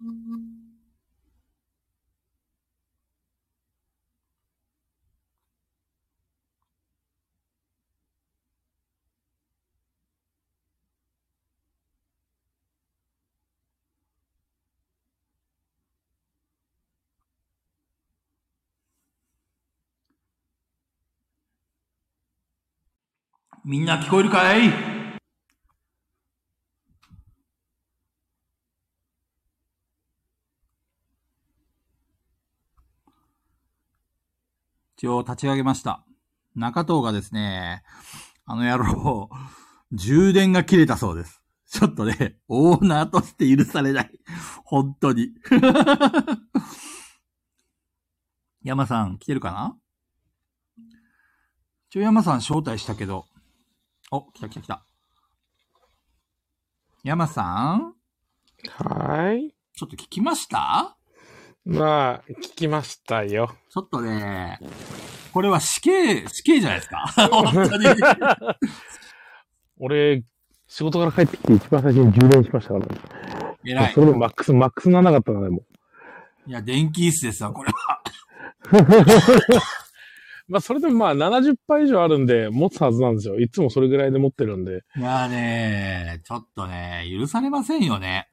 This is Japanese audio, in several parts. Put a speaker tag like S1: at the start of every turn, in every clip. S1: うん
S2: みんな聞こえるかい一応立ち上げました。中藤がですね、あの野郎、充電が切れたそうです。ちょっとね、オーナーとして許されない。本当に。 山さん来てるかな一応山さん招待したけど、お、来た来た来た。山さん
S3: はーい。
S2: ちょっと聞きました
S3: まあ、聞きましたよ。
S2: ちょっとね、これは死刑、死刑じゃないですか。 本当に。
S3: 俺、仕事から帰ってきて一番最初に充電しましたから、ね
S2: 偉い
S3: そ。れでもマックス、マックスならなかったな、でも。
S2: いや、電気椅子ですわ、これは。
S3: まあ、それでもまあ、70杯以上あるんで、持つはずなんですよ。いつもそれぐらいで持ってるんで。
S2: いやね、ちょっとね、許されませんよね。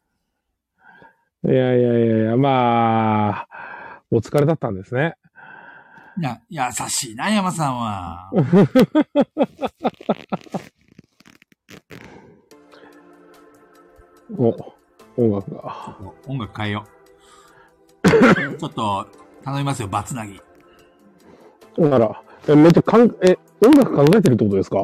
S3: いやいやいやいや、まあ、お疲れだったんですね。
S2: いや、優しいな、山さんは。
S3: お、音楽が。
S2: 音楽変えよう。ちょっと、頼みますよ、バツナギ。
S3: あら、えめっちゃかん、え、音楽考えてるってことですか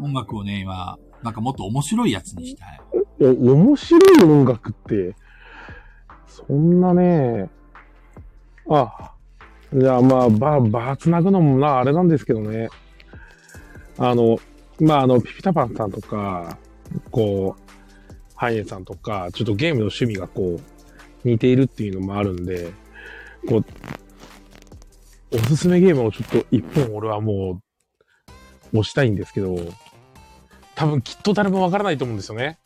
S2: 音楽をね、今、なんかもっと面白いやつにしたい。
S3: いや、面白い音楽って、そんなね、あ、じゃあまあ、ば、ば、つなぐのもな、あれなんですけどね。あの、まあ、あの、ピピタパンさんとか、こう、ハイネさんとか、ちょっとゲームの趣味がこう、似ているっていうのもあるんで、こう、おすすめゲームをちょっと一本俺はもう、押したいんですけど、多分きっと誰もわからないと思うんですよね。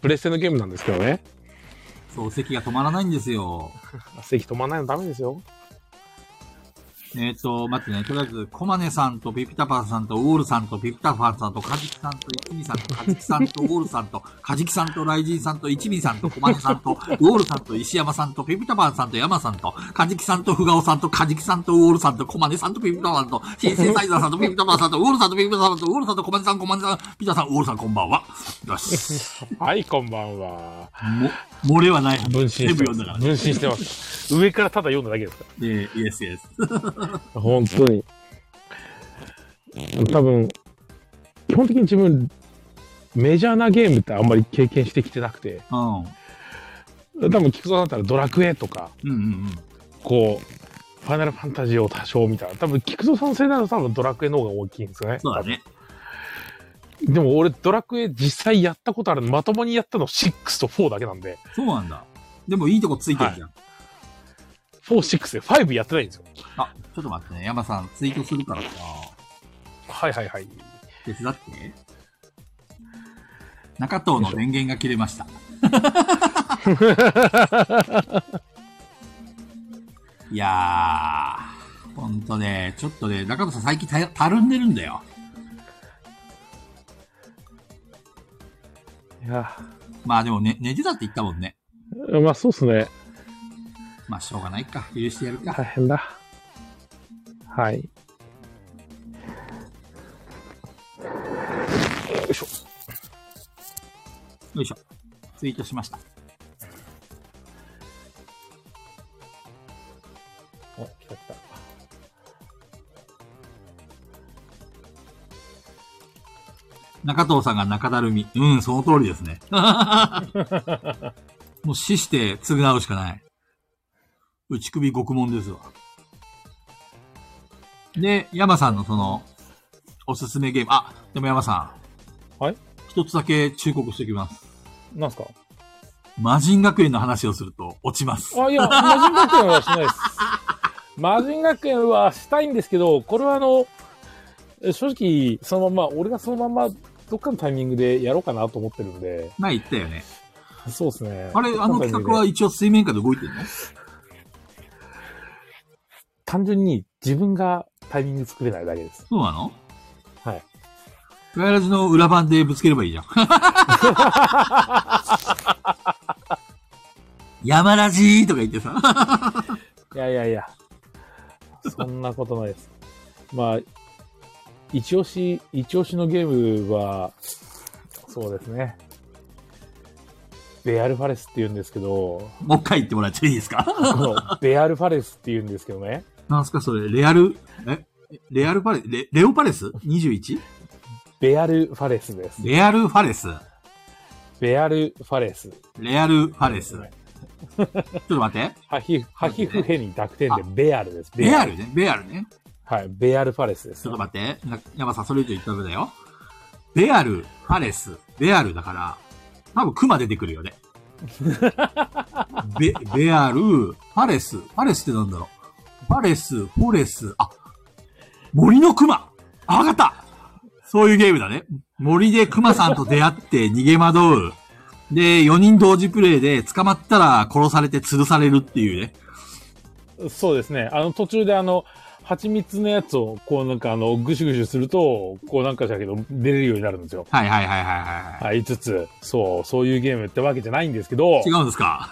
S3: プレステのゲームなんですけどね。
S2: そう、席が止まらないんですよ。
S3: 席止まんないのダメですよ。
S2: えっ、と、待ってね、とりあえず、コマネさんとピピタパンさんとウォールさんとピピタパンさんとカジキさんと一味さんとカジキさんとウォールさんとカジキさんとライジンさんと一味さんとコマネさんとウォールさんと石山さんとピピタパンさんと山さんとカジキさんとフガオさんとカジキさんとウォールさんとコマネさんとピピタパンとシンセサイザーさんとピピタパンさんとウォールさんとピピタパンさんとウォールさんとコマネさんコマネさんピタさんウォールさんこんばんは。よし。
S3: はい、こんばんは。
S2: も、漏れはない。
S3: 分身して
S2: 全部
S3: ま
S2: 読んだから
S3: す。分身してます。上からただ読んだだけですか
S2: えー、イエスイエス。
S3: ら。本当に。多分、基本的に自分、メジャーなゲームってあんまり経験してきてなくて、
S2: うん。うん
S3: 多分菊蔵さんだったらドラクエとか、
S2: うんうん。
S3: こう、ファイナルファンタジーを多少みたいな。多分、菊蔵さんの世代だと多分ドラクエの方が大きいんですよね。
S2: そうだね。
S3: でも俺、ドラクエ実際やったことあるの、まともにやったの6と4だけなんで、
S2: そうなんだ。でもいいとこついてるじゃん。
S3: 4、6で5やってないんですよ。
S2: あ、ちょっと待ってね。山さん、ツイートするからさ、
S3: はいはいはい。
S2: 手伝って。中藤の電源が切れました。いやー、ほんとね、ちょっとね、中藤さん最近たたるんでるんだよ。
S3: いや、
S2: まあでもね、寝てたって言ったもんね。
S3: まあそうっすね。
S2: まあしょうがないか。許してやるか。
S3: 大変だ。はい。よいしょ。
S2: よいしょ。ツイートしました。
S3: お、来た来た。
S2: 中藤さんが中だるみ。うん、その通りです ね。もう死して償うしかない。内首獄門ですわ。で、山さんのその、おすすめゲーム。あ、でも山さん。
S3: はい
S2: 一つだけ忠告しておきます。
S3: なんすか
S2: 魔人学園の話をすると落ちます。
S3: あ、いや、魔人学園はしないです。 魔人学園はしたいんですけど、これはあの、え正直、そのまま、俺がそのまま、どっかのタイミングでやろうかなと思ってるんで、
S2: 前言ったよね。
S4: そうですね。
S2: あれ、あの企画は一応水面下で動いてるの
S3: 単純に自分がタイミング作れないだけです。
S2: そうなの
S3: はい。
S2: ガヤラジの裏番でぶつければいい じゃん。山ラジーとか言ってさ。
S3: いやいやいや、そんなことないです。まあ、一押し、一押しのゲームは、そうですね。ベアルファレスって言うんですけど、
S2: もう一回言ってもらっていいですか
S3: このベアルファレスって言うんですけどね。
S2: なんすかそれ、レアル、えレアルパレス、レ、レオパレス ?21?
S3: ベアルファレスです。
S2: レアルファレス。
S3: ベアルファレス。
S2: レアルファレス。ちょっと待って。
S3: ハヒフ、ハヒフヘに濁点でベアルです。
S2: レアルね。レアルね。
S3: はい、ベアルファレスで
S2: ち
S3: す
S2: ょっ。と待って。な山さん、それ以上言ったらダメだよ。ベアル、ファレス、ベアルだから、多分クマ出てくるよね。ベ、ベアル、ファレス、ファレスってなんだろう。ファレス、フォレス、あ、森のクマあ、わかったそういうゲームだね。森でクマさんと出会って逃げ惑う。で、4人同時プレイで捕まったら殺されて吊るされるっていうね。
S3: そうですね。あの、途中であの、蜂蜜のやつを、こうなんかあの、ぐしゅぐしゅすると、こうなんかしたけど、出れるようになるんですよ。
S2: はいはいはいはいはいは
S3: はい、5つ。そう、そういうゲームってわけじゃないんですけど
S2: い。違、うんですか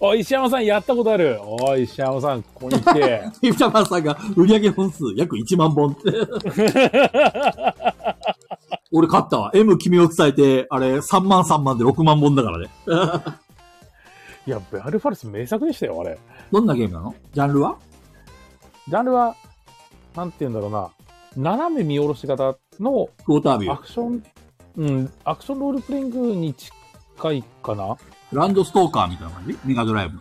S3: おい、石山さんやったことある。おい、石山さん、ここに来て。
S2: ピピタパンさんが売上本数約1万本って。俺勝ったわ。M 君を伝えて、あれ、3万3万で6万本だからね。
S3: いや、ベアルファレス名作でしたよ、あれ。
S2: どんなゲームなのジャンルは
S3: ジャンルは、なんて言うんだろうな。斜め見下ろし型の
S2: クォータービュ
S3: ア
S2: ー。
S3: クション、うん、アクションロールプレイングに近いかな。
S2: ランドストーカーみたいな感じメガドライブ。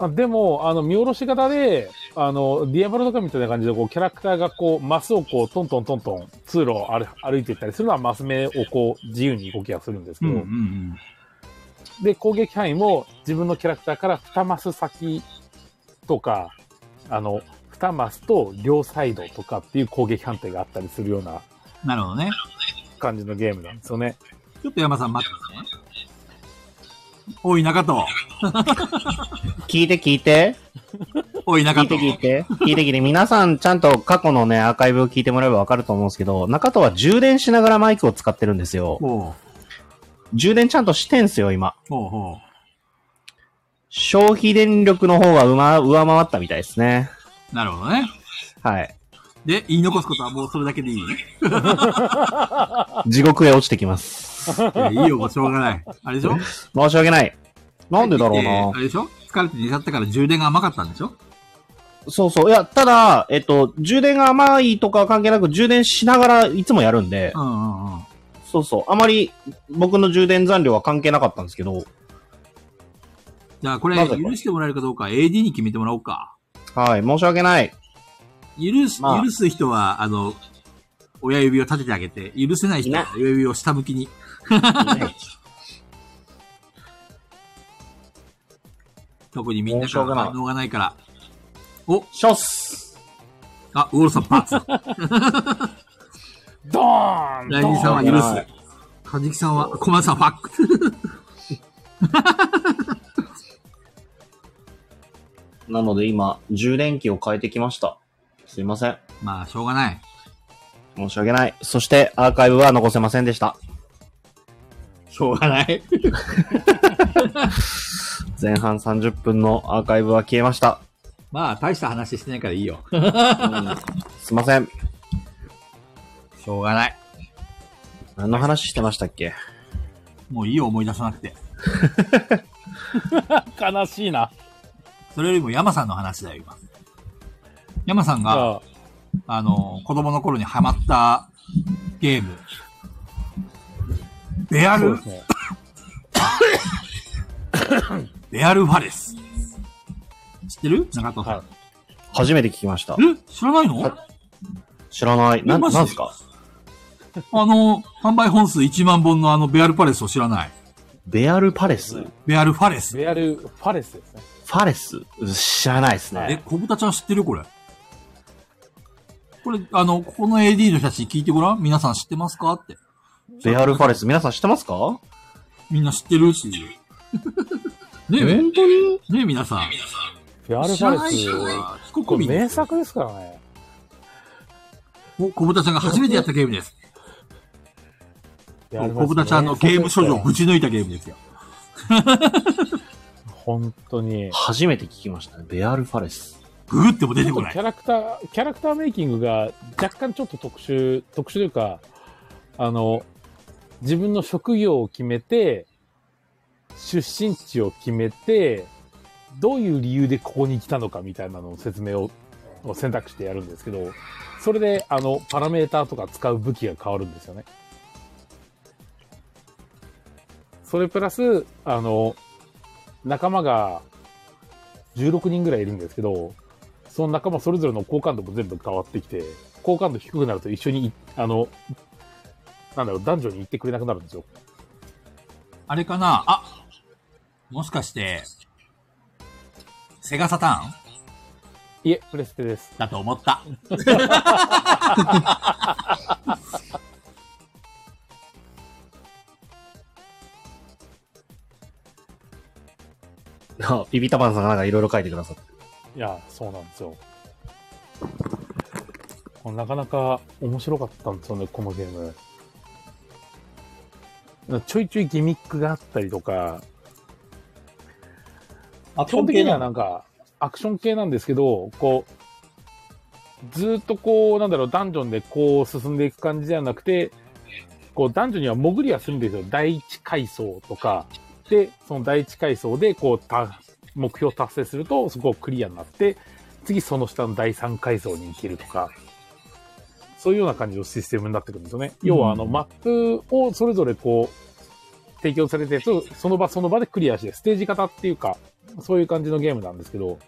S3: あでも、あの、見下ろし型で、あの、ディアボロとかみたいな感じで、こう、キャラクターがこう、マスをこう、トントントントン、通路を歩歩いていったりするのは、マス目をこう、自由に動きがするんです
S2: う
S3: け
S2: ん
S3: ど、
S2: うんうん。
S3: で、攻撃範囲も自分のキャラクターから2マス先とか、あの、2マスと両サイドとかっていう攻撃判定があったりするような
S2: なるほどね。
S3: 感じのゲームなんですよね。
S2: ちょっと山さん待ってね。おい、中藤。
S5: 聞いて聞いて。
S2: おい、中
S5: 聞い
S2: 藤
S5: て。聞いて。聞いて聞いて。皆さんちゃんと過去のね、アーカイブを聞いてもらえばわかると思うんですけど、中戸は充電しながらマイクを使ってるんですよ。
S2: ほ
S5: 充電ちゃんとしてんすよ、今。
S2: う、ほう、ほ
S5: 消費電力の方がうま、上回ったみたいですね。
S2: う。なるほどね。
S5: はい。
S2: で、言い残すことはもうそれだけでいいい
S5: 地獄へ落ちてきます。
S2: やいいよ、もうしょうがない。あれでしょ
S5: 申し訳ない。なんでだろう
S2: え
S5: な
S2: ーあ。れでしょ疲れて寝ちゃったから充電が甘かったんでしょ
S5: そうそう。いや、ただ、えっと、充電が甘いとかは関係なく、充電しながらいつもやるんで
S2: う、んうんうん。
S5: そうそう。あまり僕の充電残量は関係なかったんですけど、
S2: じゃあこれ
S5: なぜ
S2: 許
S5: か
S2: してもらえるかどうか AD に決めてもらおうか。
S5: はい、申し訳ない。
S2: 許す、
S5: まあ
S2: 許す人は、あの、親指を立ててあげて、許せない人は親指を下向きに。特にみんな
S5: 申し訳
S2: が
S5: ない
S2: 反応がないから。お、
S5: ショス
S2: あ、ウォールさんパーツ。
S3: ドーン
S2: ライジンさんは許
S5: どうも
S2: す。カジキさんは、コマさんファック。
S5: なので今、充電器を変えてきました。すいません。
S2: まあ、しょうがない。
S5: 申し訳ない。そして、アーカイブは残せませんでした。
S2: しょうがない。
S5: 前半30分のアーカイブは消え ました。
S2: まあ、大した話してないからいいよ。
S5: すいません。
S2: しょうがない。
S5: 何の話してましたっけ
S2: もういいよ、思い出さなくて。
S3: 悲しいな。
S2: それよりも山さんの話だよ、今。山さん
S3: じ
S2: が、
S3: ゃあ、
S2: あの、子供の頃にハマったゲーム。ベア
S3: そう
S2: ル
S3: で、すね。
S2: ベアルファレス。知ってる中藤さん。
S3: は
S5: 初めて聞きました。
S2: え知らないの
S5: は知らない。な、
S2: マジで
S5: なんすか
S2: あの、販売本数1万本のあのベアルファレスを知らない。
S5: ベアルパレスフ
S2: ベアルファレス。
S3: ベアルファレスですね。
S5: ァレス知らないです
S2: え、
S5: ね。
S2: 小豚ちゃん知ってるこれ。これ、あの、ここの AD の人たちに聞いてごらん皆さん知ってますかって。
S5: レアルファレス、皆さん知ってますか
S2: みんな知ってるし。ねえ、
S5: 本当に
S2: ねえ、皆さん。
S3: フェアル
S2: 知
S3: ファ
S2: ら
S3: レ
S2: ない人
S3: ス、
S2: は非
S3: こ
S2: 国
S3: れ
S2: 民で
S3: 名
S2: す。
S3: 作ですからね。
S2: お小豚ちゃんが初めてやったゲームです。
S3: やりますね
S2: 小豚ちゃんのゲーム少女をぶち抜いたゲームですよ。
S3: 本当に。
S5: 初めて聞きましたね。レアルファレ ス。
S2: ググっても出
S3: キ
S2: てこない。
S3: ャラクター、キャラクターメイキングが若干ちょっと特殊、特殊というか、あの、自分の職業を決めて、出身地を決めて、どういう理由でここに来たのかみたいなのを説明をを選択してやるんですけど、それで、あの、パラメーターとか使う武器が変わるんですよね。それプラス、あの、仲間が16人ぐらいいるんですけど、その仲間それぞれの好感度も全部変わってきて、好感度低くなると一緒にい、あの、なんだろう、男女に行ってくれなくなるんですよ。
S2: あれかなあもしかして、セガサターン
S3: いえ、プレステです。
S2: だと思った。
S5: あビビタパンさんがなんかいろいろ書いてくださって。
S3: いや、そうなんですよ。なかなか面白かったんですよね、このゲーム。ちょいちょいギミックがあったりとか、
S2: あ、
S3: 基本的にはなんか、アクション系なんですけど、こう、ずーっとこう、なんだろう、ダンジョンでこう進んでいく感じではなくて、こう、ダンジョンには潜りはするんですよ。第一階層とか。で、その第一階層で、こう、た、目標達成すると、そこをクリアになって、次その下の第三階層に行けるとか、そういうような感じのシステムになってくるんですよね。要は、あの、マップをそれぞれこう、提供されてると、その場その場でクリアして、ステージ型っていうか、そういう感じのゲームなんですけど、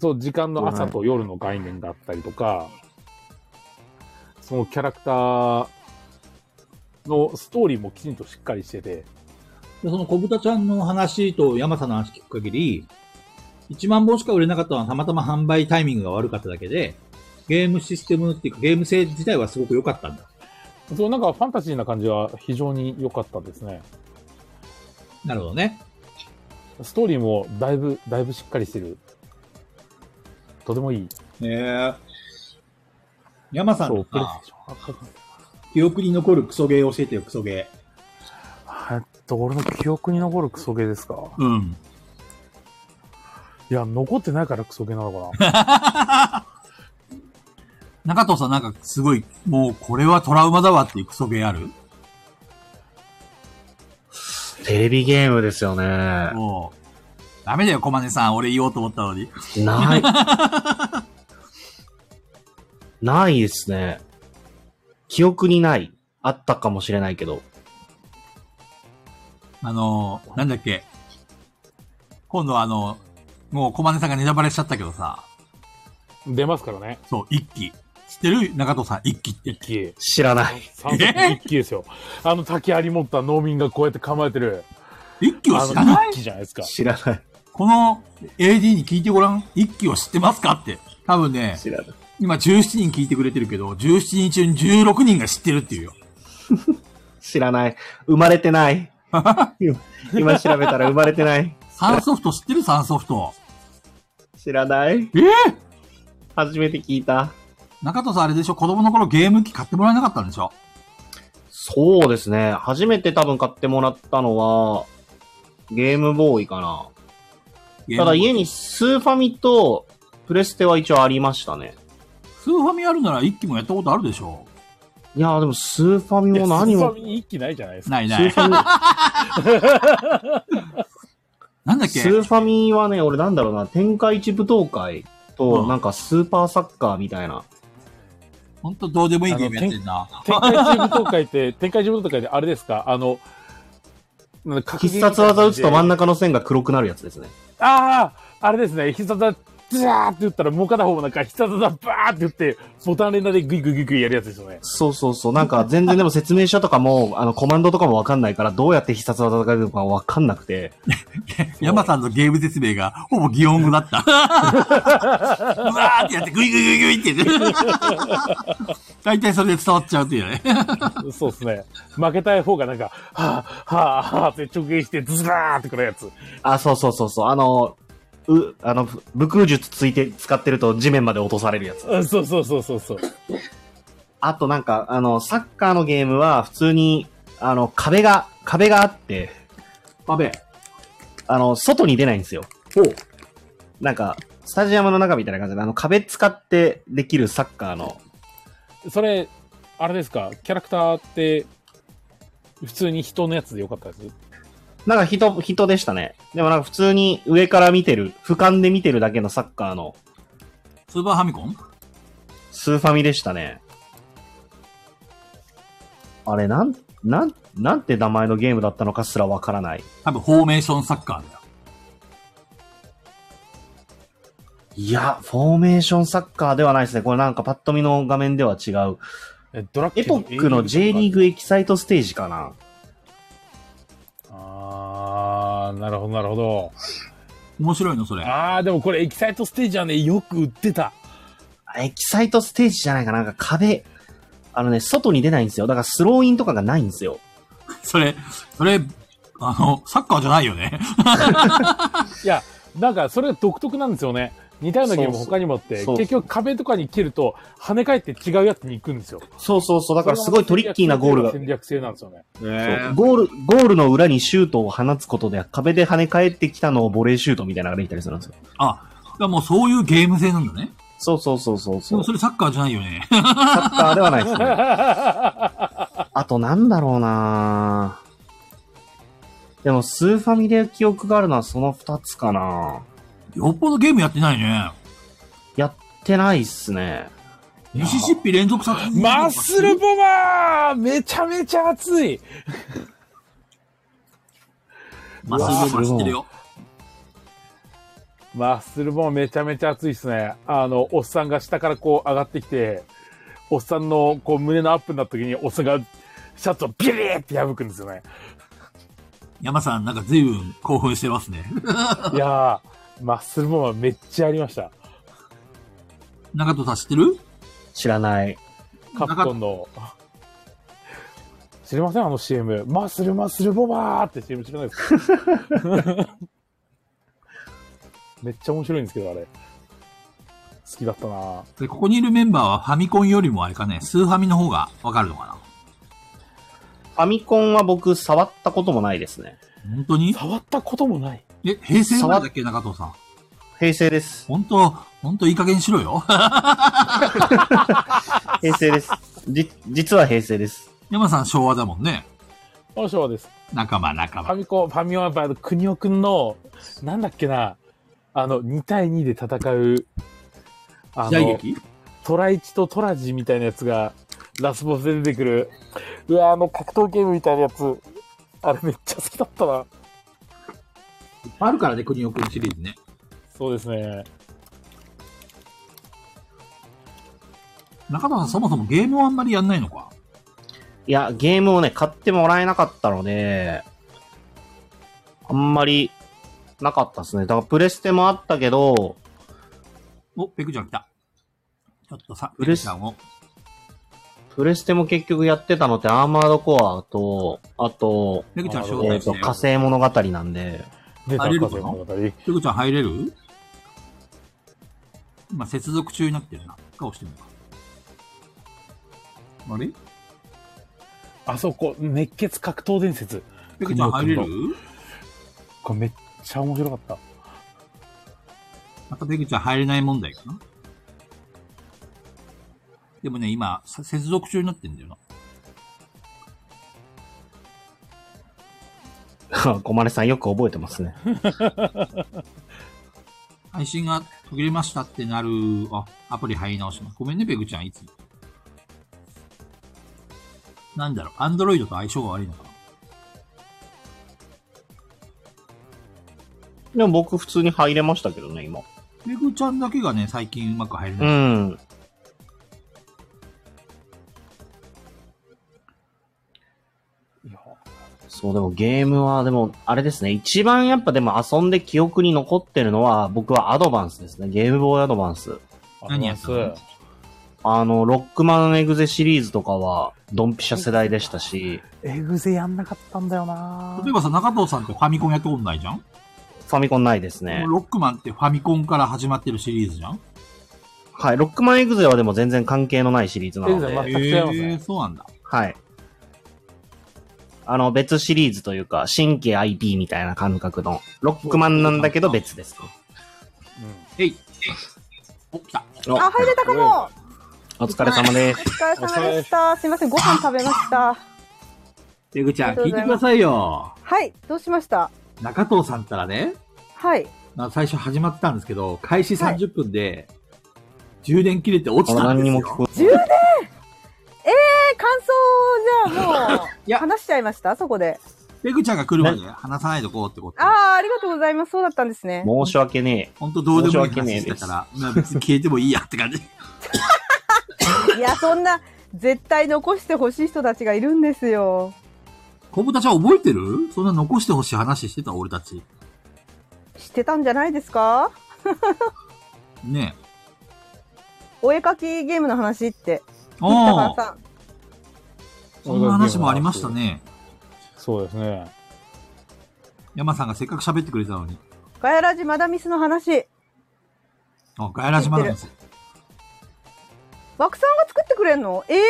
S3: そう、時間の朝と夜の概念があったりとか、そのキャラクターのストーリーもきちんとしっかりしてて、
S2: でその小豚ちゃんの話と山さんの話聞く限り、1万本しか売れなかったのはたまたま販売タイミングが悪かっただけで、ゲームシステムっていうかゲーム性自体はすごく良かったんだ。
S3: そう、なんかファンタジーな感じは非常に良かったですね。
S2: なるほどね。
S3: ストーリーもだいぶ、だいぶしっかりしてる。とてもいい。
S2: えー、山さん
S3: そう、
S2: の
S3: プレイス
S2: さ
S3: テーションあ。
S2: 記憶に残るクソゲー教えてよ、クソゲ
S3: えっと、俺の記憶に残るクソゲーですか
S2: ー。うん。
S3: いや、残ってないからクソゲーなのか な。
S2: 中藤さんなんかすごい、もうこれはトラウマだわっていうクソゲーある
S5: テレビゲームですよね。な
S2: もう、ダメだよ、小金さん。俺言おうと思ったのに。
S5: い。 ないですね。記憶にない。あったかもしれないけど。
S2: あの、なんだっけ。今度はあの、もう小金さんがネタバレしちゃったけどさ、
S3: 出ますからね。
S2: そう、一期。知ってる中藤さん、一期って
S3: 一。気。
S5: 知らない。
S3: 三足一気ですよ。あの竹槍持った農民がこうやって構えてる。
S2: 一期は
S3: あ
S2: 知らない
S3: の一気じゃないですか。
S5: 知らない。
S2: この AD に聞いてごらん。一期を知ってますかって。多分ね、
S5: 知らない。
S2: 今17人聞いてくれてるけど、17人中に16人が知ってるっていうよ。
S5: 知らない。生まれてない。 今今調べたら生まれてない。
S2: サンソフト知ってるサンソフト。
S5: 知らない。
S2: ええ
S5: 初めて聞いた。
S2: 中藤さんあれでしょ子供の頃ゲーム機買ってもらえなかったんでしょ
S5: そうですね。初めて多分買ってもらったのは、ゲームボーイかな。
S2: ゲーム
S5: ただ家にスーファミとプレステは一応ありましたね。
S2: スーファミあるなら一期もやったことあるでしょ
S5: いやーでもスーファミも何
S3: いやスー
S5: も
S3: ファミに一気ないじゃないです
S2: な
S3: か。
S2: い
S5: ス
S2: な
S5: ー
S2: い
S5: フ。ァ
S2: なんだ
S5: ミ、
S2: っけ
S5: スーファミはね、俺なんだろうな、天下一武道会
S2: う
S5: と、
S2: ん
S5: なんかスーパーサッカーみたいな。
S2: ほんとどうでもいいゲームやってんな。
S3: 展開チーム東海って、 展開チーム東海ってあれですかあの、なんか格ゲー
S5: 必
S3: みたいな
S5: 殺技打つと真
S3: 感
S5: ん中の線が黒くなるやつですね。
S3: じであああれですね。必殺技ザーって言ったらもう片方もなんかひたすらバーって言って、ボタン連打でグイグイグイグイやるやつですよね。
S5: そうそうそう。なんか全然でも説明書とかも、 あの、コマンドとかもわかんないから、どうやって必殺技が出るのかわかんなくて。
S2: 山さんのゲーム説明がほぼ擬音語だった。うわーってやって、グイグイグイグイって言って。大体それで伝わっちゃうというね。
S3: そうですね。負けた方がなんか、はぁ、はぁ、はぁって直撃してズバーってくるやつ。
S5: あ、そうそうそうそう。あの、う、あの、ふ武空術ついて、使ってると地面まで落とされるやつ。
S3: うんそうそうそうそうそう。
S5: あとなんか、あの、サッカーのゲームは普通に、あの、壁が、壁があって、
S2: バベ。
S5: あの、外に出ないんですよ。
S2: ほう。
S5: なんか、スタジアムの中みたいな感じで、あの、壁使ってできるサッカーの、
S3: それ、あれですか、キャラクターって、普通に人のやつでよかったです。
S5: なんか人、人でしたね。でもなんか普通に上から見てる、俯瞰で見てるだけのサッカーの
S2: スーパーファミコン
S5: スーファミでしたね。あれ、なん、なん、なんて名前のゲームだったのかすらわからない。
S2: 多分、フォーメーションサッカーだよ。
S5: いや、フォーメーションサッカーではないですね。これなんかパッと見の画面では違う。
S3: えドラッ
S5: エポックの J リー
S3: グ。
S5: グエキサイトステージかな。
S3: あー、なるほど、なるほど。
S2: 面白いの、それ。
S3: あー、でもこれエキサイトステージはね、よく売ってた。
S5: エキサイトステージじゃないかな。なんか壁。あのね、外に出ないんですよ。だからスローインとかがないんですよ。
S2: それ、それ、あの、サッカーじゃないよね。
S3: いや、なんかそれが独特なんですよね。似たようなゲーム
S5: そうそう
S3: 他にもあって、
S5: そう
S3: 結局壁とかに蹴ると、跳ね返って違うやつに行くんですよ。
S5: そうそうそう。だからすごいトリッキーなゴールが。
S3: 戦略性なんですよね。
S5: そうゴール、ゴールの裏にシュートを放つことで壁で跳ね返ってきたのをボレーシュートみたいなのができたりするんですよ。
S2: あ、だからもうそういうゲーム性なんだね。
S5: そうそうそうそう
S2: で
S5: そう
S2: も。それサッカーじゃないよね。
S5: サッカーではないですね。あとなんだろうなでも、スーファミで記憶があるのはその二つかな
S2: よっぽどゲームやってないね。
S5: やってないっすね。
S2: ミシシッピ連続殺人
S3: マッスルボマーめちゃめちゃ熱い
S2: マッスルボマ知ってるよ。
S3: マッスルボマーめちゃめちゃ熱いですね。あの、おっさんが下からこう上がってきて、おっさんのこう胸のアップになった時に、おっさんがシャツをビリーって破くんですよ ね。
S2: 山さん、なんか随分興奮してますね。
S3: いやー、マッスルボマーめっちゃありました。
S2: 中戸さん知ってる
S5: 知らない。
S3: カプコンの。知りませんあの CM。マッスルマッスルボマーって CM 知らないですか めっちゃ面白いんですけど、あれ。好きだったなぁ
S2: でここにいるメンバーはファミコンよりもあれかね、スーファミの方がわかるのか
S5: ファミコンは僕、触ったこともないですね。
S2: な本当に
S3: 触ったこともない。
S2: え、平成なんだっけ中藤さん。
S5: 平成で す。
S2: 本当本当いい加減にしろよ。
S5: 平成です。じ、実は平成です。
S2: 山さん昭和だもんね。
S3: あ、そうです。
S2: 仲間仲
S3: ファ
S2: 間。
S3: ミコン、ファミマはやっぱ、クニオくんの、なんだっけな、あの、2対2で戦う、あ
S2: 時代
S3: の、
S2: 劇
S3: トライチとトラジみたいなやつが、ラスボスで出てくる、うわ、あの格闘ゲームみたいなやつ、あれめっちゃ好きだったな。
S2: あるからね、国くんシリーズね。
S3: そうですね。
S2: 中藤さんそもそもゲームをあんまりやんないのか。
S5: いや、ゲームをね、買ってもらえなかったので、あんまり、なかったですね。だから、プレステもあったけど、
S2: お、ペクちゃん来た。ちょっとさ、
S5: う
S2: ペ
S5: れ
S2: ク
S5: し
S2: ちゃんを。
S5: プレステも結局やってたのって、アーマードコアと、あと、
S2: ペクちゃん招
S5: えっ、
S2: 待し
S5: と、
S2: て
S5: 火
S2: よ。
S5: 星物語なんで、
S3: 出た
S2: あれ
S3: 風
S2: る
S3: の
S2: かな
S3: 物語。
S2: ペクちゃん入れる今、接続中になってるな。顔してみようか。あれ
S3: あそこ、熱血格闘伝説。
S2: ペクちゃん入れる
S3: 国これめっちゃ面白かった。
S2: またペグちゃん入れない問題かな。でもね、今、さ接続中になってんだよな。
S5: 小金さんよく覚えてますね。
S2: 配信が途切れましたってなる、あ、アプリ入り直します。ごめんね、ペグちゃん、いつもなんだろう、アンドロイドと相性が悪いのかな。
S5: でも僕普通に入れましたけどね、今。
S2: ペグちゃんだけがね、最近うまく入れ
S5: う
S2: ない。
S5: ん。そう、でもゲームは、でも、あれですね。一番やっぱでも遊んで記憶に残ってるのは、僕はアドバンスですね。ゲームボーイアドバンス。
S2: 何やったの
S3: あります
S5: あの、ロックマンエグゼシリーズとかは、ドンピシャ世代でしたし、
S3: エグゼやんなかったんだよな
S2: 例えばさ、中藤さんってファミコンやったことないじゃん、
S5: ファミコンないですね。
S2: ロックマンってファミコンから始まってるシリーズじゃん
S5: はい。ロックマンエグゼはでも全然関係のないシリーズな
S3: エ
S5: の
S3: グゼは
S5: で、
S3: 全く違いますね
S2: えーそうなんだ。
S5: はい。あの、別シリーズというか、新規 IP みたいな感覚の、ロックマンなんだけど別ですね。
S2: えい。お、来た。
S5: お
S6: あ、入れたかも。
S5: お疲れ様で
S6: お
S5: す。
S6: 疲れ様でした。すいません、ご飯食べました。
S2: ペグちゃ
S6: あ
S2: ん、
S6: り
S2: 聞
S6: がとう
S2: い
S6: ご
S2: て
S6: ざい
S2: く
S6: ま
S2: だ
S6: す
S2: さいよ。
S6: はい、どうしました
S2: 中藤さんったらね、
S6: はい。
S2: まあ最初始まったんですけど、開始30分で、充電切れて落ちたん
S5: 何
S2: で
S5: に
S2: す
S5: も
S2: よ。
S5: 聞こえ
S6: 充電えー、感想、じゃあも
S2: いや
S6: う、話し ちゃいましたそこで。
S2: ペグちゃんが来るまで話さないとこうってこと。
S6: あー、ありがとうございます。そうだったんですね。
S5: 申し訳ね
S2: ほんとどうでもいい
S5: 申し訳ねえ
S2: 話
S5: で
S2: し
S5: す
S2: たから、まあ別に消えてもいいやって 感じ。
S6: いや、そんな、絶対残してほしい人たちがいるんですよ。
S2: コブたちは覚えてるそんな残してほしい話してた俺たち。
S6: してたんじゃないですか
S2: ねえ。
S6: お絵描きゲームの話って。北
S2: あ
S6: 川
S2: あ、
S6: さん。
S2: そんな話もありましたね。
S3: そうですね。
S2: 山さんがせっかく喋ってくれたのに。
S6: ガヤラジマダミスの話。
S2: あ、ガヤラジマダムス。
S6: 枠さんが作ってくれんのえー、本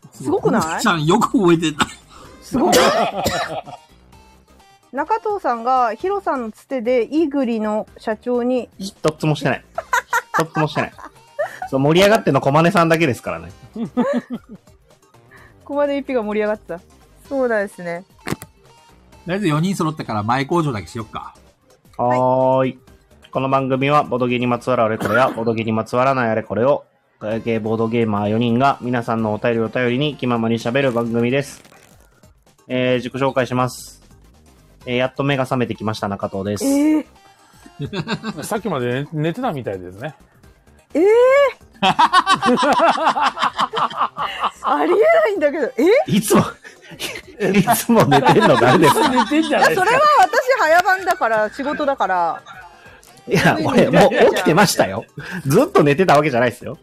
S6: 当にすごくない
S2: コブちゃんよく覚えてんだ。
S6: すごい。中藤さんがヒロさんのつてでイーグリの社長に
S5: え。一つもしてない。一つもしてない。そう盛り上がってんの小金さんだけですからね。
S6: ここまで一匹が盛り上がってたそうなんですね
S2: とりあえず4人揃ったから前工場だけしよっか。
S5: はーい。この番組は、ボドゲにまつわるあれこれや、ボドゲにまつわらないあれこれを、ガヤ系ボードゲーマー4人が皆さんのお便りを頼りに気ままに喋る番組です。えー、自己紹介します。えー、やっと目が覚めてきました中藤です。
S6: えー、
S3: さっきまで寝寝てたみたいですね。
S6: えー、 ありえないんだけどえ
S5: いつも、 いつも寝てんの誰ですか
S3: 寝てんじゃないです
S6: それ
S3: か。
S6: は私早番だから仕事だから
S5: い や、俺、もう起きてましたよ。ずっと寝てたわけじゃないですよ。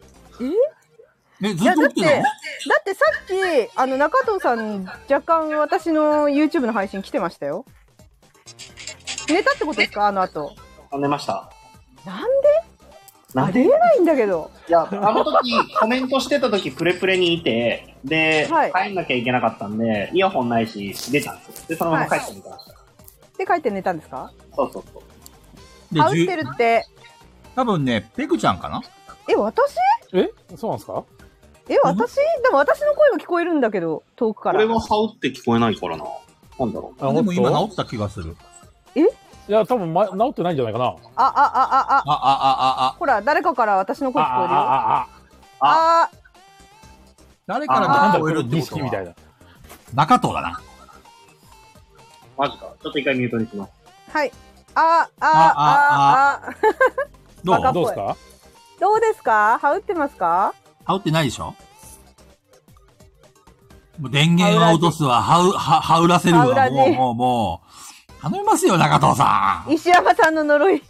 S2: え、
S6: い
S2: ずっ
S6: や
S2: と
S6: だっ
S2: 起き
S6: てだ
S2: て
S6: ってさっきあの中藤さん若干私の YouTube の配信来てましたよ寝たってことですかあの後
S5: 寝ました。
S6: なん
S5: な
S6: あ
S5: ん
S6: り
S5: で
S6: えないんだけど。
S5: いや、あの時、コメントしてた時、プレプレにいて、で、
S6: はい
S5: 帰んなきゃいけなかったんで、イヤホンないし、出たんですよ。で、そのまま帰ってみました。
S6: で帰って寝たんですか
S5: そうそうそう。
S2: で
S6: ハウ
S2: じゅ
S6: ステルって。
S2: 多分ね、ペグちゃんかな
S6: え、私
S3: えそうなんですか
S6: え、私でも私の声が聞こえるんだけど、遠くから。
S5: は羽織って聞こえないからな。なんだろ
S3: あ
S2: でも今
S3: 本
S2: 治った気がする。
S3: 当いや、多分、ま、治ってないんじゃないかな。
S6: あ、あ、あ、あ、あ。
S2: あ、あ、あ、あ、あ。
S6: ほら、誰かから私
S3: あ
S6: の声聞こえるよ。あ
S3: あ、あ、あ、
S6: あ
S2: 誰から
S3: あ、な
S2: が聞
S3: んだこ
S2: こえ
S3: れ、
S2: るって
S3: 儀
S2: こと
S3: 式みたい
S2: は
S3: な。
S2: 中藤だな。
S5: う。マジか。ちょっと一回ミュートにします。
S6: はい。あ、
S2: あ
S6: あ、あ、あ。
S2: どう
S6: 中
S2: 羽
S3: どうですか
S6: どうですか羽打ってますか
S2: 織ってないでしょもう電源は落とすわ、羽織、羽羽織らせる
S6: 羽織
S2: わ、
S6: ら
S2: もう、
S6: ね
S2: もう、もう。頼みますよ、中藤さん。
S6: 石山さんの呪い。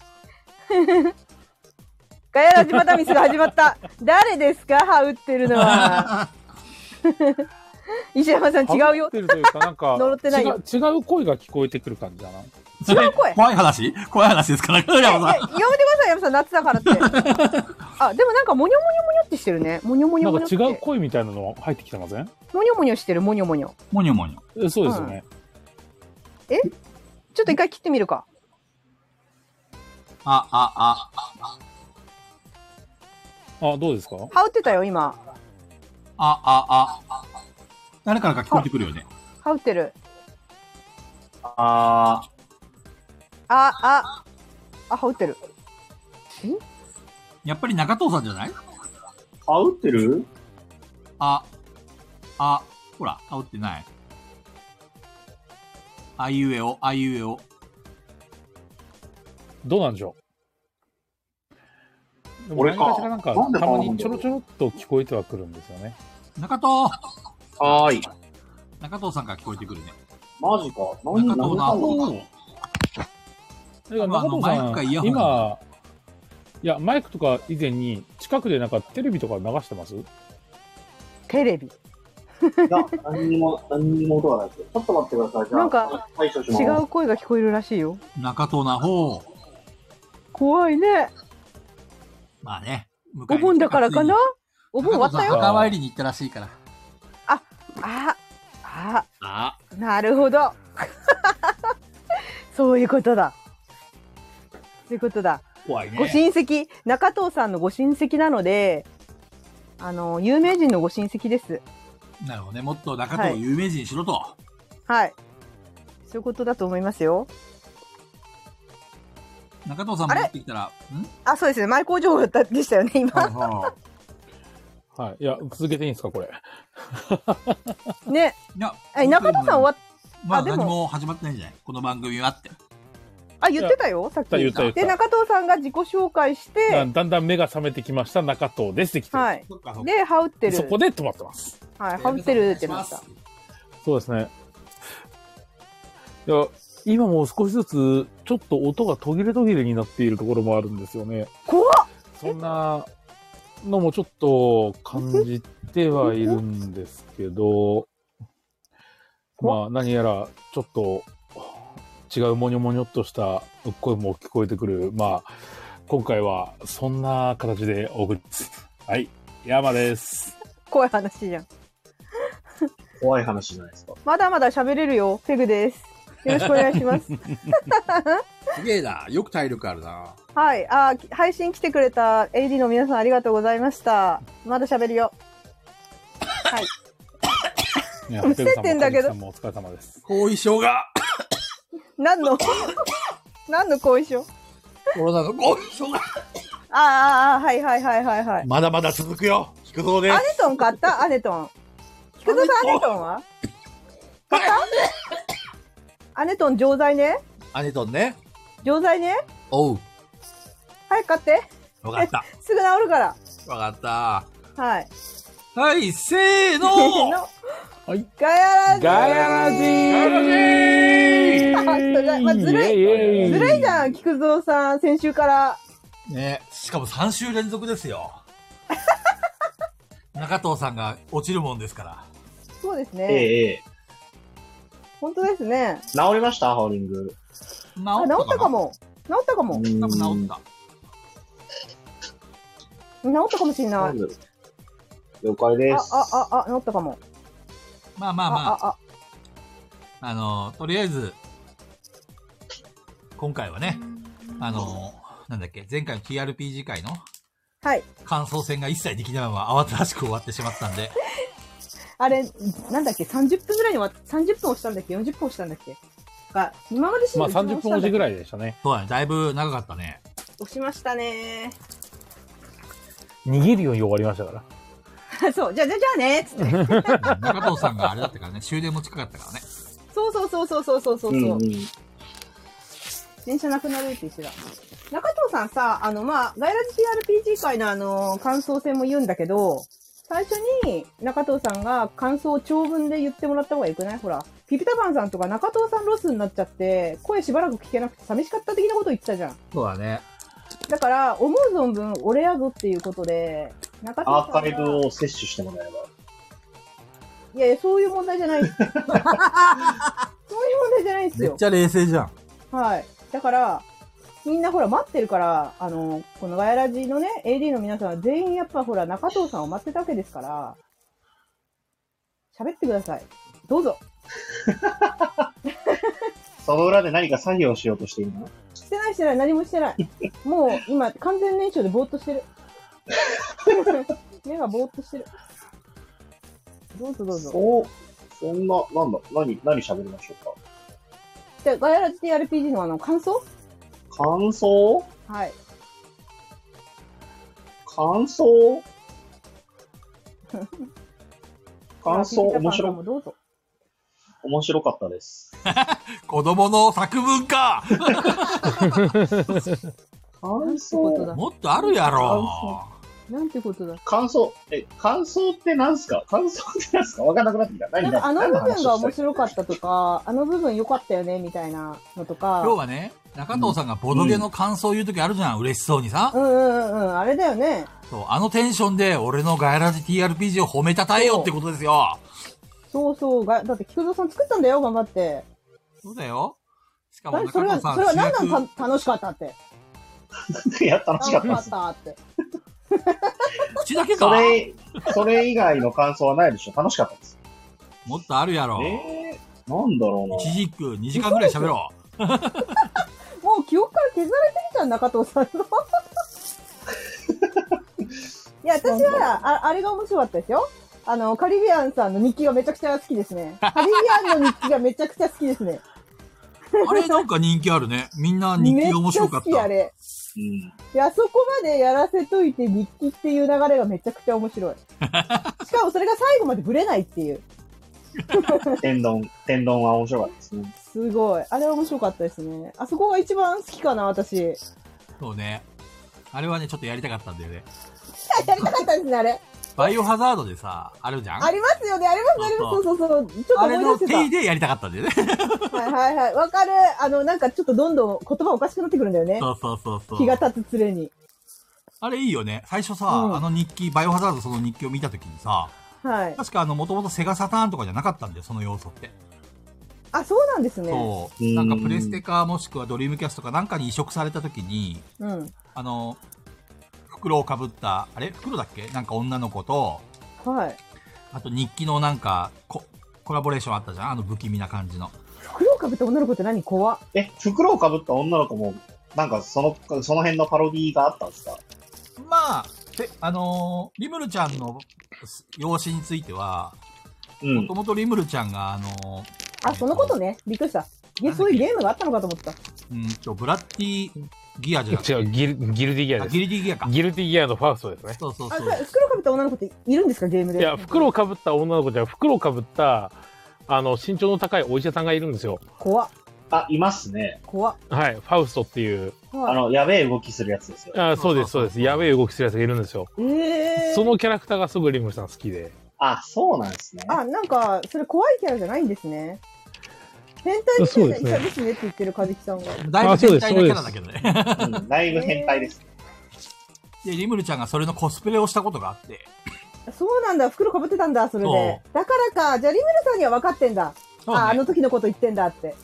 S6: ガヤラジマダミスが始まった。誰ですか羽打ってるのは。 石山さん違う
S3: 羽織っ
S6: よ。
S3: てるというか、なんか、
S6: 呪ってないよ
S3: 違う違う声が聞こえてくる感じだな。
S2: それ怖い話怖い話ですから、中藤
S6: ええやめ
S2: さ
S6: てください、山さん、夏だからって。あ、でもなんか、もにょもにょもにょってしてるね。もにょもに
S3: な
S6: ょも
S3: ん
S6: にょっ
S3: か
S6: て。
S3: 違う声みたいなの入ってきてません
S6: もにょもにょしてる、もにょもにょ。
S2: ん。もにょもにょ。
S3: えそうですよね。
S6: ちょっと一回切ってみるか。
S2: あ、あ、
S3: あ、どうですか
S6: 羽打ってたよ、今。
S2: あ、あ、あ、あ。誰からか聞こえてくるよね。
S6: 羽打ってる。
S5: あ
S6: あ、あ、あ、羽打ってる。
S2: やっぱり中藤さんじゃない
S5: ー、羽織ってる
S2: あ、あ、ほら、羽織ってない。あいうえお、あいうえお。
S3: どうなんでしょでも
S5: 俺か
S3: 何かしらなんか、
S5: なんで
S3: た
S5: かな
S3: まにちょろちょろっと聞こえてはくるんですよね。
S2: 中藤
S5: はーい。
S2: 中藤さんから聞こえてくるね。
S5: マジか。何
S2: 中
S5: 何
S2: 藤
S5: な
S2: な
S5: の
S2: んだ。
S3: だから
S2: まあ
S3: 中藤さ
S2: あのマイクかイヤ
S3: ん、
S2: ホン
S3: 今、いや、マイクとか以前に、近くでなんかテレビとか流してます
S6: テレビ。
S5: いや、何にも、何にも音がないですよ。ちょっと待ってください。じゃあ、
S6: なんか
S5: 対処します。
S6: 違う声が聞こえるらしいよ。
S2: 中藤な方。
S6: 怖いね。
S2: まあね。迎え
S6: お
S2: に来た
S6: 盆だからかなお
S2: お
S6: 盆終わったよ。
S3: よ
S2: 墓参りに行ったらしいから。
S6: あ、あ、
S2: あ
S6: なるほど。 そういうことだ。そういうことだ。
S2: 怖いね。
S6: ご親戚、中藤さんのご親戚なので、あの、有名人のご親戚です。
S2: なるほどね。もっと中藤を有名人にしろと。
S6: はい。そういうことだと思いますよ。
S2: 中藤さん戻ってきたら、ん
S6: あ、そうですね。前工場だったでしたよね、今。
S2: は
S3: はい。いや、続けていいんですか、これ。
S6: ね。
S2: いや
S6: え、中藤さん終わっ
S2: ま
S6: あ
S2: だ
S6: でも
S2: 何も始まってないんじゃないこの番組はって。
S6: あ、言ってたよ、さっき。
S3: 言った言った
S6: で、中藤さんが自己紹介して、
S3: だんだん目が覚めてきました、中藤ですって来てる
S6: はい。
S2: そっかそっか
S6: で、羽織ってる。
S3: そこで止まってます。
S6: はい、羽織ってるってなった。。
S3: そうですね。いや、今もう少しずつ、ちょっと音が途切れ途切れになっているところもあるんですよね。
S6: 怖っ
S3: そんなのもちょっと感じてはいるんですけど、まあ何やらちょっと違うもにょもにょっとした声も聞こえてくる。まあ今回はそんな形でお送りです。はい、山です。
S6: 怖い話じゃん。
S5: 怖い話じゃないですか。
S6: まだまだ喋れるよ、ペグです。よろしくお願い します。
S2: すげえな。よく体力あるな。
S6: はい、あ、き配信来てくれた AD の皆さんありがとうございました。まだ喋るよ。
S3: いや
S6: 伏せてんだけど
S3: ペグさんもカジキさんもお疲れ様です。
S2: 後遺症が、
S6: 何 の何の後遺症
S2: コロナの後遺症が、
S6: ああ、ああ、はいはいはいはいはい。
S2: まだまだ続くよ。菊蔵で
S6: アネ
S2: す。
S6: トン買ったアネトン。菊蔵さんアネトンは買ったアネトン錠剤ね
S2: アネトンね。
S6: 錠剤ね
S2: おう。
S6: 早く買って。
S2: わかった。
S6: すぐ治るから。
S2: わかっ
S6: はい。
S2: た。はい、せーの
S6: せー の
S3: はい。
S6: ガヤラジ
S3: ガヤラジ
S6: あそれ
S3: ー
S6: まあずる
S3: イ
S6: い
S3: エイイエイ
S6: ずるいじゃん、菊蔵さん。先週から。
S2: ねしかも3週連続です よ。中藤さんが落ちるもんですから。
S6: そうです
S5: え
S6: ね。
S5: え、ええ。
S6: 本当ですね。
S5: 治りましたハウリング。
S2: 治っ
S6: あ、治ったか。も。治ったかも。治
S2: 多分治った。
S6: ったかもしれ
S5: た
S6: ない。
S5: 了解で
S6: あ
S5: す。、
S6: あ、あ、あ、治ったかも。
S2: まあま
S6: あ、
S2: あまあ、
S6: あ、あ、
S2: あの、とりあえず、今回はね、あの、なんだっけ、前回の TRPG 会の
S6: はい。
S2: 感想戦が一切できないまま慌ただしく終わってしまったんで、
S6: あれ、なんだっけ、30分ぐらいには、30分押したんだっけ ?40 分押したんだっけが、今まで
S3: まあ30分おじぐ
S6: らい。
S3: らいでしたね。
S2: そうだね、だいぶ長かったね。
S6: 押しましたね。
S3: 逃げるように終わりましたから。
S6: そう、じゃあ、じゃあ、じゃあね、つって。
S2: 中藤さんがあれだったからね、終電も近かったからね。
S6: そうそうそうそうそうそうそうう。
S5: んうん。
S6: 電車なくなるって言ってた。中藤さんさ、あの、まあ、ガイラジ TRPG 会のあの、感想戦も言うんだけど、最初に中藤さんが感想を長文で言ってもらった方がよくないほら、ピピタパンさんとか中藤さんロスになっちゃって、声しばらく聞けなくて寂しかった的なこと言ってたじゃん。
S2: そうだね。
S6: だから、思う存分俺やぞっていうことで、中藤
S5: ア
S6: さん
S5: ー
S6: が
S5: カイブを摂取してもらえば。
S6: いやいや、そういう問題じゃない。そ ういう問題じゃないです
S2: め
S6: よ
S2: っ。ちゃ冷静じゃん。
S6: はい。だから、みんなほら待ってるから、あの、このガヤラジのね、AD の皆さんは全員やっぱほら中藤さんを待ってたわけですから、喋ってください。どうぞ。
S5: その裏で何か作業をしようとしているの
S6: してないしてない、何もしてない。もう今、完全燃焼でぼーっとしてる。 目がぼーっとしてる。どうぞどうぞ。
S5: そう、そんな、なんだ、何、何喋りましょう
S6: じゃあガヤラジ TRPG のあの、感想
S5: か。感想
S6: はい。
S5: 感 想感想、面
S6: じゃあピピタパンさん
S5: 白、
S6: もどうぞ。
S5: 面白かったです。
S2: 子供の作文か
S5: 感
S6: なんてこと
S5: 想
S6: だ
S2: もっとあるやろ。
S6: なんてことだ。
S5: 感想、え、感想ってなんすか感想ってなんすかわかんなくなってきた。
S6: な
S5: 何
S6: んかあの部分が面
S5: い。
S6: 白かったとか、あの部分良かったよね、みたいなのとか。
S2: 今日はね、中藤さんがボドゲの感想を言うときあるじゃん、嬉しそうにさ
S6: う。んうんうんうん、あれだよね。
S2: そう、あのテンションで俺のガイラジ TRPG を褒めたたえよってことですよ。
S6: そうそう、がだって菊蔵さん作ったんだよ、頑張って。
S2: そうだよ。しかも
S6: 何
S2: 中
S6: それは、
S2: 藤さん
S6: それは何
S2: 主
S6: な
S2: 役
S6: のた楽しかったって。
S5: い や、楽しかった
S6: 楽
S5: で
S6: し
S5: す。
S6: かったって。
S2: 口だけ
S5: そ
S2: か
S5: れ、それ以外の感想はないでしょ楽しかったです。
S2: もっとあるやろ。
S5: えー、なんだろうな。
S2: 一軸2時間ぐらい喋ろう。
S6: もう記憶から削られてるじゃん、中藤さん の。いや、私は、ああれが面白かったですよ。あの、カリビアンさんの日記がめちゃくちゃ好きですね。カリビアンの日記がめちゃくちゃ好きですね。
S2: あれなんか人気あるね。みんな 日記面白かっ
S6: めっちゃ好き、
S2: た
S6: あ。れ。
S5: うん。
S6: で、あそこまでやらせといて日記っていう流れがめちゃくちゃ面 白い。しかもそれが最後までブレないっていう。
S5: 天丼、天丼は面白かったですね。
S6: すごい。あれは面白かったですね。あそこが一番好きかな、私。や
S2: そうね。あれはね、ちょっとやりたかったんだよね。
S6: りたかったですね、あれ。
S2: バイオハザードでさ、あるじゃん
S6: ありますよね、あります、あります。そうそうそう。ちょっと
S2: あれ
S6: 思
S2: の
S6: い出
S2: 手
S6: して
S2: でやりたかったんだよね。
S6: た。はいはいはい。わかる。あの、なんかちょっとどんどん言葉おかしくなってくるんだよね。
S2: そうそうそうそう。
S6: 日が経つつれに。
S2: あれいいよね。最初さ、
S6: うん
S2: あの日記、バイオハザードその日記を見たときにさ、
S6: はい。
S2: 確かあの、もともとセガサターンとかじゃなかったんだよ、その要素って。
S6: あ、そうなんですね。
S2: そう。
S5: うん
S2: なんかプレステかもしくはドリームキャストかなんかに移植されたときに、
S6: うん。
S2: あの、袋をかぶった、あれ袋だっけなんか女の子と、
S6: はい。
S2: あと日記のなんかコ、コラボレーションあったじゃんあの不気味な感じの。
S6: 袋をかぶった女の子って何怖っ
S5: え、袋をかぶった女の子も、なんかその、その辺のパロディーがあったんですか
S2: まあ、で、あのーリムルちゃんの養子については、
S5: う
S2: も
S5: ん
S2: と。もとリムルちゃんが、あの
S6: あ、そのことね。びっくりした。げそういうゲームがあったのかと思った。
S2: ーうんと、ブラッディギアじゃなくて、
S3: 違う、ギルギルディギア
S2: あ
S3: です
S2: ギ。リディギアか。
S3: ギルティギアのファウストですね。
S2: そうそう
S6: あ、
S2: そ
S6: そうれ。袋をかぶった女の子っているんですか、ゲームで。
S3: いや、袋をかぶった女の子じゃ、袋をかぶった、あの、身長の高いお医者さんがいるんですよ。
S6: 怖っ
S5: あ、いますね。
S6: 怖っ
S3: はい、ファウストっていう。
S5: あ
S6: はい。
S5: の、やべえ動きするやつですよ。
S3: あそうです、そうです。やべえ動きするやつがいるんですよ。
S6: ええー。
S3: そのキャラクターがすぐリムさん好きで。
S5: あ、そうなんですね。
S6: あ、なんか、それ怖いキャラじゃないんですね。変態みたいなキャラですねって言ってる、かじきさんが。
S2: だいぶ
S3: あそう
S2: 全
S3: です
S2: 体のキャラだけどね。
S5: うん、だいぶ変態です。
S2: で、リムルちゃんがそれのコスプレをしたことがあって、
S6: そうなんだ、袋かぶってたんだ、それで
S2: そ。
S6: だからか、じゃあリムルさんには分かってんだ。
S2: そうね
S6: あ、あの時のこと言ってんだって。。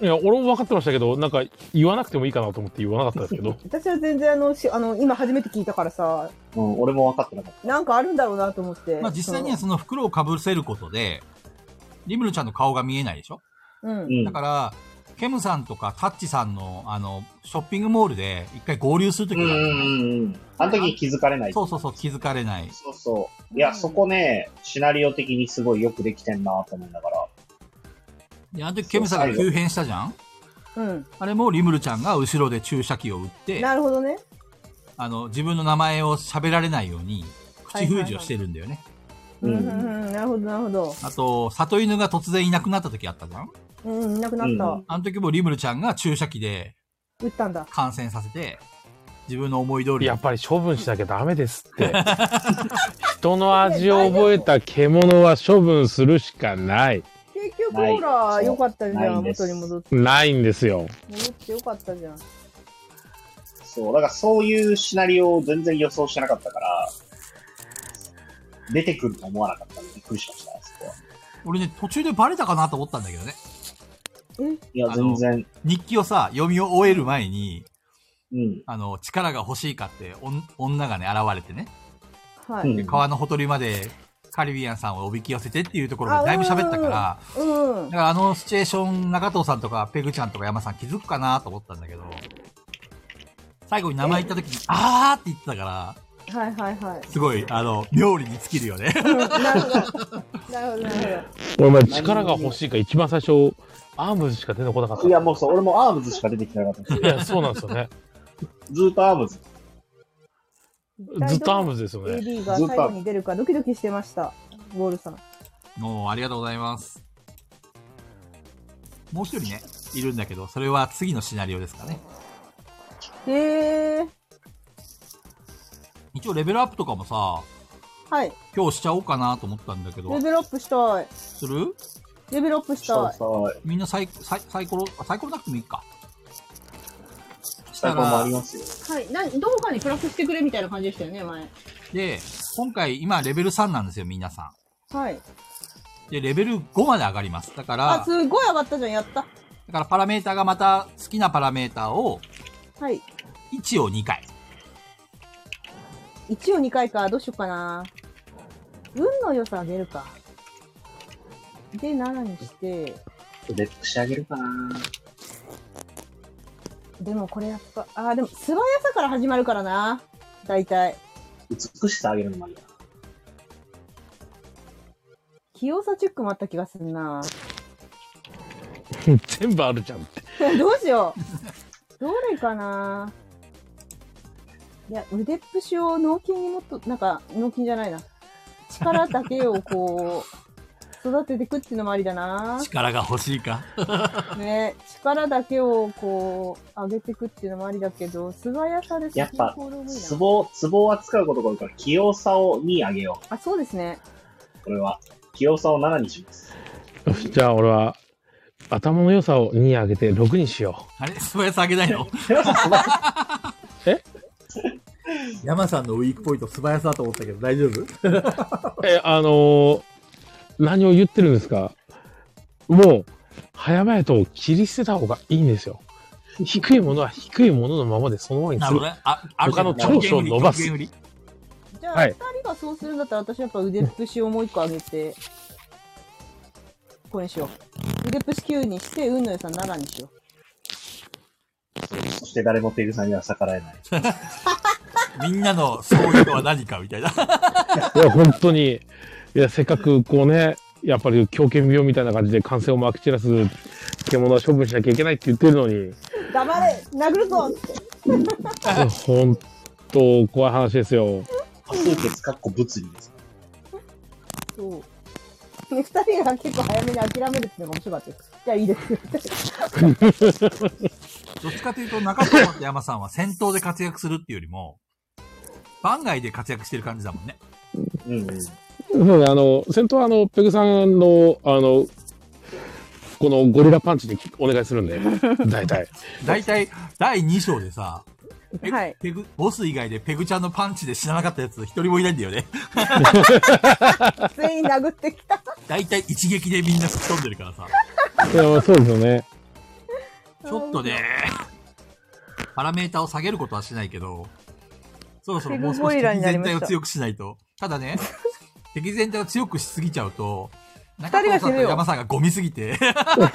S3: いや、俺も分かってましたけど、なんか言わなくてもいいかなと思って言わなかったですけど
S6: 私は全然あの、しあの、今初めて聞いたからさ、
S5: うん、俺も分かってなかっ
S6: なんかあるんだろうなと思って。
S2: まあ実際には
S6: そ
S2: その袋をかぶせることで、リムルちゃんの顔が見えないでしょ
S6: の
S5: た。
S6: う。
S5: うんん。
S2: だから、ケムさんとかタッチさんの、あの、ショッピングモールで一回合流するとき
S5: うんう
S2: があるじゃ
S5: ん
S2: ない
S5: うんうん。あの時に気づかれない。
S2: そうそうそう、気づかれない。
S5: そうそう。いや、そこね、シナリオ的にすごいよくできてんなと思うんだから。
S2: で、あの時ケムさんが急変したじゃん
S6: うん。
S2: あれもリムルちゃんが後ろで注射器を打って、
S6: なるほどね。
S2: あの、自分の名前を喋られないように、口封じをしてるんだよね。
S6: う、
S5: うんん
S6: うん、うん。なるほど、なるほど。
S2: あと、里犬が突然いなくなった時あったじゃん
S6: うんうん、いなくなっ
S5: う
S6: た
S5: ん。
S2: あの時もリムルちゃんが注射器で
S6: 打ったんだ。
S2: 感染させて、自分の思い通り
S3: やっぱり処分しなきゃダメです って。人の味を覚えた獣は処分するしかない。
S6: 結局、
S5: ない
S6: ほら、
S5: そう
S6: よかったじ
S5: な
S6: ゃ
S5: い
S6: ん。
S5: んです
S6: 元に戻って。
S3: ないんですよ。
S6: 戻ってよかったじゃん。
S5: そう、だからそういうシナリオを全然予想してなかったから、出てくると思わなかったんでびっくりしました、そこは。
S2: 俺ね、途中でバレたかなと思ったんだけどね。
S5: いや、
S2: あの
S5: 全然、
S2: 日記をさ、読み終える前に、
S5: うん。
S2: あの、力が欲しいかって、おん女がね、現れてね、
S6: はい。
S5: うん
S2: 川のほとりまでカリビアンさんをおびき寄せてっていうところまでだいぶ喋ったから、
S6: うん
S2: だ。からあのシチュエーション、中藤さんとかペグちゃんとか山さん気づくかなと思ったんだけど、最後に名前言った時に、あーって言ってたから、
S6: はいはいはい。
S2: すごい、あの、妙利に尽きるよね。
S6: うんなるほど。なるほど、なる
S3: お前力が欲しいから一番最初、アームズしか出てこなかった。
S5: いや、もうそう、俺もアームズしか出てきてなかった。
S3: いや、そうなんですよ ね。
S5: ずーっとアームズ。
S6: ほど。
S3: ずっとアームズですよね。
S6: AD が最後に出るかドキドキしてました。ウォールさん。
S2: もう、ありがとうございます。もう一人ね、いるんだけど、それは次のシナリオですかね。
S6: へえ。
S2: 一応レベルアップとかもさ、
S6: はい。
S2: 今日しちゃおうかなと思ったんだけど
S6: レ、ベルアップしたい。
S2: する
S6: レベルアップしたい。
S5: はい。
S2: みんなサイサイサイコロ、あサイコロなくてもいいか。し
S5: 下
S2: た
S5: のもあ
S2: ら
S5: り、ますよ。
S6: はい。などこかにプラスしてくれみたいな感じでしたよね、前。
S2: で、今回今レベル3なんですよ、皆さ
S6: はい。
S2: ん。で、レベル5まで上がります。だか
S6: あ、
S2: ら、
S6: すごい上がったじゃん、やった。
S2: だからパラメーターがまた好きなパラメーターを
S6: はい。
S2: 1を2回。
S6: 1を2回か、どうしようかな。運の良さ上げるか。で、7にして、
S5: レップしてあげるかな。
S6: でもこれやっぱ、あー、でも素早さから始まるからな。大体。
S5: 美しさあげるのもありだ。
S6: 器用さチェックもあった気がするな。
S3: 全部あるじゃんって。
S6: どうしよう。どれかな。いや、腕っぷしを脳筋にもっと、なんか、脳筋じゃないな。力だけをこ う、育てていくっていうのもありだな。
S2: 力が欲しいか。
S6: ね、力だけをこう、上げていくっていうのもありだけど、素早さで
S5: やっぱ
S6: 先の行動もいいな
S5: ツボ、ツボを扱うことが多いから、器用さを2あげよ
S6: あ、そうですね。
S5: う。これは。器用さを7にし ます。
S7: よし、じゃあ俺は、頭の良さを2上げて6にしよ
S2: あれ素早さ上げないの
S7: え
S2: 山さんのウィークポイント素早さだと思ったけど大丈夫
S7: う。 え、あのー何を言ってるんですかもう、早々と切り捨てた方がいいんですよ。低いものは低いもののままでそのままに
S2: な
S7: す
S2: る
S7: る
S2: ほど。ね。あ、ある
S7: 他の長所を伸ばす
S2: 極限売り極限売
S6: じゃあ、
S7: はい
S6: 二人がそうするんだったら、私やっぱ腕っぷしをもう一個上げて、これにしよう。腕っぷし9にして、運の良さ7にしよう。
S5: そして誰もペグさんには逆らえない。
S2: りみんなのそういうのは何かみ たいな。
S7: いや、本当に。いや、せっかくこうね、やっぱり狂犬病みたいな感じで感染をまき散らす獣は処分しなきゃいけないって言ってるのに、
S6: 黙れ殴るぞって。
S7: 本当怖い話ですよ。
S5: 多数決かっこ物理です。
S6: そう。ね、二人が結構早めに諦めるっていうのが面白かったです。じゃあいいです。
S2: どっちかというと中島と山さんは戦闘で活躍するっていうよりも、番外で活躍してる感じだもんね。
S5: うんうん。
S7: そうね、あの、先頭はあの、ペグさんの、あの、このゴリラパンチでお願いするんで、大体。
S2: 大体、第2章でさ、ペグ
S6: はい
S2: ペグ、ボス以外でペグちゃんのパンチで死ななかったやつ一人もいないんだよね。
S6: 全員殴ってき た。
S2: 大体一撃でみんな吹き飛んでるから さ。
S7: いや、まあそうですよね。
S2: ちょっとね、パラメータを下げることはしないけど、そろそろもう少し
S6: ペグゴリラ
S2: 敵
S6: になり
S2: 全体
S6: ました
S2: を強くしないと。ただ ね、敵全体を強くしすぎちゃうと、中
S6: 人が
S2: 藤さ
S6: 死
S2: ん
S6: ぬよ
S2: と山さんがゴミすぎて、
S5: 間違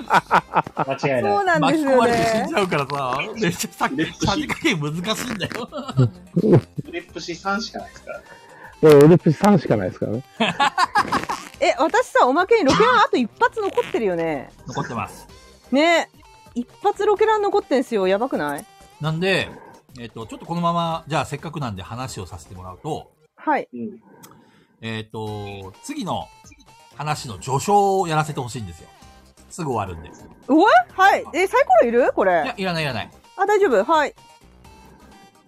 S5: いない。
S6: そうなんで
S2: 巻
S6: す
S2: き込
S6: よ
S2: まれて死ん
S6: ね
S2: じ。ゃうからさ、めっちゃさ
S5: レッドシー
S2: さじ加減難しいんだよ。
S5: レップし3しかないですから。
S7: いや、俺、3しかないですからね。
S6: え、私さ、おまけにロケランあと一発残ってるよね。
S2: 残ってます。
S6: ね一発ロケラン残ってんすよ。やばくない
S2: なんで、えっ、と、ちょっとこのまま、じゃあせっかくなんで話をさせてもらうと、
S6: はい。
S5: うん。
S2: えっ、と、次の話の序章をやらせてほしいんですよ。すぐ終わるんで。いう
S6: わはい。え、サイコロいるこれ
S2: や。、いらないいらない。
S6: あ、大丈夫。はい。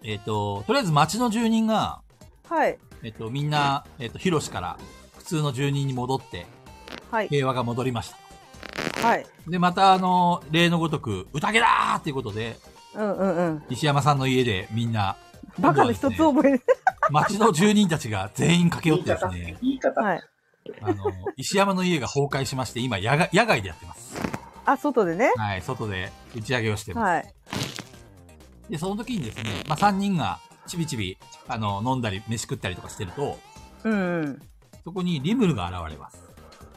S2: えっ、と、とりあえず町の住人が、
S6: はい。
S2: えっ、と、みんな、えっ、と、ヒロシから普通の住人に戻って、
S6: はい。
S2: 平和が戻りました。
S6: はい。
S2: で、また、あの、例のごとく、宴だーっていうことで、
S6: うんうんうん。
S2: 石山さんの家でみんな、
S6: バカの一つ覚えて。
S2: 町の住人たちが全員駆け寄ってですね、
S5: 言い方。
S6: はい。
S2: あの、石山の家が崩壊しまして、今野外、野外でやってます。
S6: あ、外でね。
S2: はい、外で打ち上げをしてます。
S6: はい。
S2: で、その時にですね、まあ、3人が、ちびちび、あの、飲んだり、飯食ったりとかしてると、
S6: うんうん。
S2: そこにリムルが現れます。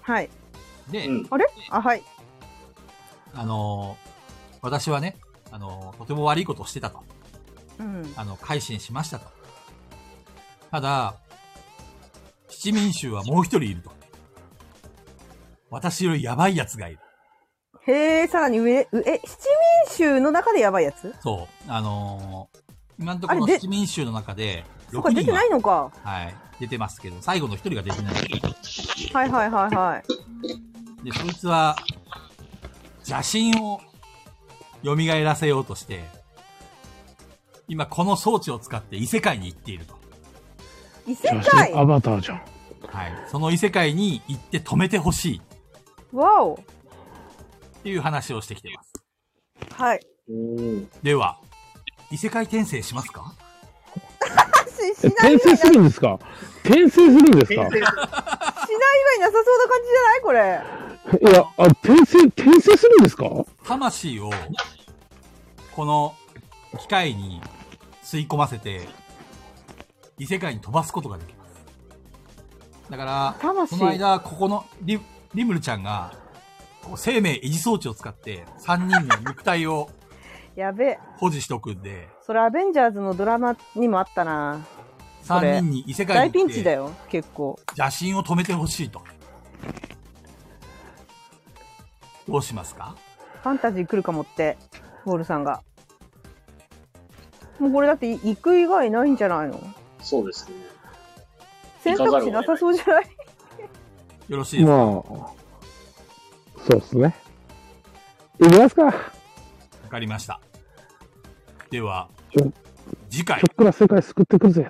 S6: はい。
S2: で、
S5: うん
S6: あれあ、はい。
S2: あのー私はね、あのーとても悪いことをしてたと。
S6: うん。
S2: あの、改心しましたと。ただ、七民衆はもう一人いると。私よりやばい奴がいる。
S6: へえ、さらに上、うえ、七民衆の中でやばいやつ
S2: そう。あのー今のとこ
S6: あ
S2: ろ
S6: れで
S2: 七民衆の中で、
S6: そっか、
S2: 6
S6: 出て
S2: 人は
S6: ないのか。
S2: はい、出てますけど、最後の一人が出てない。
S6: はいはいはいはい。
S2: で、そいつは、邪神を蘇らせようとして、今この装置を使って異世界に行っていると。
S6: 異世
S7: 写
S6: 界
S7: 真アバターじゃん。
S2: はい。その異世界に行って止めてほしい
S6: わお
S2: っていう話をしてきてます。
S6: はい。
S5: うん。
S2: では、異世界転生しますか
S6: しし
S7: え、
S6: ない
S7: 転
S6: 以
S7: 生
S6: 外なし
S7: するんですか転生するんですか
S5: 転生
S6: ない以外なさそうな感じじゃないこれ。
S7: いや、あ、転生、転生するんですか
S2: 魂を、この機械に吸い込ませて、異世界に飛ばすことができます。だから、
S6: 魂。
S2: その間、ここのリ、リムルちゃんが、こう生命維持装置を使って、3人の肉体を
S6: やべえ。
S2: 保持しとくんで、
S6: それアベンジャーズのドラマにもあったな。それ
S2: 3人に異世界
S6: 大
S2: に
S6: ピ
S2: 行
S6: ン
S2: っ
S6: チだ
S2: て、
S6: よ、結構。
S2: 邪神を止めてほしいと。どうしますか
S6: ファンタジー来るかもって、ボールさんが。もうこれだって行く以外ないんじゃないの
S5: そうですね。
S6: 選択肢なさそうじゃない
S2: よろしいですか
S7: まあ、そうっすね。いきますか。
S2: わかりました。では
S7: ちょ、
S2: 次回
S7: ちょ、っくら世界救ってくるぜ。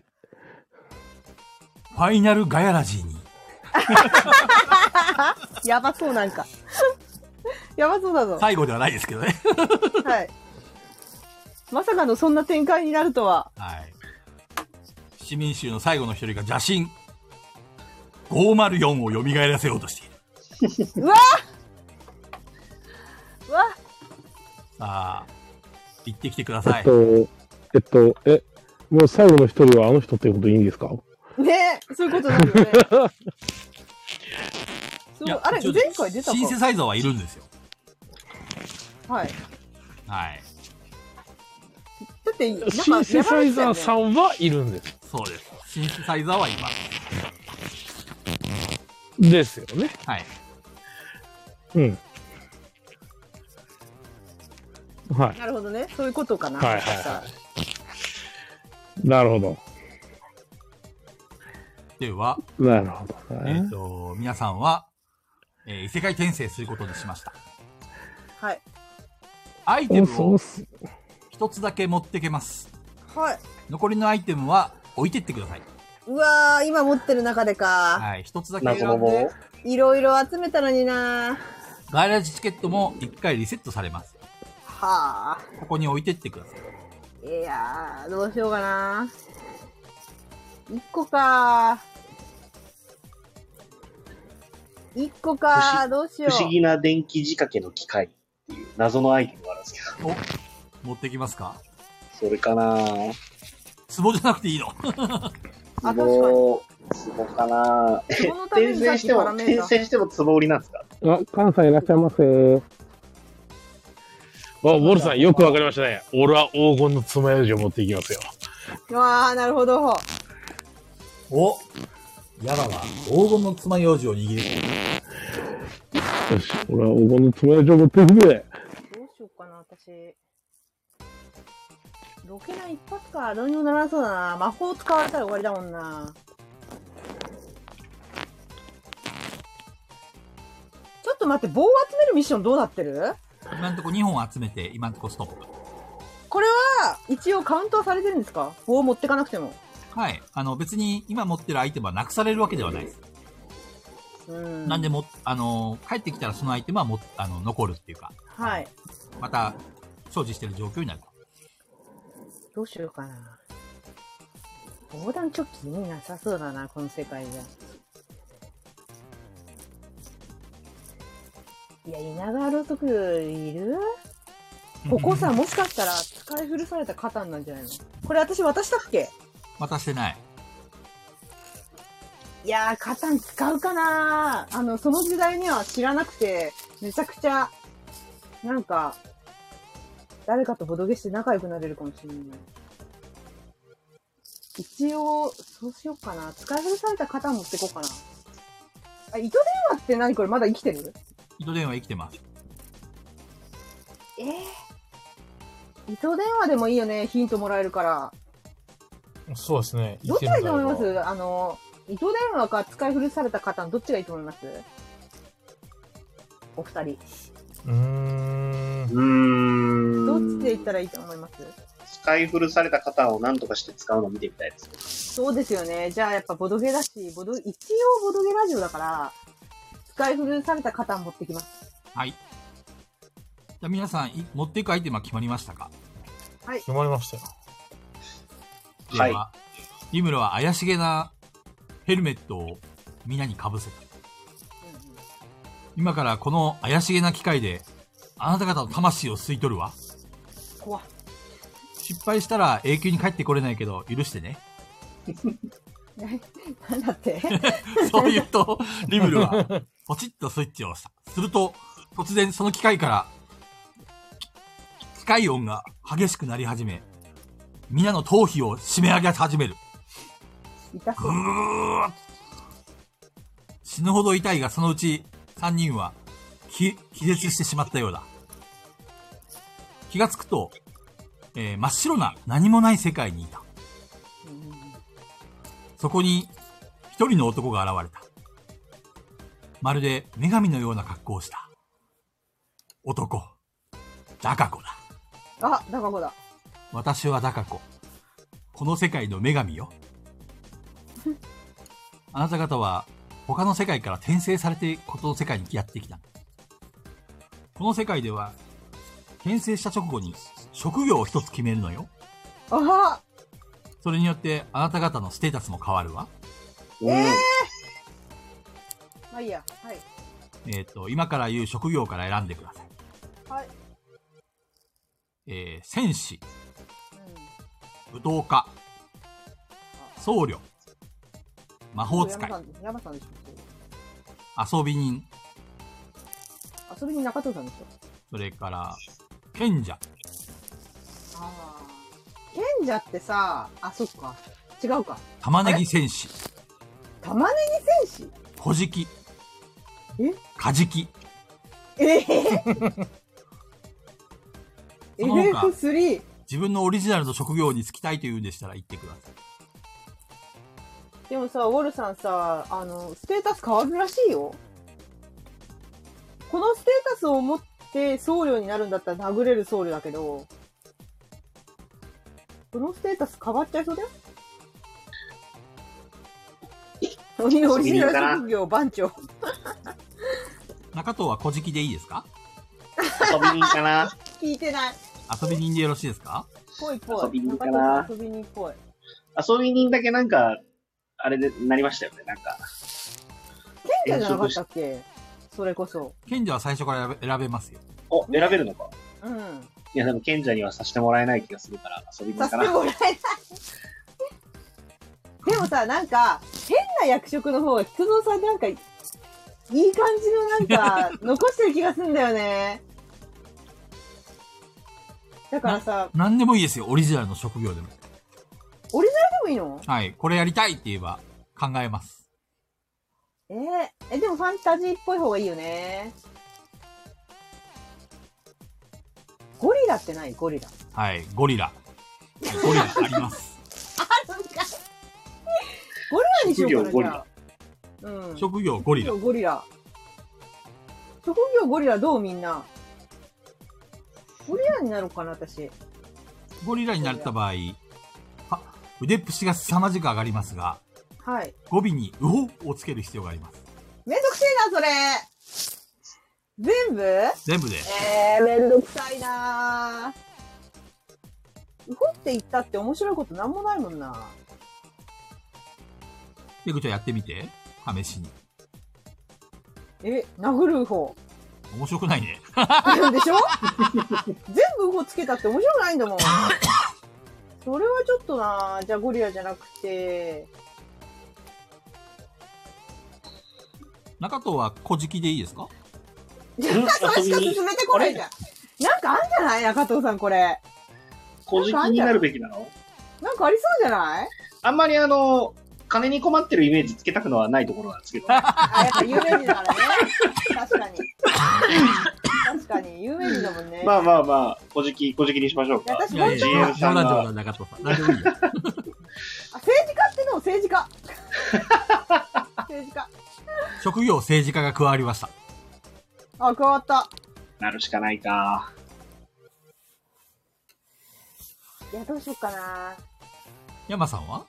S2: ファイナルガヤラジーに、
S6: やばそうなんか。 やばそうだぞ。
S2: 最後ではないですけどね。
S6: はい。まさかのそんな展開になる とは。
S2: はい。市民衆の最後の一人が邪神504を蘇らせようとしている。
S6: うわうわ
S2: さあ、行ってきてくだ
S7: え
S2: さ
S7: っ
S2: い。
S7: と、えっと、え、もう最後の一人はあの人っていうこといいんですか
S6: ねえそういうことです よね。そうあれ
S2: ちょ
S6: 前
S2: っと
S6: 回出た
S2: シンセサイザーはいるんですよ。
S6: かはい。
S2: はい。
S6: だって、なんか
S3: シンセサイザーさ
S6: ん。
S3: んはいるんです。
S2: そうです。シンセサイザーはいます。
S3: ですよね。
S2: はい。
S7: うん。
S3: は
S6: なるほどね。そういうことかな。
S3: はいはいは
S7: い。なるほど。
S2: では、
S7: なるほど
S2: えっ、
S7: ね。
S2: と、皆さんは、えー異世界転生することにしました。
S6: はい。
S2: アイテ
S7: お
S2: ム
S7: そうっ
S2: を
S7: す。
S2: 一つだけ持ってけます。
S6: はい。
S2: 残りのアイテムは置いてってください。
S6: うわー、今持ってる中でか。
S2: はい。一つだけ
S5: 謎
S2: 選
S5: の
S2: ん
S5: 棒
S2: で、
S6: いろいろ集めたのにな
S2: 外来値チケットも一回リセットされます。
S6: はあ。
S2: ここに置いてってください。
S6: いやー、どうしようかな。一個か一個
S5: 不
S6: か
S5: 思
S6: どうしよう。
S5: 不思議な電気仕掛けの機械っていう謎のアイテムがあるんですけど、
S2: 持ってきますか
S5: それかな
S2: 壺じゃなくていいの
S6: あ確かに
S5: 壺、壺かなえ
S6: 壺のため
S5: 転
S6: にさ
S5: 生
S6: っき
S5: しても、
S6: 絡め
S5: 転
S6: た
S5: 生しても壺売りなんですか
S7: あ、関西いらっしゃいませ。
S3: あ、ウォルさん、よくわかりましたね。俺は黄金の爪楊枝を持っていきますよ。
S6: わあ、なるほど。
S2: おヤラは黄金の爪楊枝を握る。
S7: よし、俺は黄金の爪楊枝を持っていくぜ。
S6: どうしようかな、私。ロケな一発か、どうにもならなそうだな。魔法使われたら終わりだもんな。ちょっと待って、棒を集めるミッションどうなってる
S2: 今んとこ2本集めて、今んとこストップ。
S6: これは、一応カウントはされてるんですか棒を持ってかなくても。
S2: はい。あの、別に今持ってるアイテムはなくされるわけではないです。
S6: うん。
S2: なんでも、あの、帰ってきたらそのアイテムはも、あの、残るっていうか、
S6: はい。
S2: また、所持してる状況になる。
S6: どうしようかな。防弾チョッキ意味なさそうだな、この世界じゃ。いや、稲川ろうそくいるお子さんもしかしたら使い古されたカタンなんじゃないのこれ私渡したっけ
S2: 渡してない。
S6: いやー、カタン使うかなあの、その時代には知らなくて、めちゃくちゃ、なんか、誰かとボドゲして仲良くなれるかもしれない。一応、そうしようかな。使い古された方持ってこうかな。あ、糸電話って何これまだ生きてる
S2: 糸電話生きてます。
S6: ええ糸電話でもいいよね。ヒントもらえるから。
S3: そうですね。
S6: どっちがいいと思いますあの、糸電話か使い古された方のどっちがいいと思いますお二人。
S3: うーん。
S5: うーん。
S6: どっちで言ったらいいと思います
S5: 使い古された方を何とかして使うのを見てみたいです。
S6: そうですよね。じゃあやっぱボドゲだし、ボド、一応ボドゲラジオだから、使い古された方持ってきます。
S2: はい。じゃあ皆さん、い持っていくアイテムは決まりましたか
S8: 決まりましたよ。
S5: はい
S2: では。リムルは怪しげなヘルメットをみんなに被せて、今からこの怪しげな機械で、あなた方の魂を吸い取るわ。
S6: 怖っ
S2: 失敗したら永久に帰ってこれないけど、許してね。
S6: なんだ って
S2: そう言うと、リムルは、ポチッとスイッチを押した。すると、突然その機械から、機械音が激しくなり始め、皆の頭皮を締め上げ始める。
S6: 痛そう
S2: ぐ。ーっ死ぬほど痛いが、そのうち3人は、き気絶してしまったようだ。気がつくと、えー真っ白な何もない世界にいた。そこに、一人の男が現れた。まるで女神のような格好をした。男。ダカ子だ。
S6: あ、だかこだ。
S2: 私はダカ子。この世界の女神よ。あなた方は他の世界から転生されてこの世界にやってきた。この世界では、転生した直後に職業を一つ決めるのよ。
S6: あは
S2: それによってあなた方のステータスも変わるわ。
S5: うん。
S6: まあいいや。はい。
S2: えっ、と、今から言う職業から選んでください。
S6: はい。
S2: えー、戦士、
S6: うん
S2: 武道家、僧侶、魔法使
S6: 山
S2: い
S6: さ、ん、山さんでし
S2: 遊び人、
S6: ょ遊びに中藤さんでしょ
S2: それから、賢者、
S6: ああ。賢者ってさ、あ、そっか。違うか。
S2: 玉ねぎ戦士、
S6: 玉ねぎ戦士
S2: 小じき
S6: え、
S2: カジキ、
S6: ええ
S2: その他
S6: FF3!
S2: 自分のオリジナルの職業に就きたいというんでしたら言ってください。
S6: でもさ、ウォルさんさ、あの、ステータス変わるらしいよ。このステータスを持って僧侶になるんだったら殴れる僧侶だけど、このステータス変わっちゃいそうだよ。鬼のオリジナル職業番長。
S2: 中藤は小じきでいいですか
S5: 遊び人か な
S6: 聞いてない。
S2: 遊び人でよろしいですか
S6: ぽいぽい。
S5: 遊びに行かな
S6: 遊びに行こう。
S5: 遊び人だけなんか、あれでなりましたよね。なんか、
S6: 賢者じゃなかったっけそれこそ。
S2: 賢者は最初から選べ選べますよ。
S5: お、選べるのか。
S6: うん。
S5: いや、でも賢者にはさせてもらえない気がするから、遊び
S6: さ
S5: 人
S6: せ
S5: か
S6: て
S5: な。
S6: もらえない。 でもさ、なんか、変な役職の方が、菊蔵さんなんか、いい感じのなんか、残してる気がすんだよ ね。だからさ、
S2: 何でもいいですよ、オリジナルの職業でも。
S6: オリジナルでもいいの
S2: はい、これやりたいって言えば考えます。
S6: えー、え、でもファンタジーっぽい方がいいよね。ゴリラってないゴリラ。
S2: はい、ゴリラ。ゴリラあります。
S6: ゴリラにしようかな、
S5: 職業
S6: じゃあ。うん。
S2: 職業ゴリラ
S6: 職。業ゴリラ。職業ゴリラどうみんな。ゴリラになろうかな、私。
S2: ゴリラになった場合、は腕っぷしが凄まじく上がりますが、
S6: はい。
S2: 語尾にウホをつける必要があります。
S6: めんどくせえな、それ全部
S2: 全部で。
S6: えー、めんどくさいなー。動って言ったって面白いことなんもないもんな。
S2: ペグちゃんやってみて。試しに。
S6: え、殴る方。
S2: 面白くないね。
S6: で しょ全部ウホつけたって面白くないんだもん。それはちょっとなじゃあゴリラじゃなくて、
S2: 中藤は小じきでいいですか
S6: じゃあ、それ しか進めてこないじゃん。なんかあんじゃない中藤さん、これ。
S5: 小じきになるべきなの
S6: なんかありそうじゃない
S5: あんまりあの、金に困ってるイメージつけたくのはないところなんですけど。
S6: あ、やっぱ有名人だからね。確かに。確かに、有名人だもんね。
S5: まあまあまあ、小じき、小じきにしましょう
S6: いや
S5: か。
S6: 私
S2: いや
S6: 本当
S2: い
S5: 自
S2: や、
S5: 由
S2: 冗
S5: さんが
S2: 談冗談中藤さん。何でもいいよ。
S6: あ政治家ってのも政治 家。政治家。
S2: 職業政治家が加わりました。
S6: あ、変わった。
S5: なるしかないか。
S6: いや、どうしようかな。
S2: 山さんは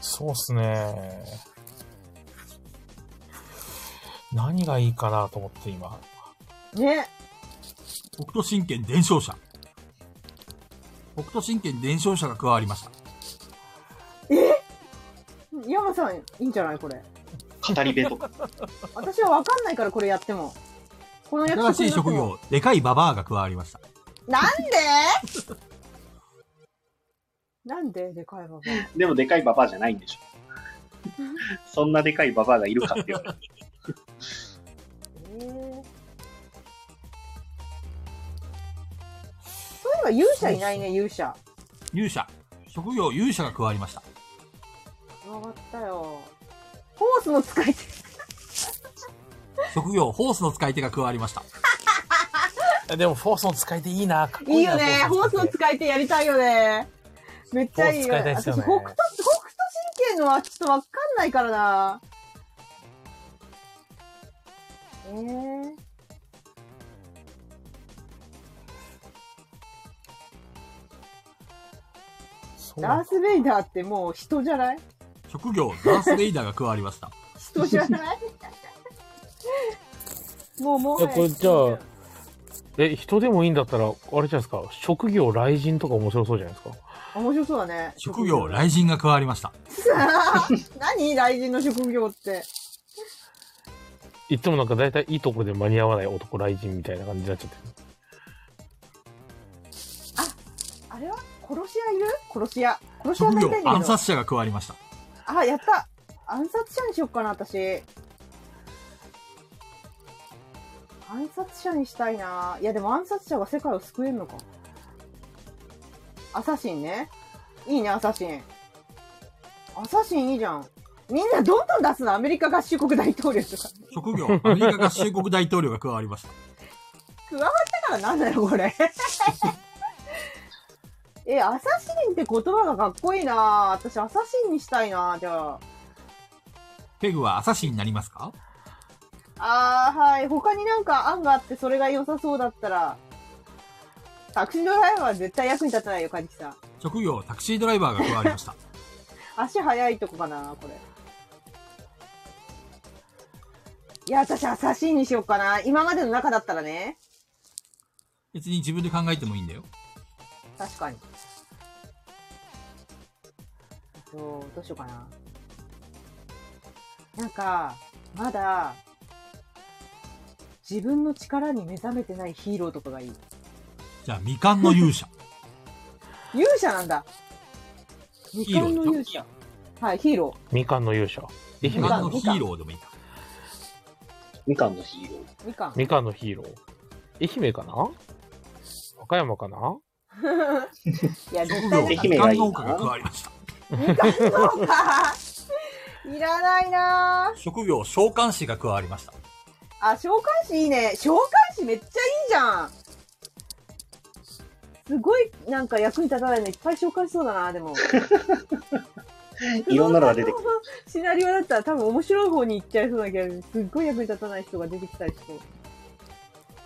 S8: そうっすね。何がいいかなと思って今。
S6: ね。
S2: 北斗神拳伝承者。北斗神拳伝承者が加わりました。
S6: 山さん、いいんじゃないこれ。
S5: 語り部とか。
S6: 私はわかんないから、これやっても。この役
S2: 新
S6: 職
S2: しい職業、でかいババアが加わりました。
S6: なんで なんででかいババア
S5: でもでかいババアじゃないんで しょ。そんなでかいババアがいるかって言われる。
S6: えーそういえば勇者いないね、勇者。
S2: 勇者。職業勇者が加わりました。
S6: わかったよ。ホースの使い手。
S2: 職業ホースの使い手が加わりました。
S8: えでも、フォースの使い手いいな。かっこ
S6: いい
S8: な
S6: よね。ホースの使い手やりたいよね。めっちゃいいよ。
S8: ホース使いたいっす
S6: 私、北
S8: よね
S6: 斗、北斗神経のはちょっとわかんないからな。ええ
S8: そう
S6: ダース・ベイダーってもう人じゃない
S2: 職業ダース・レイダーが加わりました。
S6: 人じゃないもうもう。
S3: えこれじゃあえ、人でもいいんだったら、あれじゃないですか、職業雷神とか面白そうじゃないですか。
S6: あ。面白そうだね。
S2: 職業雷神が加わりました。
S6: 何大臣の職業って。
S3: いつもなんか大体いいとこで間に合わない男雷神みたいな感じになっちゃってる。
S6: あれは殺し屋いる殺し屋。殺し屋
S2: 職
S6: になり
S2: 業
S6: たい
S2: 暗
S6: んだけど。
S2: 殺者が加わりました。
S6: あ、やった。暗殺者にしよっかな、私。暗殺者にしたいな。いや、でも暗殺者が世界を救えるのか。アサシンね。いいね、アサシン。アサシンいいじゃん。みんなどんどん出すな。アメリカ合衆国大統領とか。
S2: 職業アメリカ合衆国大統領が加わりました。
S6: 加わったからなんだよ、これ。 え、アサシンって言葉がかっこいいな私、アサシンにしたいなじゃあ。
S2: ペグはアサシンになりますか
S6: あー、はい。他になんか案があって、それが良さそうだったら。タクシードライバーは絶対役に立たないよ、カジキさん。
S2: 職業タクシードライバーが加わりました。
S6: 足早いとこかな、これ。いや、私、アサシンにしようかな。今までの中だったらね。
S2: 別に自分で考えてもいいんだよ。
S6: 確かに。どう、どうしようかな。なんか、まだ、自分の力に目覚めてないヒーローとかがいい。
S2: じゃあ、未完の勇者。
S6: 勇者なんだ。未完の勇者。はい、ヒーロ
S3: みかんの勇者。愛
S2: 未
S3: 媛
S2: 完
S3: の
S2: のヒーローでもいいか。
S5: みかんのヒーロー。
S6: ー。みかん。
S3: みかんのヒーロー。愛媛かな和歌山かない
S6: や、
S2: 職業
S6: 絶対
S5: 愛
S2: み
S5: 媛
S2: かん
S5: がいいな
S2: 農家が加わりました。
S6: みかん農家 いらないなぁ。
S2: 職業召喚師が加わりました。
S6: あ、召喚師いいね。召喚師めっちゃいいじゃん。すごい、なんか役に立たないのいっぱい紹介しそうだな、でも。
S5: いろんなのが出てくる。
S6: シナリオだったら多分面白い方に行っちゃいそうだけど、すっごい役に立たない人が出てきたりしそう。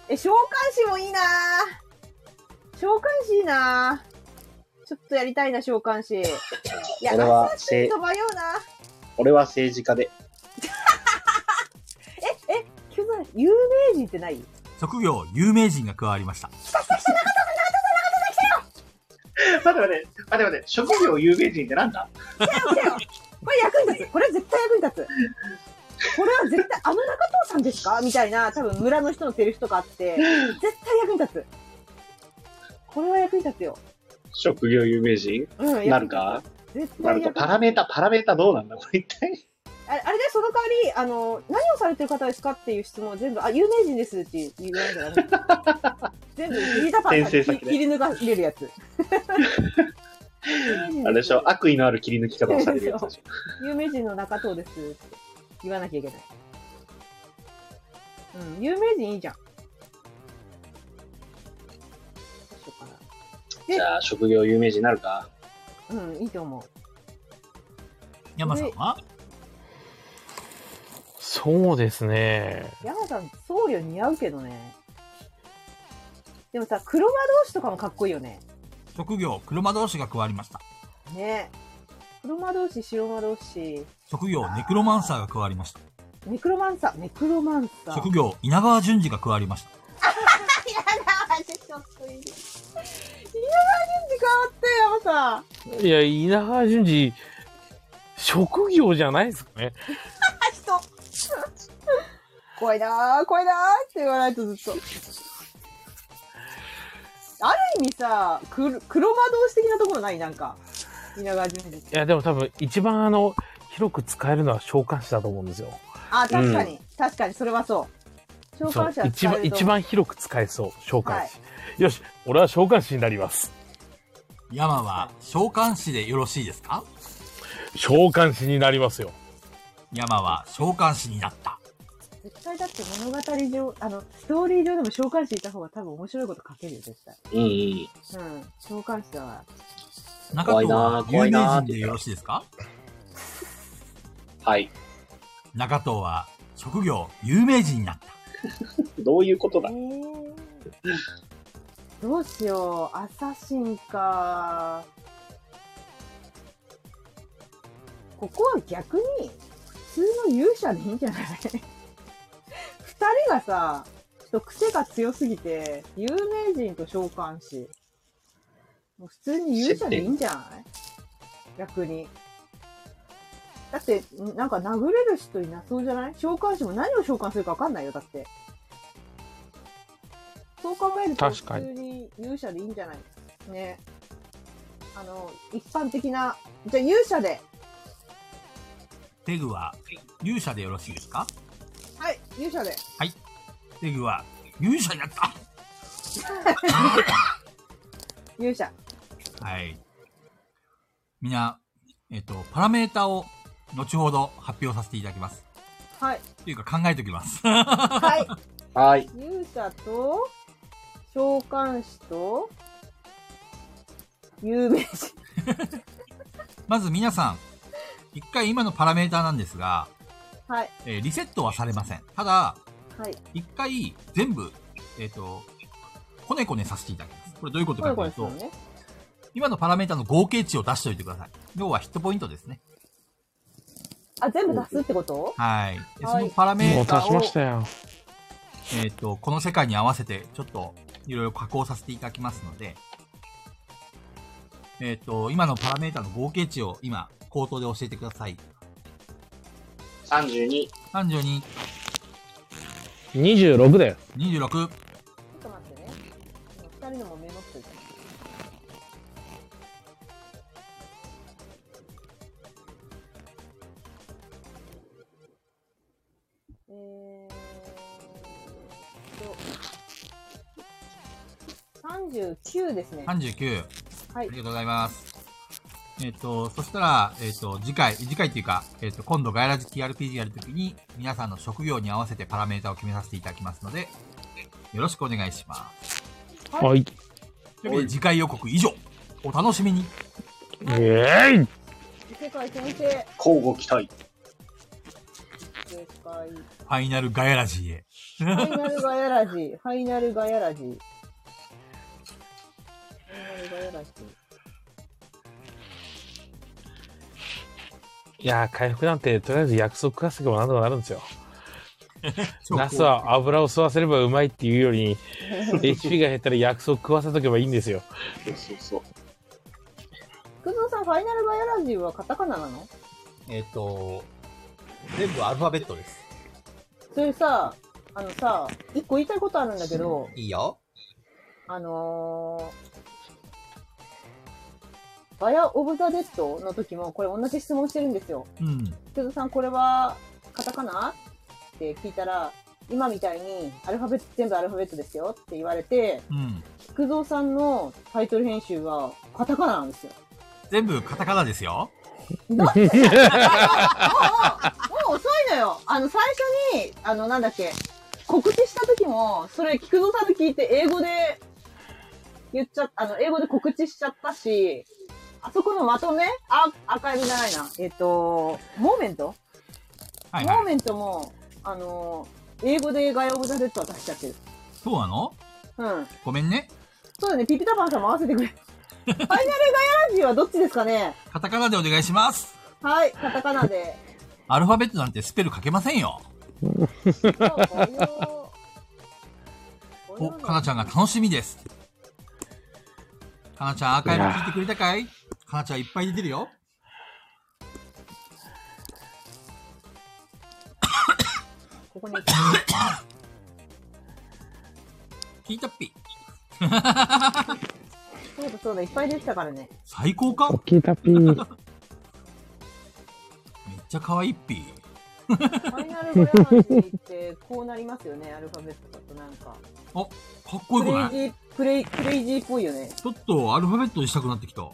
S6: え、召喚師もいいなぁ。召喚師いいなぁ。ちょっとやりたいな、召喚師。いや、
S5: 俺は
S6: アサシンと迷うな
S5: 俺は政治家で。
S6: え、え、急な、有名人ってない
S2: 職業有名人が加わりました。
S5: 待って待って、待って待って、職業有名人ってなんだ
S6: 来たよこれ役に立つこれ絶対役に立つこれは絶対、あの中藤さんですかみたいな、多分村の人のセリフとかあって、絶対役に立つ。これは役に立つよ。
S5: 職業有名人
S6: うん、
S5: なるか
S6: 役に立つ絶
S5: な
S6: 対
S5: ると、
S6: 役に立つ
S5: パラメータ、パラメータどうなんだこれ一体。
S6: あれあれで、その代わり、あの、何をされてる方ですかっていう質問を全部、あ、有名人ですって言わなきゃダメ。 全部、ビリタパンさん
S5: 転生
S6: に
S5: 先で
S6: 切り抜かれる やつ。
S5: あれでしょ悪意のある切り抜き方をされるやつでしょ。
S6: 有名人の中藤ですって言わなきゃいけない。うん、有名人いいじゃん。どうしよう
S5: じゃあ、職業有名人になるか。
S6: かな。うん、いいと思
S2: 山さんは
S3: そうですね。
S6: う。山さん、僧侶似合うけどね。でもさ、黒魔同士とかもかっこいいよね。
S2: 職業、車同士が加わりました。
S6: ね車同士、白馬同士、
S2: 職業、ネクロマンサーが加わりました。
S6: ネクロマンサー、ネクロマンサー。
S2: 職業、稲川淳二が加わりました。
S6: やだ、マジショックいい。いや、何時変わって、山さん。
S3: いや、稲川淳二、職業じゃないですかね。
S6: あ、人。怖いなぁ、怖いなぁって言わないとずっと。ある意味さ、くる黒魔道士的なところないなんか。稲川淳二。
S3: いや、でも多分一番あの、広く使えるのは召喚師だと思うんですよ。
S6: あ、確かに、確かに、それはそう。召喚者
S3: そう一番、一。番広く使えそう、召喚師。よし、俺は召喚師になります。
S2: 山は、召喚師でよろしいですか
S3: 召喚師になりますよ。
S2: 山は、召喚師になった。
S6: 絶対だって物語上、あの、ストーリー上でも召喚師いた方が多分面白いこと書けるよ、絶対。
S9: うんうん。
S6: うん、召喚師だわ。
S2: 中
S9: 怖い
S2: 藤
S9: な
S2: は、
S9: ー怖
S2: 有
S9: い
S2: 名
S9: なー
S2: 人でよろしいですか
S5: はい。
S2: 中藤は、職業、有名人になった。
S5: どういうことだ
S6: えー、どうしよう、アサシンか。ここは逆に、普通の勇者でいいんじゃない 二人がさ、ちょっと癖が強すぎて、有名人と召喚師。もう普通に勇者でいいんじゃない逆に。だって、んなんか殴れる人いなそうじゃない召喚師も何を召喚するか分かんないよ、だって。そう考えると、普
S3: 確かに
S6: 通に勇者でいいんじゃないね。あの、一般的な、じゃあ勇者で、
S2: テグは、勇者でよろしいですか
S6: はい、勇者で。
S2: テグは、勇者にな った
S6: 勇者。
S2: はい。みんな、えっと、パラメータを、後ほど発表させていただきます。
S6: はい。
S2: というか考えておきます。
S6: はい。
S9: はい。
S6: 勇者と、召喚師と、有名人。
S2: まず皆さん、一回今のパラメーターなんですが、
S6: はい。
S2: えーリセットはされません。ただ、
S6: はい。
S2: 一回全部、えっ、と、こねこねさせていただきます。これどういうことかという
S6: する
S2: と、
S6: のね。
S2: 今のパラメータの合計値を出しておいてください。要はヒットポイントですね。
S6: あ、全部出すってこと
S2: はい。で
S6: は
S2: そ
S6: い
S2: のパラメ
S7: も
S2: ー
S7: う
S2: タ
S7: 出しま
S2: を、
S7: したよ。
S2: えっ、と、この世界に合わせて、ちょっと、いろいろ加工させていただきますので、えっ、と、今のパラメータの合計値を今、口頭で教えてください。
S5: ?32。
S2: 32、
S3: 26だよ。
S2: 26、
S6: ちょっと待ってね。今二人のもメモっといて。えーっと、39ですね。
S2: 39。
S6: は
S2: あ
S6: い
S2: り。がとうございます。えっ、と、そしたら、えっ、と、次回、次回っていうか、えっ、と、今度ガイラジ TRPG やるときに、皆さんの職業に合わせてパラメータを決めさせていただきますので、よろしくお願いします。
S7: はい。
S2: というわけで、次回予告以上。お楽しみに。
S7: イェーイ
S6: 世界先生、
S5: 交互期待。
S6: 正解。
S2: ファイナルガイラジへ。
S6: ファイナルガヤラジ。ファイナルガヤラジ。ファイナルガヤラジ。
S3: いやー、回復なんて、とりあえず約束かせばなんとかなるんですよ。
S2: 超
S3: ナスは油を吸わせればうまいっていうよりに、HP が減ったら約束食わせとけばいいんですよ。
S5: そうそうそう。
S6: くずさん、ファイナルガヤラジはカタカナなの
S2: えっ、と、全部アルファベットです。
S6: それさ、あのさ、一個言いたいことあるんだけど、
S2: いいよ。
S6: あのー、ガヤ・オブ・ザ・デッドの時も、これ同じ質問してるんですよ。
S2: うん。
S6: くずさん、これはカタカナって聞いたら、今みたいにアルファベット、全部アルファベットですよって言われて、
S2: うん。
S6: 菊蔵さんのタイトル編集はカタカナなんですよ。
S2: 全部カタカナですよ。
S6: だってもう、もう遅いのよ。あの、最初に、あの、なんだっけ、告知した時も、それ、菊蔵さんと聞いて、英語で言っちゃっあの、英語で告知しちゃったし、あそこのまとめあ、アーカイブじゃないな。えっ、と、モーメント、
S2: はい
S6: モー
S2: はい。
S6: メントも、あの、英語でガイオブザ・デッドは出しちゃってる。
S2: そうなの
S6: うん。
S2: ごめんね。
S6: そうだね、ピピタパンさんも合わせてくれ。ファイナルガヤラジはどっちですかね
S2: カタカナでお願いします。
S6: はい、カタカナで。
S2: アルファベットなんてスペル書けませんよ。お、かなちゃんが楽しみです。かなちゃんアーカイブ聞いてくれたかいかなちゃんいっぱい出てるよ。
S6: ここに。
S2: 聞いたっぴ。
S6: そうだそうだ、いっぱい出てたからね。
S2: 最高か
S7: 聞いた ピー。
S2: めっちゃ可愛いっぴ。
S6: ファイナルガヤラジってこうなりますよね、アルファベットだとなん
S2: か
S6: か。
S2: っこよくない
S6: プレイジー、プレイ、プレイジーっぽいよね。
S2: ちょっとアルファベットにしたくなってきた。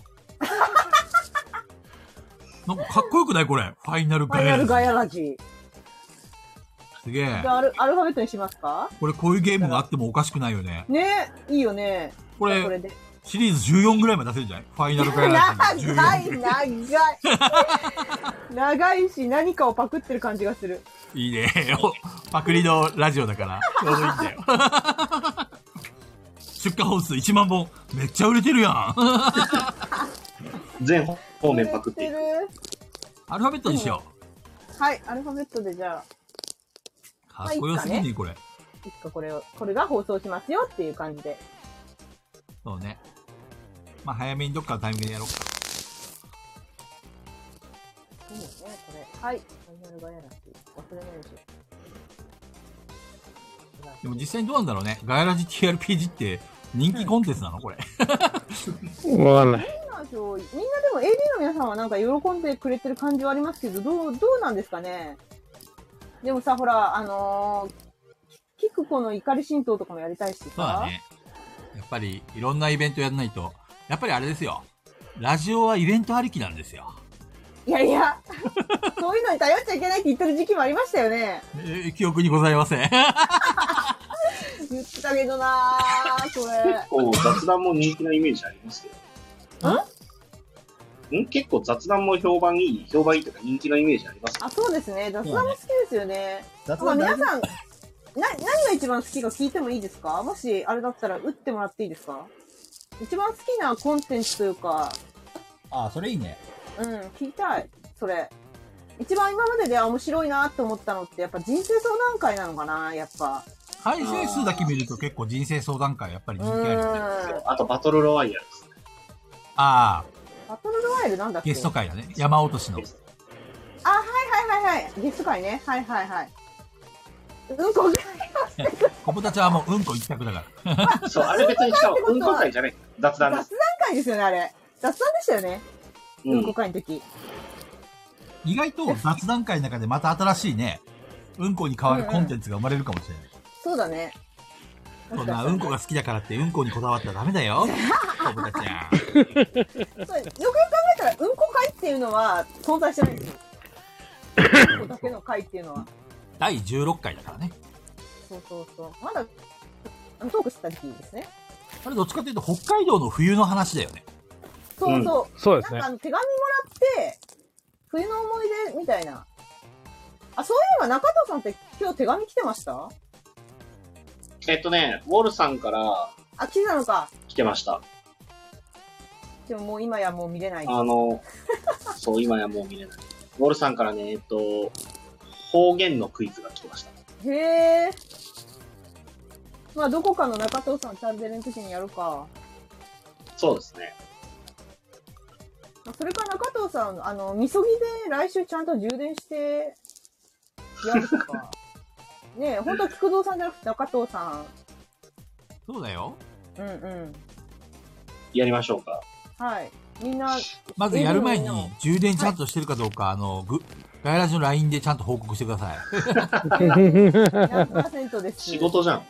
S2: なんかかっこよくないこれ。ファイナル
S6: フ
S2: ガ
S6: ァイナ
S2: イ
S6: ル
S2: ル。
S6: ガヤラジ。
S2: すげえ
S6: じ。ゃあアル、アルファベットにしますか
S2: これこういうゲームがあってもおかしくないよね。
S6: ねいいよね。
S2: こ
S6: こ
S2: れ
S6: れで。
S2: シリーズ14ぐらいまで出せるんじゃないファイナル ガイ
S6: 長
S2: ル。14
S6: い、長い。長いし、何かをパクってる感じがする。
S2: いいね。 パクリのラジオだから、ちょうどいいんだよ。出荷本数1万本。めっちゃ売れてるやん。ア
S5: 全方面パクってい
S6: 売
S5: く。
S6: れてる
S2: ルファベットにしよ
S6: はい、アルファベットでじゃあ、
S2: う。かっこよすぎ
S6: まあい
S2: るね、これ。
S6: いつかこれを、これが放送しますよっていう感じで。
S2: そうね。まあ早めにどっかのタイミングでやろうか。
S6: いいよね、これ。はい。ファイナルガヤラジ。忘れないでし
S2: でも実際にどうなんだろうね。ガヤラジ TRPG って人気コンテンツなのこれ。
S7: わかんない。
S6: ょ。なんでしょうみんなでも AD の皆さんはなんか喜んでくれてる感じはありますけど、どう、どうなんですかねでもさ、ほら、あのー、キクコの怒り神道とかもやりたいしさ。
S2: そうだね。やっぱりいろんなイベントやらないと。やっぱりあれですよ。ラジオはイベントありきなんですよ。
S6: いやいや、そういうのに頼っちゃいけないって言ってる時期もありましたよね。
S2: えー記憶にございません。
S6: 言ってたけどなぁ、それ。
S5: こう雑談も人気なイメージありますけど。ん結構雑談も評判いい、評判いいというか人気のイメージあります。
S6: あ、そうですね。雑談も好きですよね。
S10: 雑
S6: まあ
S10: 談
S6: 皆
S10: 大
S6: さん、
S10: 事
S6: な、何が一番好きか聞いてもいいですかもし、あれだったら打ってもらっていいですか一番好きなコンテンツというか、
S2: ああ、それいいね。
S6: うん、聞きたい。それ。一番今までで面白いなって思ったのって、やっぱ人生相談会なのかなやっぱ。
S2: 再生数だけ見ると結構人生相談会やっぱり
S6: う
S2: 人気あるよね。
S6: ーん。
S5: あとバトルロワイヤルですね。
S2: あ
S6: バトルロワイヤルなんだ
S2: あ、
S6: っけ
S2: ゲスト会だね。山落としの。
S6: あ、はいはいはいはい。ゲスト会ね。はいはいはい。うんこ、
S2: コブタちゃんはもううんこ一択だから。
S5: そう、あれ別にし かも運動会じゃない。雑
S6: 雑
S5: 談で
S6: 談
S5: す。
S6: 会ですよね、あれ。雑談でしたよね。
S5: う
S6: うんんこ。会の時。
S2: 意外と雑談会の中でまた新しいね、うんこに変わるコンテンツが生まれるかもしれない。
S6: そうだね。
S2: そんなうんこが好きだからってうんこにこだわったらダメだよ。コブタち ゃん。
S6: そうよくよく考えたら、うんこ会っていうのは存在してないんですよ。うんこだけの会っていうのは。
S2: 第16回だからね。
S6: そうそうそう。まだ、あのトークした時期ですね。
S2: あれどっちかっていうと北海道の冬の話だよね。
S6: そうそう。
S3: そうです
S6: な
S3: ね
S6: んか。あの手紙もらって、冬の思い出みたいな。あ、そういえば中藤さんって今日手紙来てました
S5: えっとね、ウォルさんから
S6: あ、来てたのか。
S5: 来てました。
S6: でももう今やもう見れない。
S5: あの、そう、今やもう見れない。ウォルさんからね、えっと、方言のクイズが来てました。
S6: へえ。まあ、どこかの中藤さんチャンネルの時にやるか。
S5: そうですね。
S6: まあそれか中藤さん、あの、みそぎで来週ちゃんと充電して、やると か。ねえ、本当は菊蔵さんじゃなくて中藤さ
S2: そうだよ。
S6: ん。うんうん。
S5: やりましょうか。
S6: はい。み んな、
S2: まずやる前
S6: え
S2: に
S6: ー
S2: 充電ちゃんとしてるかどうか、あの、ぐ、ガイラジの LINE でちゃんと報告してください。
S6: 何パーセントです。
S5: 仕事じゃん。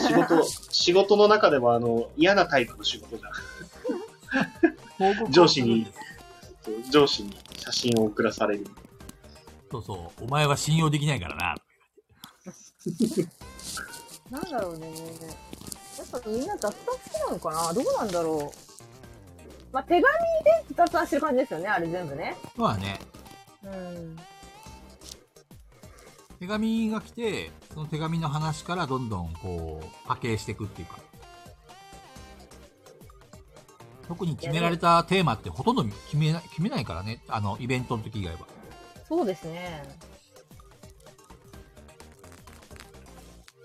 S5: 仕事、仕事の中でもあの、嫌なタイプの仕事じ ゃん。
S2: 報告
S5: 上司に。上司に写真を送らされる。
S2: そうそう。お前は信用できないからな。
S6: なんだろうね。やっぱみんな雑談好きなのかなどうなんだろう。まあ、手紙で雑談してる感じですよね、あれ全部ね。
S2: そうだね。
S6: うん。
S2: 手紙が来て、その手紙の話からどんどんこう、波形していくっていうか。そ特に決められたテーマってほとんど決めな決めないからね。あの、イベントの時以外は。
S6: そうですね。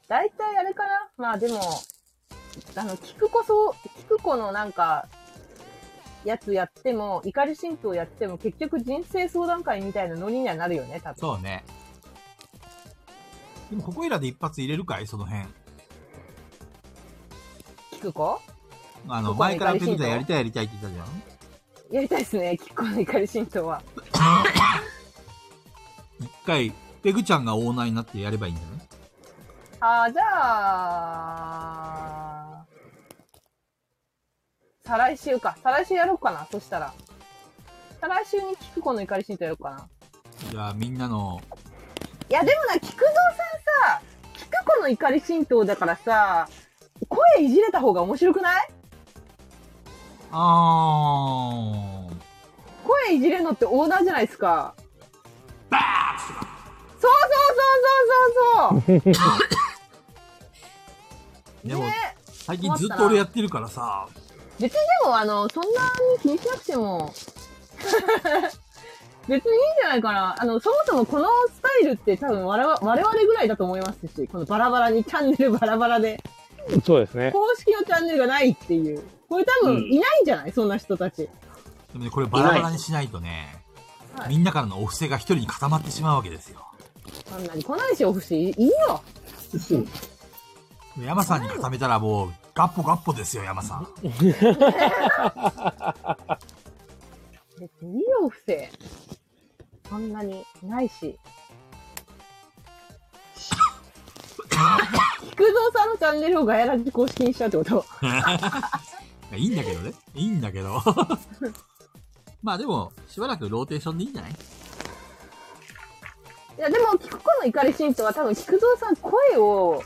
S6: 大体あれかなまあでも、あの、聞くこそ、聞く子のなんか、やつやっても、怒り神道やっても、結局人生相談会みたいなノリにはなるよね、多分。
S2: そうね。でも、ここいらで一発入れるかいその辺。
S6: 聞く子
S2: あの、
S6: ここは
S2: 前から
S6: 怒り
S2: ペ
S6: 神
S2: グ
S6: 道
S2: ちゃんやりたいやりたいって言ったじゃん。
S6: やりたいですね、聞く子の怒り神道は。
S2: 一回、ペグちゃんがオーナーになってやればいいんだよね。
S6: あーじゃあ、再来週か。再来週やろうかな、そしたら。再来週に聞く子の怒り神道やろうかな。
S2: じゃあ、みんなの、
S6: いや、でもな、菊蔵さんさ、菊子の怒り神道だからさ、声いじれた方が面白くない
S2: あー、
S6: 声いじれるのってオーナーじゃないですか。そうそうそうそうそうそう
S2: でも
S6: ね
S2: 最近ずっと俺やってるからさ、
S6: 別にでも、あの、そんなに気にしなくても、 別にいいんじゃないかな。あの、そもそもこのスタイルって多分我々我々ぐらいだと思いますし、このバラバラに、チャンネルバラバラで。
S7: そうですね。
S6: 公式のチャンネルがないっていう。これ多分いないんじゃない、そんな人たち。
S2: でもね、これバラバラにしないとね、
S6: はい
S2: みんなからのお布施が一人に固まってしまうわけですよ。
S6: あんなに来ないし、お節いいよ。
S2: 山さんに固めたらもう、ガッポガッポですよ、山さん。
S6: 別にいいよ、お節。そんなにないし。菊蔵さんのチャンネルをガヤラジ公式にしたってこと
S2: いやいいんだけどね。いいんだけど。 まあでも、しばらくローテーションでいいんじゃない
S6: いや、でも、菊子の怒りシーンとは多分、菊蔵さん声を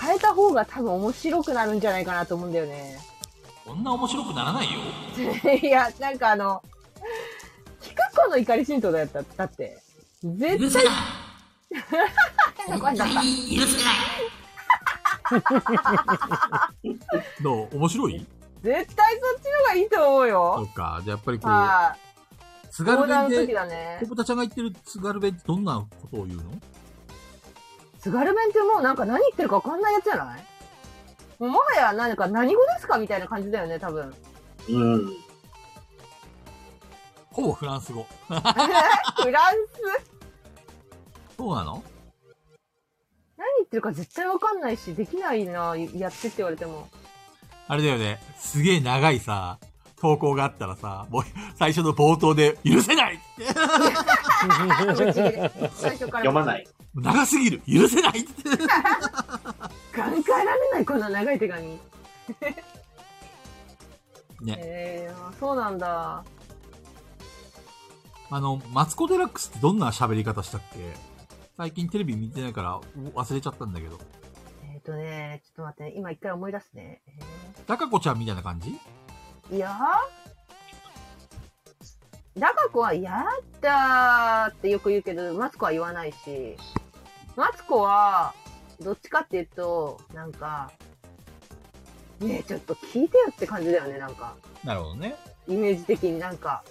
S6: 変えた方が多分面白くなるんじゃないかなと思うんだよね。
S2: こんな面白くならないよ。
S6: いや、なんかあの、菊子の怒り神道だった、だって。絶対。変な声だった。
S2: どう面白い
S6: 絶対そっちの方がいいと思う
S2: そ
S6: よ。
S2: うか。じゃあやっぱりこう、
S6: はい。
S2: 津
S6: オ
S2: 軽
S6: ーダーの
S2: 弁
S6: 時
S2: で、
S6: だね
S2: 小。豚ちゃんが言ってる津軽弁ってどんなことを言うの
S6: 津軽弁ってもうなんか何言ってるかわかんないやつじゃないもうもはや何か何語ですかみたいな感じだよね、多分。
S5: うん。
S2: ほぼフランス語。
S6: フランス
S2: そうなの
S6: 何言ってるか絶対わかんないし、できないな、やってって言われても。
S2: あれだよね。すげえ長いさ、投稿があったらさ、もう最初の冒頭で、許せないって
S6: ぶち切れ最初から。
S5: 読まない。。
S2: 長すぎる許せないって
S6: 考えられない、こんな長い手紙。
S2: ね。
S6: えー、そうなんだ。
S2: あの、マツコデラックスってどんな喋り方したっけ最近テレビ見てないからお忘れちゃったんだけど。
S6: えっ、ー、とね、ちょっと待ってね、今一回思い出すね。
S2: ダカ子ちゃんみたいな感じ
S6: えーいやーダカ子は、やったーってよく言うけど、マツコは言わないし、マツコは、どっちかっていうと、なんか、ねえ、ちょっと聞いてよって感じだよね、なんか。
S2: なるほどね。
S6: イメージ的になんか。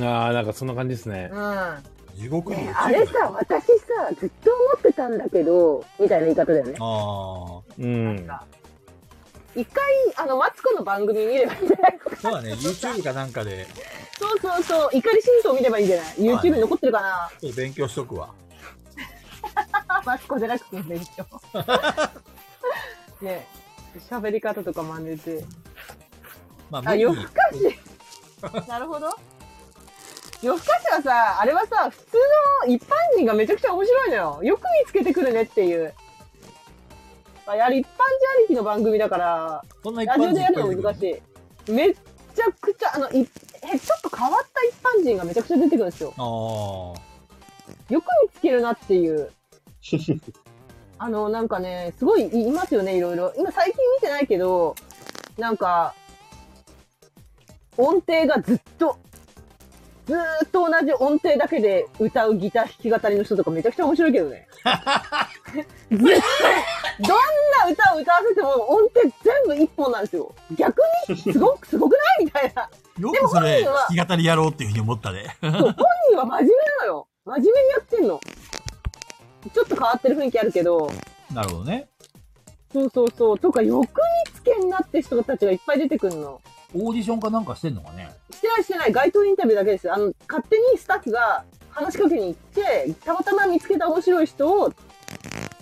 S3: ああ、なんかそんな感じですね。
S6: うん。
S2: 地獄に
S6: ね
S2: 落ち
S6: え
S2: る。
S6: あれさ、私さ、ずっと思ってたんだけど、みたいな言い方だよね。
S2: ああ。
S3: うん。
S6: なんか一回、あの、マツコの番組見ればいいんじゃない
S2: そうだね。YouTube かなんかで、
S6: そうそうそう、怒り神道見ればいいんじゃない
S2: はい
S6: ?YouTube に残ってるかな、
S2: ちょっと勉強しとくわ。
S6: マツコじゃなくてもいいでしょ。ねえ喋り方とか真似て。
S2: まあ
S6: あ、夜更かし。なるほど。夜更かしはさ、あれはさ、普通の一般人がめちゃくちゃ面白いのよ。よく見つけてくるねっていう。あやはり一般人ありきの番組だから、
S2: そんな一
S6: ラジオ
S2: 般
S6: でや
S2: 人
S6: るの難
S2: い。
S6: しい。めっちゃくちゃ、あの、いえ、ちょっと変わった一般人がめちゃくちゃ出てくるんですよ。
S2: ああ。
S6: よく見つけるなっていう。あの、なんかね、すごいいますよね、いろいろ。今最近見てないけど、なんか、音程がずっと、ずーっと同じ音程だけで歌うギター弾き語りの人とかめちゃくちゃ面白いけどね。ずっとどんな歌を歌わせても音程全部一本なんですよ。逆にすごく、すごくないみたいな。
S10: よくそれ
S6: でも、本
S10: 弾き語りやろうっていうふうに思 ったね。
S6: そう、本人は真面目なのよ。真面目にやってんの。ちょっと変わってる雰囲気あるけど、
S10: なるほどね。
S6: そうそうそう。とか、欲につけんなって人たちがいっぱい出てくるの。
S10: オーディションかなんかしてんのかね。
S6: してないしてない、街頭インタビューだけです。あの、勝手にスタッフが話しかけに行って、たまたま見つけた面白い人を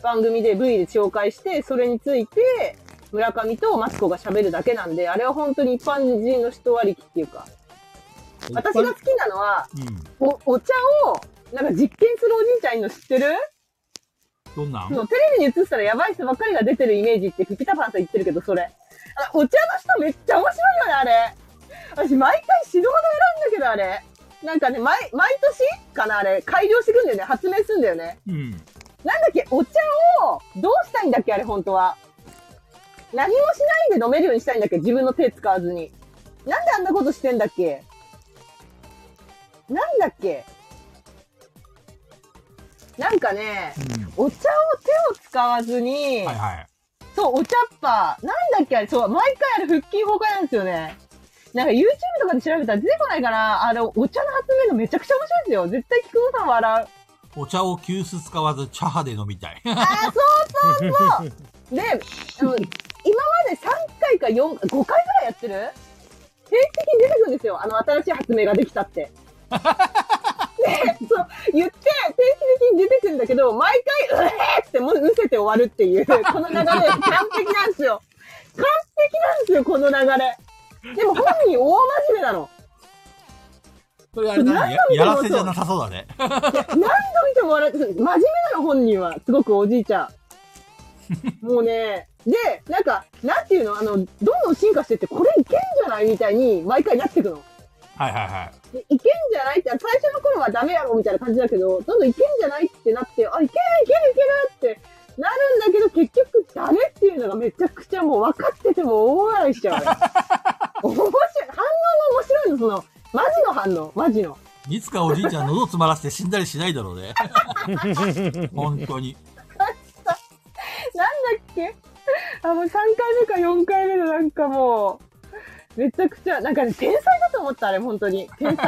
S6: 番組で V で紹介して、それについて、村上とマツコが喋るだけなんで、あれは本当に一般人の人割りっていうか。私が好きなのは、
S10: うん。
S6: お、お茶を、なんか実験するおじいちゃんいるの知ってる
S10: どんなん
S6: そうテレビに映したらやばい人ばっかりが出てるイメージってピピタパンさん言ってるけど、それ。あお茶の人めっちゃ面白いよね、あれ。私、毎回死ぬほど選んだけど、あれ。なんかね、毎、毎年かな、あれ。改良してくんだよね。発明すんだよね。
S10: うん。
S6: なんだっけ、お茶を、どうしたいんだっけ、あれ、本当は。何もしないで飲めるようにしたいんだっけ、自分の手使わずに。なんであんなことしてんだっけなんだっけなんかね、お茶を手を使わずに、
S10: はいはい。
S6: そう、お茶っ葉。なんだっけあれ、そう、毎回あれ腹筋崩壊なんですよね。なんか YouTube とかで調べたら出てこないから、あれ、お茶の発明のめちゃくちゃ面白いですよ。絶対聞くさん笑う。
S10: お茶を急須使わず茶葉で飲み たい。
S6: あー、そうそうそう。で、あの、今まで3回か4、5回ぐらいやってる定期的に出てくるんですよ。あの、新しい発明ができたって。で、そう、言って、定期的に出てくるんだけど、毎回、うえーってもう、むせて終わるっていう、この流れ、完璧なんですよ。完璧なんですよ、この流れ。でも本人大真面目なの。
S10: それあれだね。ややらせじゃなさそうだね。
S6: 何度見ても笑って、真面目なの本人は、すごくおじいちゃん。もうね、で、なんか、なんていうの、あの、どんどん進化してって、これいけんじゃないみたいに、毎回なってくの。
S10: はいはいはい。
S6: でいけんじゃないって、最初の頃はダメやろみたいな感じだけど、どんどんいけんじゃないってなって、あ、いけるいけるいけるってなるんだけど、結局ダメっていうのがめちゃくちゃもう分かってても大笑いしちゃう。面白い。反応も面白いの、その、マジの反応、マジの。
S10: いつかおじいちゃん喉詰まらせて死んだりしないだろう ね。本当に。
S6: なんだっけ あ、もう3回目か4回目のなんかもう、めちゃくちゃ、なんかね、天才だと思った、あれ、本当に。天才。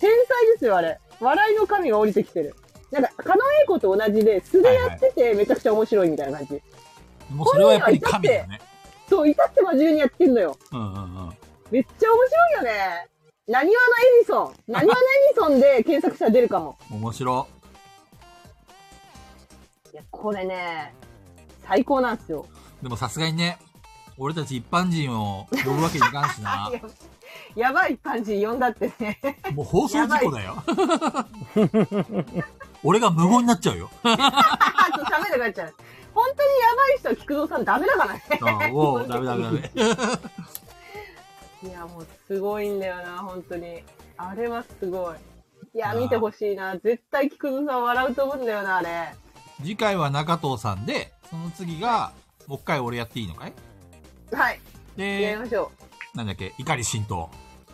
S6: 天 才ですよ、あれ。笑いの神が降りてきてる。なんか、狩野英孝と同じで、素でやってて、めちゃくちゃ面白いみたいな感じ。
S10: もうそれはやっぱり神だよね。
S6: そう、至って真面目にやってんのよ。
S10: うんうんうん。
S6: めっちゃ面白いよね。なにわのエジソン。なにわのエジソンで検索したら出るかも。
S10: 面白。
S6: いや、これね、最高なんですよ。
S10: でもさすがにね、俺たち一般人を呼ぶわけにいかんしな。
S6: やばい感じ読んだってね。
S10: もう放送事故だよ。 俺が無言になっちゃう よ。
S6: あとダメなくなっちゃう。本当にやばい人は菊蔵さんダメだからね。
S10: おうダメダメダメ。
S6: いや、もうすごいんだよな、本当に。あれはすごい。い
S10: あ
S6: や、
S10: ー
S6: 見てほしいな。絶対菊蔵さん笑うと思うんだよな、あれ。
S10: 次回は中藤さんで、その次が、もう一回俺やっていいのかい
S6: はい、やり
S10: で、
S6: ましょう。
S10: なんだっけ、怒り浸透。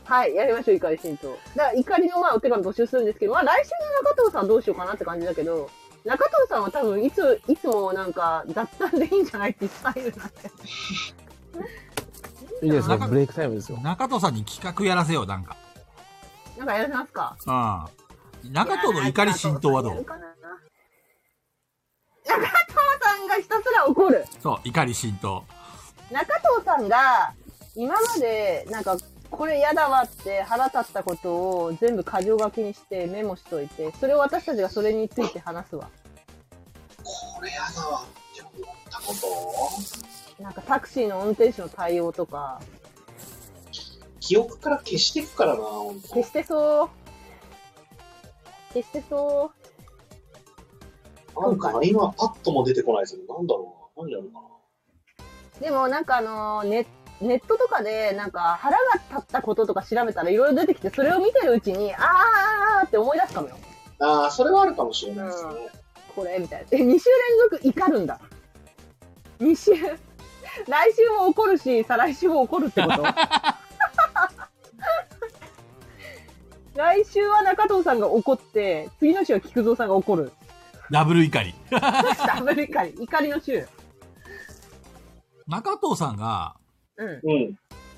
S6: はい、やりましょう、怒り浸透。だから、怒りのまあお手紙募集するんですけど、まあ来週の中藤さんどうしようかなって感じだけど、中藤さんは多分いつ、いつもなんか雑談でいいんじゃないってスタイルなんで。
S7: いいですね。ブレイクタイムですよ。
S10: 中藤さんに企画やらせよう、なんか。
S6: なんかやりますか
S10: うん。中藤の怒り浸透はど
S6: いや
S10: う
S6: 中藤さんがひたすら怒る。
S10: そう、怒り浸透。
S6: 中藤さんが今までなんかこれ嫌だわって腹立ったことを全部箇条書きにしてメモしといてそれを私たちがそれについて話すわ
S5: これやだわって思ったこと
S6: なんかタクシーの運転手の対応とか
S5: 記憶から消していくからな、ほんと
S6: 消してそう消してそ
S5: なんか今パッとも出てこないですけど、なんだろうな。何やるかな。
S6: うでもなんかあのネネットとかでなんか腹が立ったこととか調べたらいろいろ出てきてそれを見てるうちにあーあーあーって思い出すかもよ
S5: ああ、それはあるかもしれないですね。
S6: これみたいな。え、2週連続怒るんだ。2週。来週も怒るし、再来週も怒るってこと 来週は中藤さんが怒って、次の週は菊蔵さんが怒 る。
S10: ダブル怒り。
S6: ダブル怒り。怒りの週。
S10: 中藤さんが、
S6: うん。
S5: うん。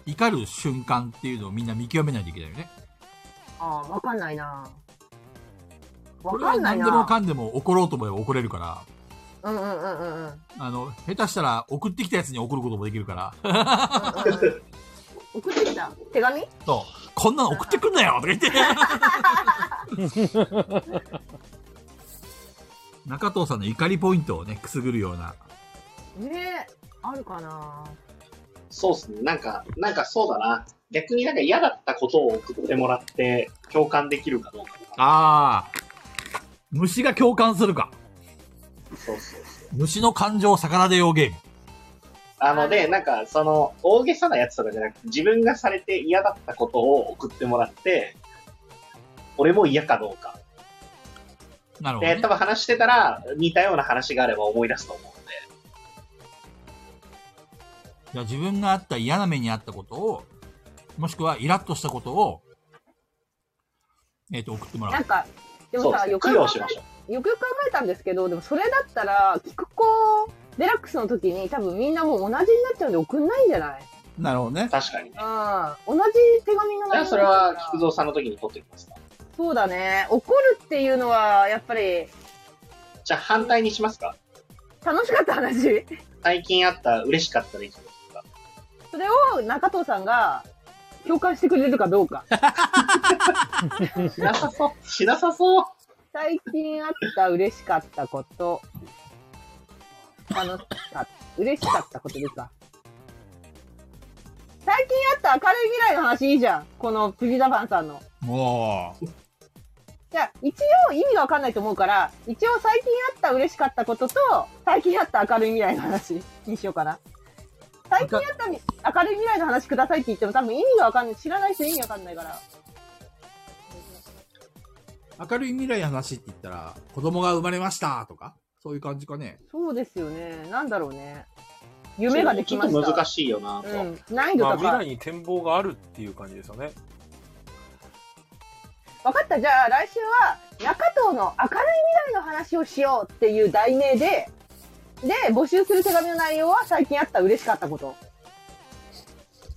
S2: 怒る瞬間っていうのをみんな見極めないといけないよね。
S6: ああ、わかんないな。わ
S2: これ
S6: か
S2: は
S6: んない
S2: 何でも
S6: な。
S2: かんでも怒ろうと思えば怒れるから、
S6: うんうんうんうんうん。うん
S2: あの、下手したら送ってきたやつに怒ることもできるから、
S6: うん 送ってきた。手紙
S2: そう、こんなの送ってくんなよとか言って。 中藤さんの怒りポイントをね、くすぐるような。
S6: ねえ、あるかな。
S5: そうっすね。なんか、なんかそうだな。逆になんか嫌だったことを送ってもらって、共感できるかどうかとか。
S2: ああ。虫が共感するか。
S5: そうそうそう。
S2: 虫の感情を逆らでようゲーム。
S5: あので、なんか、その、大げさなやつとかじゃなくて、自分がされて嫌だったことを送ってもらって、俺も嫌かどうか。
S2: なるほど、
S5: で、
S2: ね
S5: 多。分話してたら、似たような話があれば思い出すと思うんで。
S2: じゃあ自分があった嫌な目にあったことを、もしくはイラッとしたことを、えっ、と、送ってもら
S6: な。
S2: うん
S6: か、で
S5: そ
S6: も
S5: うです
S6: さ、
S5: ね。
S6: よ
S5: 供
S6: くよ
S5: 養
S6: く
S5: し
S6: 考
S5: ましょう。
S6: えよくよく考えたんですけど、でもそれだったら、聞く子、デラックスの時に多分みんなもう同じになっちゃうんで送んないんじゃない
S2: なるほどね。
S5: 確かにね。
S6: うん。同じ手紙の
S5: じゃ
S6: 内
S5: あ、
S6: 容
S5: それは、菊蔵さんの時に取ってきますか。
S6: そうだね。怒るっていうのは、やっぱり、
S5: じゃあ、反対にしますか
S6: 楽しかった話。
S5: 最近あった、嬉しかった出来事とか。
S6: それを中藤さんが、共感してくれるかど うか。
S5: しなさそう。しなさそう。
S6: 最近あった嬉しかったこと。楽しかった。嬉しかったことですか。最近あった明るい未来の話いいじゃん。このプジダバンさんの。
S2: もう、
S6: じゃあ、一応意味がわかんないと思うから、一応最近あった嬉しかったことと、最近あった明るい未来の話にしようかな。最近あったみ明るい未来の話くださいって言っても多分意味がわかんない。知らない人意味わかんないから。
S2: 明るい未来の話って言ったら、子供が生まれましたとか、そういう感じかね。
S6: そうですよね。なんだろうね。夢ができました。
S5: ちょっと難しいよなと。
S6: うん。難易度
S8: まあ、
S6: 高い
S8: 未。来に展望があるっていう感じですよね。
S6: 分かったじゃあ来週は中藤の明るい未来の話をしようっていう題名でで募集する手紙の内容は最近あった嬉しかったこと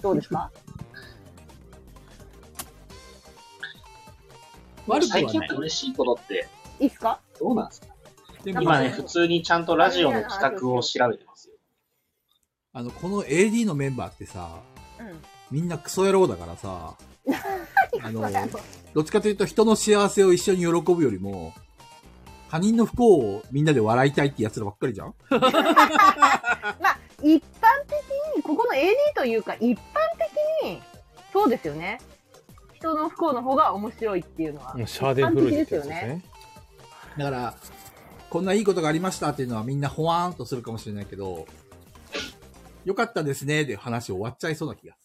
S6: どうですか
S2: 悪くは
S5: 最近
S2: な
S5: あっ
S2: い
S5: た。嬉しいことって、
S6: いいっすか
S5: どうなんですか
S2: で
S6: ま
S5: 今
S6: あ
S5: ね、普通にちゃんとラジオの企画を調べてますよ。
S2: あの、この AD のメンバーってさ、
S6: うん
S2: みんなクソ野郎だから さ、あの
S6: そうだよ、
S2: どっちかというと人の幸せを一緒に喜ぶよりも、他人の不幸をみんなで笑いたいって奴らばっかりじゃん
S6: まあ一般的にここの AD というか一般的にそうですよね人の不幸の方が面白いっていうのは、
S3: シャーデンフルイってやつです
S6: 完璧ですよ
S3: ね。
S2: だから、こんないいことがありましたっていうのはみんなほわーんとするかもしれないけど、よかったですねで話終わっちゃいそうな気がす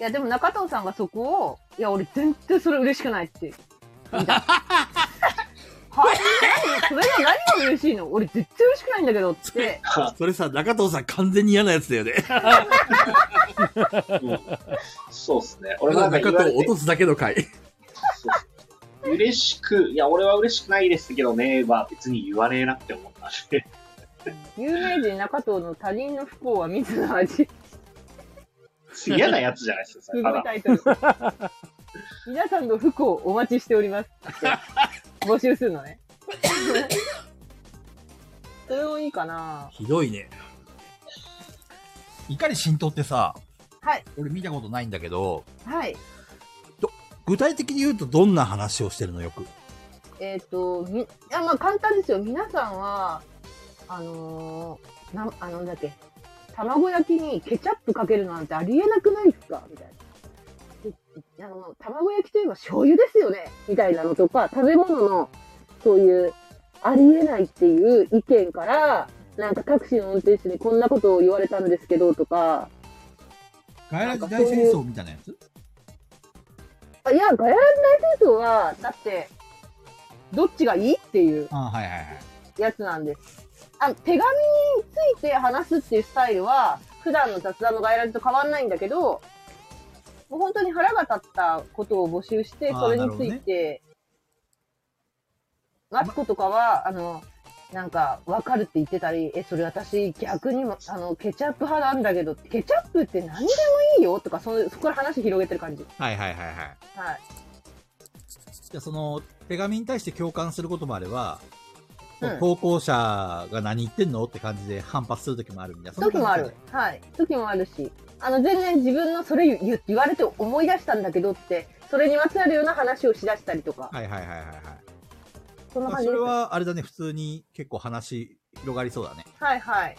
S6: いやでも中藤さんがそこをいや俺全然それ嬉しくない って言い出したはい何それの何が嬉しいの俺絶対嬉しくないんだけどって
S2: る。それさ、中藤さん完全に嫌なやつだよね。
S5: そうですね。俺な
S2: 中
S5: んか言われ
S2: 藤を落
S5: て、
S2: とすだけの回。
S5: 嬉しく、いや、俺は嬉しくないですけどね、は別に言われなくてもなって。
S6: 有名人中藤の他人の不幸は水の味。す
S5: 嫌なやつじゃないです
S6: ご
S5: か、
S6: い
S5: ただ。
S6: タイト ル。皆さんの不幸をお待ちしておりますって募集するの ね。それもいいかな
S2: ひどいね。怒り浸透ってさ、
S6: はい
S2: 俺見たことないんだけど、
S6: はい。
S2: 具体的に言うとどんな話をしてるのよく。
S6: えっ、と、み、いや、まあ簡単ですよ。皆さんは、あのー、な、あの、なんだっけ、卵焼きにケチャップかけるなんてありえなくないですかみたいな。であの、卵焼きといえば醤油ですよねみたいなのとか、食べ物の、そういう、ありえないっていう意見から、なんかタクシーの運転手にこんなことを言われたんですけどとか、
S2: ガイラジ大
S6: 時代
S2: 戦
S6: 戦
S2: 争
S6: 争
S2: みたいなやつ
S6: あいや、ガヤラジ大戦争は、だって、どっちがいいっていう。
S2: あはいはいはい。
S6: やつなんです。あ手紙について話すっていうスタイルは、普段の雑談の外来と変わんないんだけど、もう本当に腹が立ったことを募集して、
S2: あー
S6: それについて、マツコとかは、あの、なんか、わかるって言ってたり、え、それ私逆にも、あの、ケチャップ派なんだけど、ケチャップって何でもいいよとか、そのそこから話広げてる感じ。
S2: はいはいはいはい。
S6: はい。
S2: じゃあその、手紙に対して共感することもあれば、
S6: うん
S2: 投稿者が何言ってんのって感じで反発するときもあるみたいな。そんな
S6: 時もあ
S2: 感じ
S6: る。はい。時もあるし。あの、全然自分のそれ言言言われて思い出したんだけどって、それにまつわるような話をしだしたりとか、
S2: はいはいはいはいはい。
S6: そんな
S2: まあ
S6: 感じ
S2: そ
S6: で
S2: れ
S6: す。
S2: は、あれだね、普通に結構話広がりそうだね。
S6: はいはい。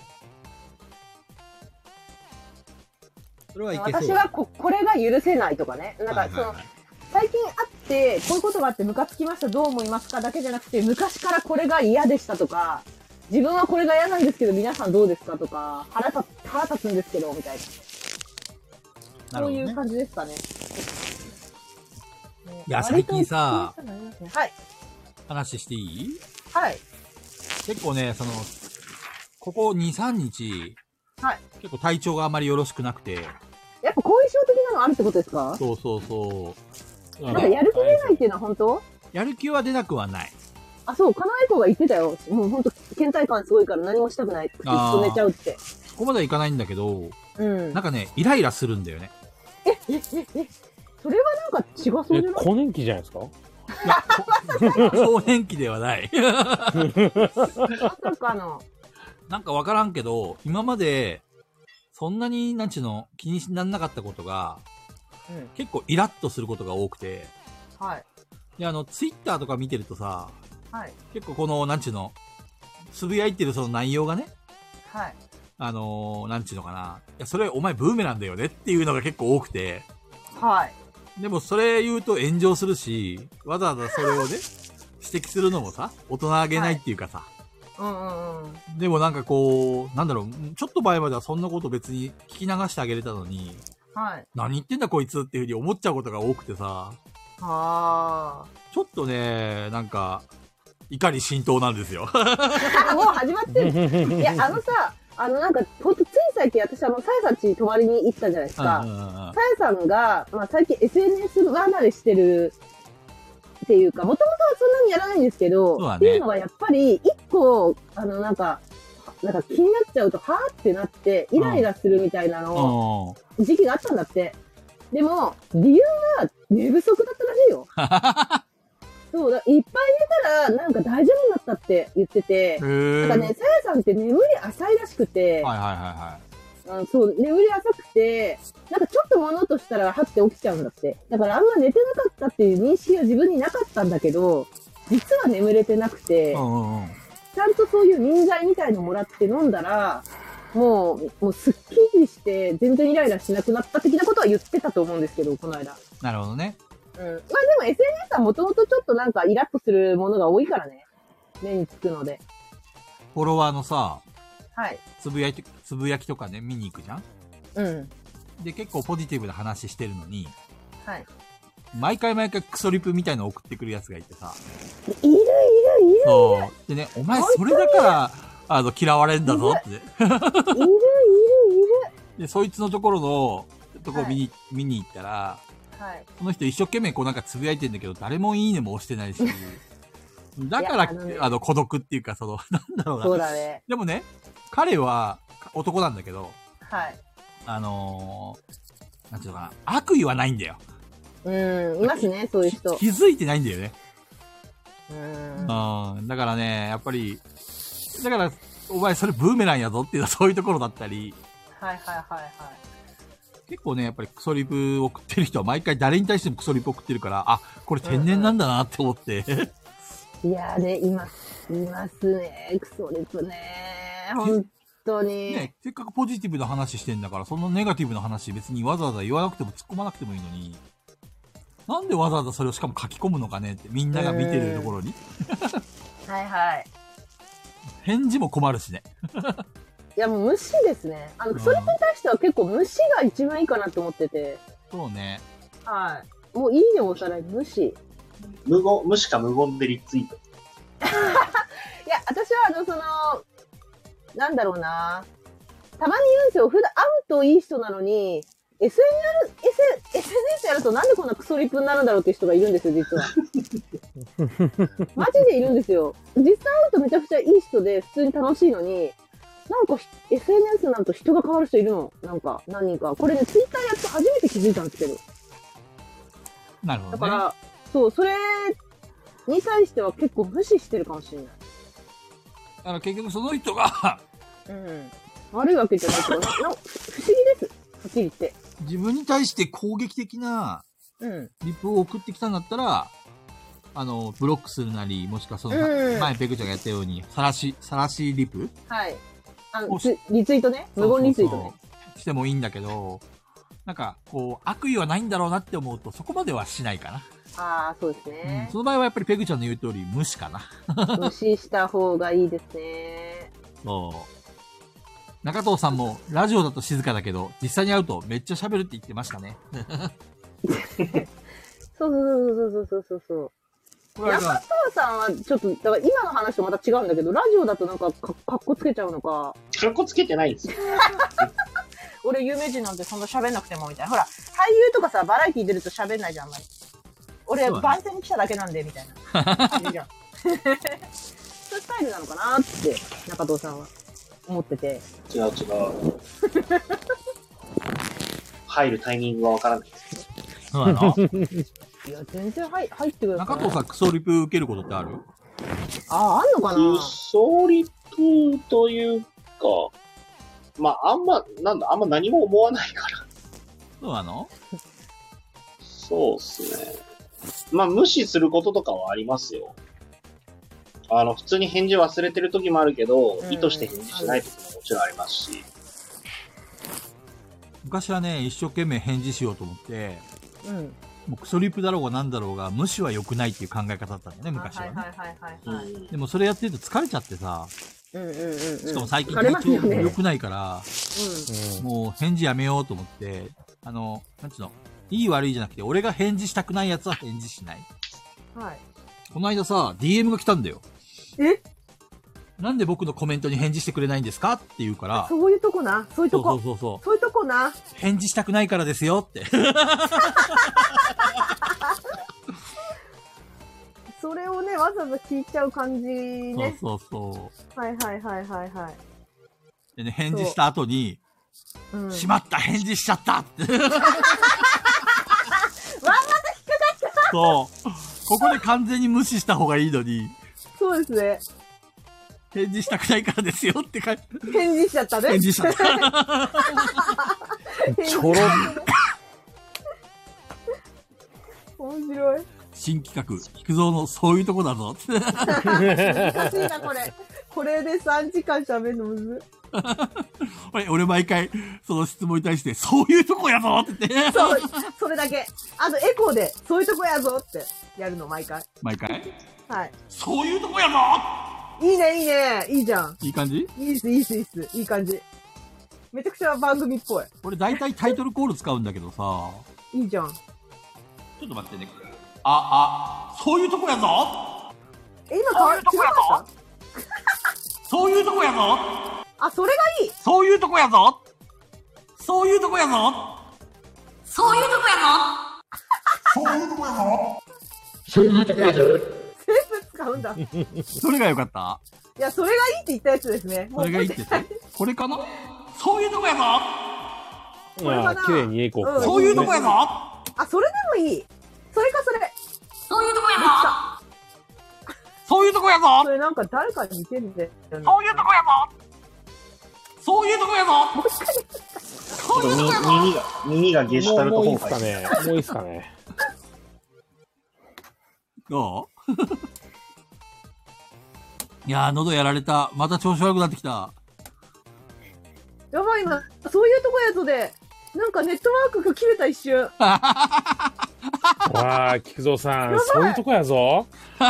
S2: それはいけそう。
S6: 私はここれが許せないとかね。なん
S2: は
S6: か
S2: い
S6: そ
S2: はいは
S6: の
S2: い、
S11: 最近あって、こういうことがあってムカつきました、どう思いますかだけじゃなくて、昔からこれが嫌でしたとか、
S6: 自分はこれが嫌なんですけど、皆さんどうですかとか、腹立つ腹立つんですけど、みたい
S2: なる
S6: な。そ
S2: ほど
S6: ういう
S2: ね。
S6: 感じですかね。
S2: いや、最近さ、
S6: はい。
S2: 話していい
S6: はい。
S2: 結構ね、その、ここ2、3日、
S6: はい。
S2: 結構体調があまりよろしくなくて、
S6: やっぱ後遺症的なのあるってことですか
S2: そうそうそう。
S3: うん
S6: なんかやる気出ないっていうのは本当
S2: やる気は出なくはない。
S6: あ、そう、かなえ子が言ってたよ。もう本当倦怠感すごいから何もしたくない。口
S2: あー
S6: 止めちゃうって。
S2: そこまではいかないんだけど、
S6: うん。
S2: なんかね、イライラするんだよね。
S6: え、え、え、え、それはなんか違そうじゃ
S3: え、
S6: ない
S3: 更年期じゃないですか
S2: 更年期ではない。
S6: まさかの。
S2: なんかわからんけど、今まで、そんなに、なんちゅうの、気にならなかったことが、
S6: うん
S2: 結構イラッとすることが多くて、
S6: はい。
S2: で、あの、ツイッターとか見てるとさ、
S6: はい。
S2: 結構この、なんちゅうの、つぶやいてるその内容がね、
S6: はい。
S2: あのーなんちゅうのかな、いや、それお前ブーメなんだよねっていうのが結構多くて、
S6: はい。
S2: でもそれ言うと炎上するし、わざわざそれをね、指摘するのもさ、大人げないっていうかさ、
S6: うんうんうん。
S2: でもなんかこう、なんだろう、ちょっと前まではそんなこと別に聞き流してあげれたのに、
S6: はい。
S2: 何言ってんだこいつっていうふうに思っちゃうことが多くてさ、
S6: は
S2: ちょっとね、なんか、怒り浸透なんですよ。
S6: あ。もう始まってる。いや、あのさ、あのなんか、ほんとつい最近私あの、さやさんち泊まりに行ったじゃないです
S2: う
S6: か。
S2: んうんうん
S6: さやさんが、まあ、最近 SNS 離れしてるっていうか、もともとはそんなにやらないんですけど、
S2: そうだね
S6: っていうのはやっぱり、一個、あの、なんか、なんか気になっちゃうと、はーってなって、イライラするみたいなの、
S2: うん
S6: 時期があったんだって。でも、理由は寝不足だったらし いよ。そうだ、いっぱい寝たら、なんか大丈夫になったって言ってて、
S2: へ
S6: なん
S2: え。
S6: かね、さやさんって眠り浅いらしくて、
S2: はいはいは
S6: あのそう、眠り浅くて、なんかちょっと物音したら、はって起きちゃうんだって。だからあんま寝てなかったっていう認識が自分になかったんだけど、実は眠れてなくて、
S2: いはい。うんうんうん。
S6: ちゃんとそういう眠剤みたいのもらって飲んだら、もう、もうすっきりして、全然イライラしなくなった的なことは言ってたと思うんですけど、この間。
S2: なるほどね。
S6: うん。まあでも SNS はもともとちょっとなんかイラッとするものが多いからね。目につくので。
S2: フォロワーのさ、
S6: はい。
S2: つぶやき、つぶやきとかね、見に行くじゃん
S6: うん。
S2: で、結構ポジティブな話してるのに、
S6: はい。
S2: 毎回毎回クソリプみたいの送ってくるやつがいてさ、
S6: いるいるいる
S2: そう。でね、お前それだから、あの、嫌われんだぞって。
S6: いるいるいる。
S2: で、そいつのところの、とこ見に、見に行ったら、
S6: はい。
S2: その人一生懸命こうなんかつぶやいてんだけど、誰もいいねも押して ないし、だから、
S6: いやあのね
S2: あの、孤独っていうか、その、 なんだろ
S6: そうう
S2: な。
S6: だね。
S2: でもね、彼はか男なんだけど、
S6: はい。
S2: あのー、なんていうのかな、悪意はないんだよ。
S6: うん、いますね、そういう人。
S2: 気づいてないんだよね。
S6: うん。
S2: うん。だからね、やっぱり、だから、お前それブーメランやぞっていうのはそういうところだったり、
S6: はいはいはいは
S2: 結構ね、やっぱりクソリプ送ってる人は毎回誰に対してもクソリプ送ってるから、あ、これ天然なんだなって思って。
S6: い。いやーね、います。いますね。クソリプね。本当に。
S2: ね、せっかくポジティブな話してんだから、そのネガティブな話別にわざわざ言わなくても突っ込まなくてもいいのに、なんでわざわざそれをしかも書き込むのかねって、みんなが見てるところに。
S6: はいはい。
S2: 返事も困るしね。
S6: いや、もう無視ですね。あの、クソリプに対しては結構無視が一番いいかなと思ってて。
S2: そうね。
S6: はい。もういいねを押さない、無視。
S5: 無言、無視か無言でリツイート。
S6: いや、私はあの、その、なんだろうな。たまに言うんですよ。普段会うといい人なのに、
S12: SNR S SNS やるとなんでこんなクソリプになるんだろうっていう人がいるんですよ、実は。マジでいるんですよ。実際会うとめちゃくちゃいい人で、普通に楽しいのに、なんかひ SNS なんと人が変わる人いるの。なんか、何人か。これね、ツイッターやって初めて気づいたんですけど。
S2: なるほ
S12: だか
S2: どね。
S12: ら、そう、それに対しては結構無視してるかもしれない。
S2: あの結局その人が
S12: うん。悪いわけじゃないけど、なな不思議です。はっきり言って。
S2: 自分に対して攻撃的な
S12: うん。
S2: リプを送ってきたんだったら、あの、ブロックするなり、もしくはその、
S12: うん
S2: 前ペグちゃんがやったように、さらし、さらしリプ
S12: はい。あの、
S2: お
S12: つリツイートね。無言リツイートね。
S2: そうそうそうしてもいいんだけど、なんか、こう、悪意はないんだろうなって思うと、そこまではしないかな。
S12: ああ、そうです
S2: うん
S12: ね。
S2: その場合はやっぱりペグちゃんの言う通り、無視かな。
S12: 無視した方がいいですね。
S2: そう。中藤さんも、ラジオだと静かだけど、実際に会うとめっちゃ喋るって言ってましたね。
S12: そうそうそうそうそうそうそう。
S2: これあれ
S12: 中
S2: か
S12: 藤さんはちょっと、だから今の話とまた違うんだけど、ラジオだとなんかかかっこつけちゃうのか。
S5: かっこつけてないんですよ。
S6: 俺有名人なんてそんな喋んなくてもみたいな。ほら、俳優とかさ、バラエティ出ると喋んないじゃん、あんまり。
S2: そ
S6: 俺、
S2: うだね
S6: 番宣に来ただけなんで、みたいな。いいじゃん
S12: そういうスタイルなのかなって、中藤さんは思ってて。
S5: 違う違う。入るタイミングがわからない。
S2: そうなの
S12: いや、全然入入ってくる
S2: 中藤さん、クソリプ受けることってある
S12: ああ、あんのかな
S5: ゆそりプというか、まあ、あんま、なんだ、あんま何も思わないから。
S2: そうなの
S5: そうっすね。まあ、無視することとかはありますよ。あの、普通に返事忘れてる時もあるけど、
S12: うん
S5: 意図して返事しない時ももちろんありますし。
S2: 昔はね、一生懸命返事しようと思って、
S12: うん。
S2: もうクソリプだろうがなんだろうが、無視は良くないっていう考え方だったんだよね、昔はね。
S6: はいはいはいはいはい。
S2: でもそれやってると疲れちゃってさ、
S12: うんうんうんうん。
S2: しかも最近
S12: 疲れま
S2: 体
S12: すよ
S2: 調
S12: ね。
S2: 良くないから、
S12: う
S2: もう返事やめようと思って、あの、なんちゅうの、いい悪いじゃなくて、俺が返事したくないやつは返事しない。
S6: はい。
S2: この間さ、DM が来たんだよ。
S6: え
S2: なんで僕のコメントに返事してくれないんですかって言うから、
S6: そういうとこな。そういう
S2: そ
S6: と
S2: うそう。
S6: こ
S2: そうそ
S6: そういうとこな。
S2: う、返事したくないからですよって。
S6: それをね、わざわざ聞いちゃう感
S2: そ
S6: じ
S2: う
S6: ね。
S2: そうそ
S6: はいはいはいはいは
S2: う。
S6: い。
S2: でね、返事した後に、
S6: うん。
S2: しまった返事しちゃったって。わんまが引っかかったそう。ここで完全に無視した方がいいのに、
S6: そうですね。
S2: 返事したくないからですよって書いて、
S6: 返事しちゃったね。
S2: 返事しちゃった。
S6: 返事
S3: ちょろ
S6: 面白い。
S2: 新企画、菊蔵のそういうとこだぞ。
S6: 難しいな、これ。これで3時間喋るのむずい。
S2: 俺、俺毎回、その質問に対して、そういうとこやぞって言って、
S6: そう、それだけ。あと、エコーで、そういうとこやぞって、やるの、毎回。
S2: 毎回、
S6: はい。
S2: そういうとこやぞ
S6: いいね、いいね。いいじゃん。
S2: いい感じ
S6: いいっす、いいっす、いいっす。いい感じ。めちゃくちゃ番組っぽい。
S2: 俺大体タイトルコール使うんだけどさ、ちょ
S6: いいじゃん。
S2: っと待ってね。あ、あ、そういうとこやぞ
S6: え、今変わる、違いました
S2: そういうとこやぞ
S6: あ、それがいい
S2: そういうとこやぞそういうとこやぞそういうとこやぞ
S6: 全部使うん だ。い
S2: どれが良かった
S6: や、それがいいって言ったやつですね。も
S2: そうれがいいって言って。これかなそういうとこやぞ
S6: これ
S3: ま
S6: か
S3: あ
S6: な、
S3: 綺麗にエコー
S6: うん
S2: そういうとこやぞ
S6: あ、それでもいい。それかそれ。
S2: そういうとこやぞそういうとこやぞ
S6: それなんか誰かに似てるんだよね。
S2: そういうとこやぞそういうとこやぞそう
S5: ち
S2: い
S5: ょ
S2: う
S5: っ
S2: と
S5: と
S2: こ
S5: み
S2: やぞ
S5: 耳が、耳がゲシュタル
S3: も
S5: ト
S3: うもういい
S5: 崩
S3: っすか
S5: 壊。
S3: ね。もういいっすかね。
S2: どう いやー、喉やられた。また調子悪くなってきた。
S6: やばい、今、そういうとこやぞで、なんかネットワークが切れ た一瞬。
S3: わあ、菊蔵さん、そういうとこやぞ。
S6: で、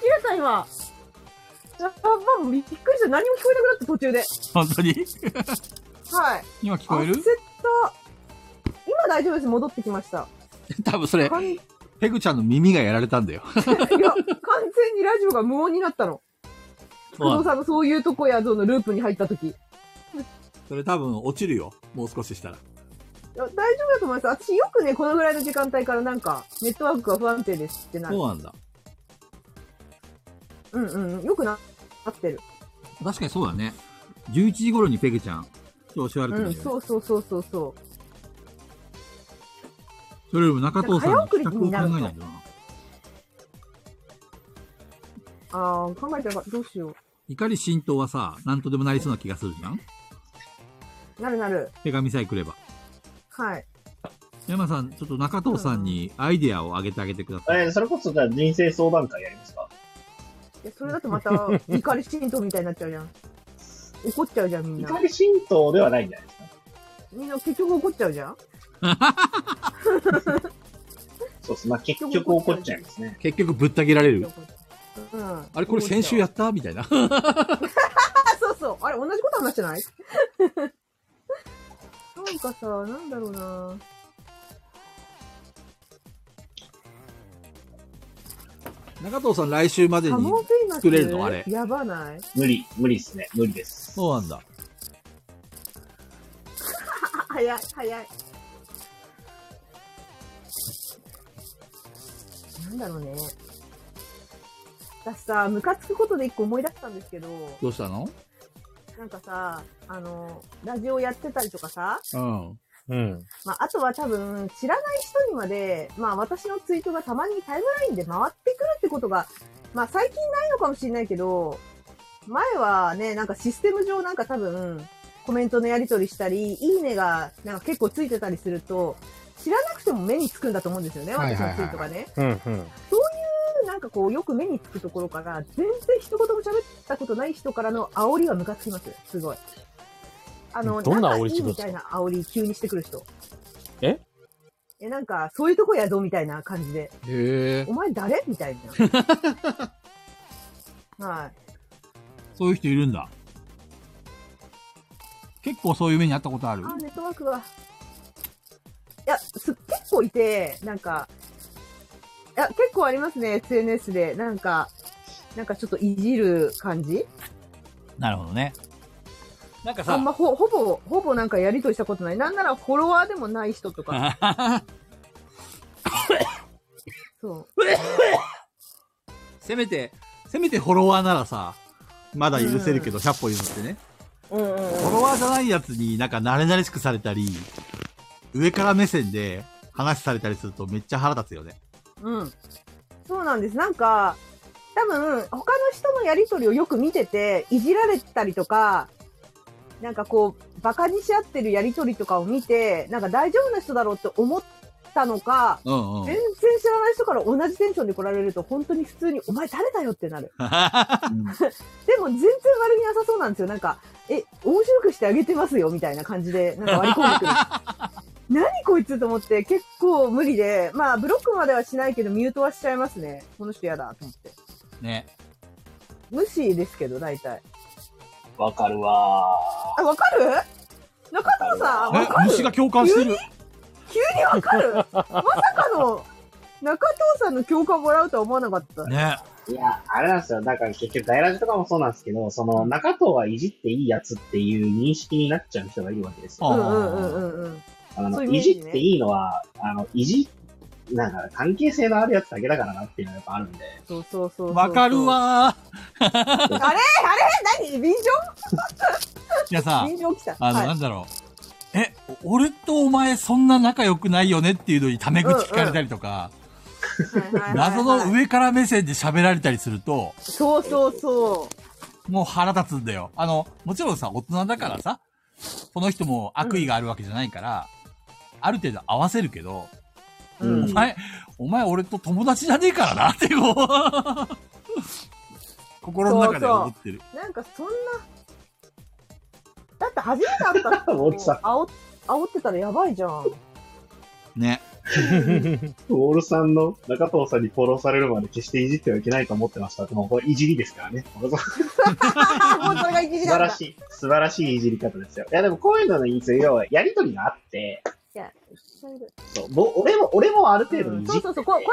S6: 切れた今。やっぱびっくりした。何も聞こえなくなった途中で。
S2: 本当に
S6: はい。
S2: 今聞こえる
S6: 焦った。今大丈夫です。戻ってきました。
S2: 多分それ、
S6: 完いや
S2: ペグちゃんの耳がやられたんだよ。
S6: 完全にラジオが無音になったの。
S2: そ
S6: 工藤さんのそういうとこやぞのループに入った時。
S2: れ多分落ちるよ。もう少ししたら。
S6: いや大丈夫だと思います。私よくね、このぐらいの時間帯からなんか、ネットワークが不安定ですってなる。
S2: そうなんだ。
S6: うんうん。よくな、なってる。
S2: 確かにそうだね。11時頃にペグちゃん、調子悪くな
S6: う
S2: る
S6: ん、
S2: よね。
S6: そうそうそうそうそ
S2: それよりも中藤さんの企画を考えないとな。
S6: う。ああ、考えたらどうしよ
S2: 怒り浸透はさ、なんとでもなりそうな気がするじゃん
S6: う。なるなる。
S2: 手紙さえくれば。
S6: はい。
S2: 山さん、ちょっと中藤さんにアイデアをあげてあげてください。
S5: えーそれこそじゃあ人生相談会やりますか
S6: いやそれだとま た、怒り浸透みたいになっちゃうじゃん。怒っちゃうじゃん、みんな。
S5: 怒り神道ではないんじゃないですか
S6: みんな結局怒っちゃうじゃん。
S5: そうです。まあ結局怒っちゃいますね。
S10: 結局ぶった切られる。
S6: うん。
S10: あれこれ先週やったみたい な。
S6: あ、そうそう。あれ、同じこと話してない なんかさ、なんだろうな。
S10: 中藤さん来週まで
S6: カ
S10: に
S6: モン。フェイマス
S10: 作れるのあれ
S6: やばない
S5: 無理、無理ですね。無理です。
S10: そうなんだ。
S6: あ、早い、早い。なんだろうね。私さ、ムカつくことで一個思い出したんですけど、
S10: どうしたの
S6: なんかさ、あの、ラジオやってたりとかさ、
S10: うん。
S3: うん。
S6: まあ、あとは多分、知らない人にまで、まあ、私のツイートがたまにタイムラインで回ってくるってことが、まあ、最近ないのかもしれないけど、前はね、なんかシステム上なんか多分、コメントのやり取りしたり、いいねがなんか結構ついてたりすると、知らなくても目につくんだと思うんですよね、
S10: はい
S6: 私
S10: はいはい
S6: のツイートがね。
S3: うん。うん。
S6: なんかこう、よく目につくところから、全然一言も喋ったことない人からの煽りはムカつきます。すごい。あの、
S3: どんな煽り
S6: 仲いい
S3: するんで
S6: み
S3: すか
S6: たいな煽り急にしてくる人。
S3: え
S6: え、なんか、そういうとこやぞみたいな感じで。
S10: へえ。
S6: お前誰みたい な。はい。
S10: そういう人いるんだ。結構そういう目にあったことある。
S6: あ、ネットワークが。いや、す結構いて、なんか、いや、結構ありますね、SNS で。なんか、なんかちょっといじる感じ
S10: なるほどね。なんか
S6: あ
S10: さ
S6: ん、まほほぼ、ほぼなんかやりとりしたことない。なんならフォロワーでもない人とか。 そう。
S10: せめて、せめてフォロワーならさ、まだ許せるけど100歩譲ってね。
S6: うんうん
S10: フォロワーじゃないやつになんか慣れ慣れしくされたり、上から目線で話されたりするとめっちゃ腹立つよね。
S6: うん。うん。そうなんです。なんか、多分、他の人のやりとりをよく見てて、いじられたりとか、なんかこう、バカにし合ってるやりとりとかを見て、なんか大丈夫な人だろうって思ったのか、
S10: うんうん。
S6: 全然知らない人から同じテンションで来られると、本当に普通に、お前誰だよってなる。でも全然悪気なさそうなんですよ。なんか、え、面白くしてあげてますよ、みたいな感じで、なんか割り込んでくる。 何こいつと思って、結構無理で、まあ、ブロックまではしないけど、ミュートはしちゃいますね。この人やだ、と思って。
S10: ね。
S6: 無視ですけど、大体。
S5: わかるわ
S6: あ、わかる中藤さん、わか
S10: え、
S6: る
S10: 虫が共感してる。
S6: 急にわかるまさかの、中藤さんの共感もらうとは思わなかった。
S10: ね。
S5: ー。いや、あれなんですよ。だから結局、ガイラジとかもそうなんですけど、その、中藤はいじっていいやつっていう認識になっちゃう人がいるわけですよ。
S6: う
S10: あ
S6: んうんうんうんうん。
S5: あの
S6: そういうイメ
S5: い
S6: ー
S5: じ
S6: ジね
S5: っていいのは、あの、いじ、なんか関係性のあるやつだけだからなっていうのがやっぱあるんで。
S6: そうそうそうそう。
S10: わかる。わー。
S6: あれあれ何便
S10: いや
S6: 乗
S10: さ、
S6: 便乗来た。
S10: あの、
S6: はい
S10: なんだろう。え、お俺とお前そんな仲良くないよねっていうのにタメ口聞かれたりとか、
S6: はいはいはいはい
S10: 謎の上から目線で喋られたりすると、
S6: そうそうそう。
S10: もう腹立つんだよ。あの、もちろんさ、大人だからさ、その人も悪意があるわけじゃないから、ある程度合わせるけど、
S6: うん
S10: お前、お前俺と友達じゃねえからなって こう、心の中で思ってる。
S6: なんかそんな、だって初めて 会った人
S5: 大きさ
S6: 煽っ煽ってたらやばいじ ゃん。
S10: ね。
S5: ウォールさんの中藤さんにフォローされるまで決していじってはいけないと思ってました。でもこれいじりですからね。
S6: もうそれが一時
S5: 素晴
S6: だった。
S5: らしい、素晴らしいいじり方ですよ。いや、でもこういうののいいですよ。要は、やりとりがあって、
S6: いやそういう
S5: そうぼ俺も、俺もある程度
S6: う
S5: い
S6: ん
S5: じ
S6: そう
S5: って、
S6: そうそう、こうこうや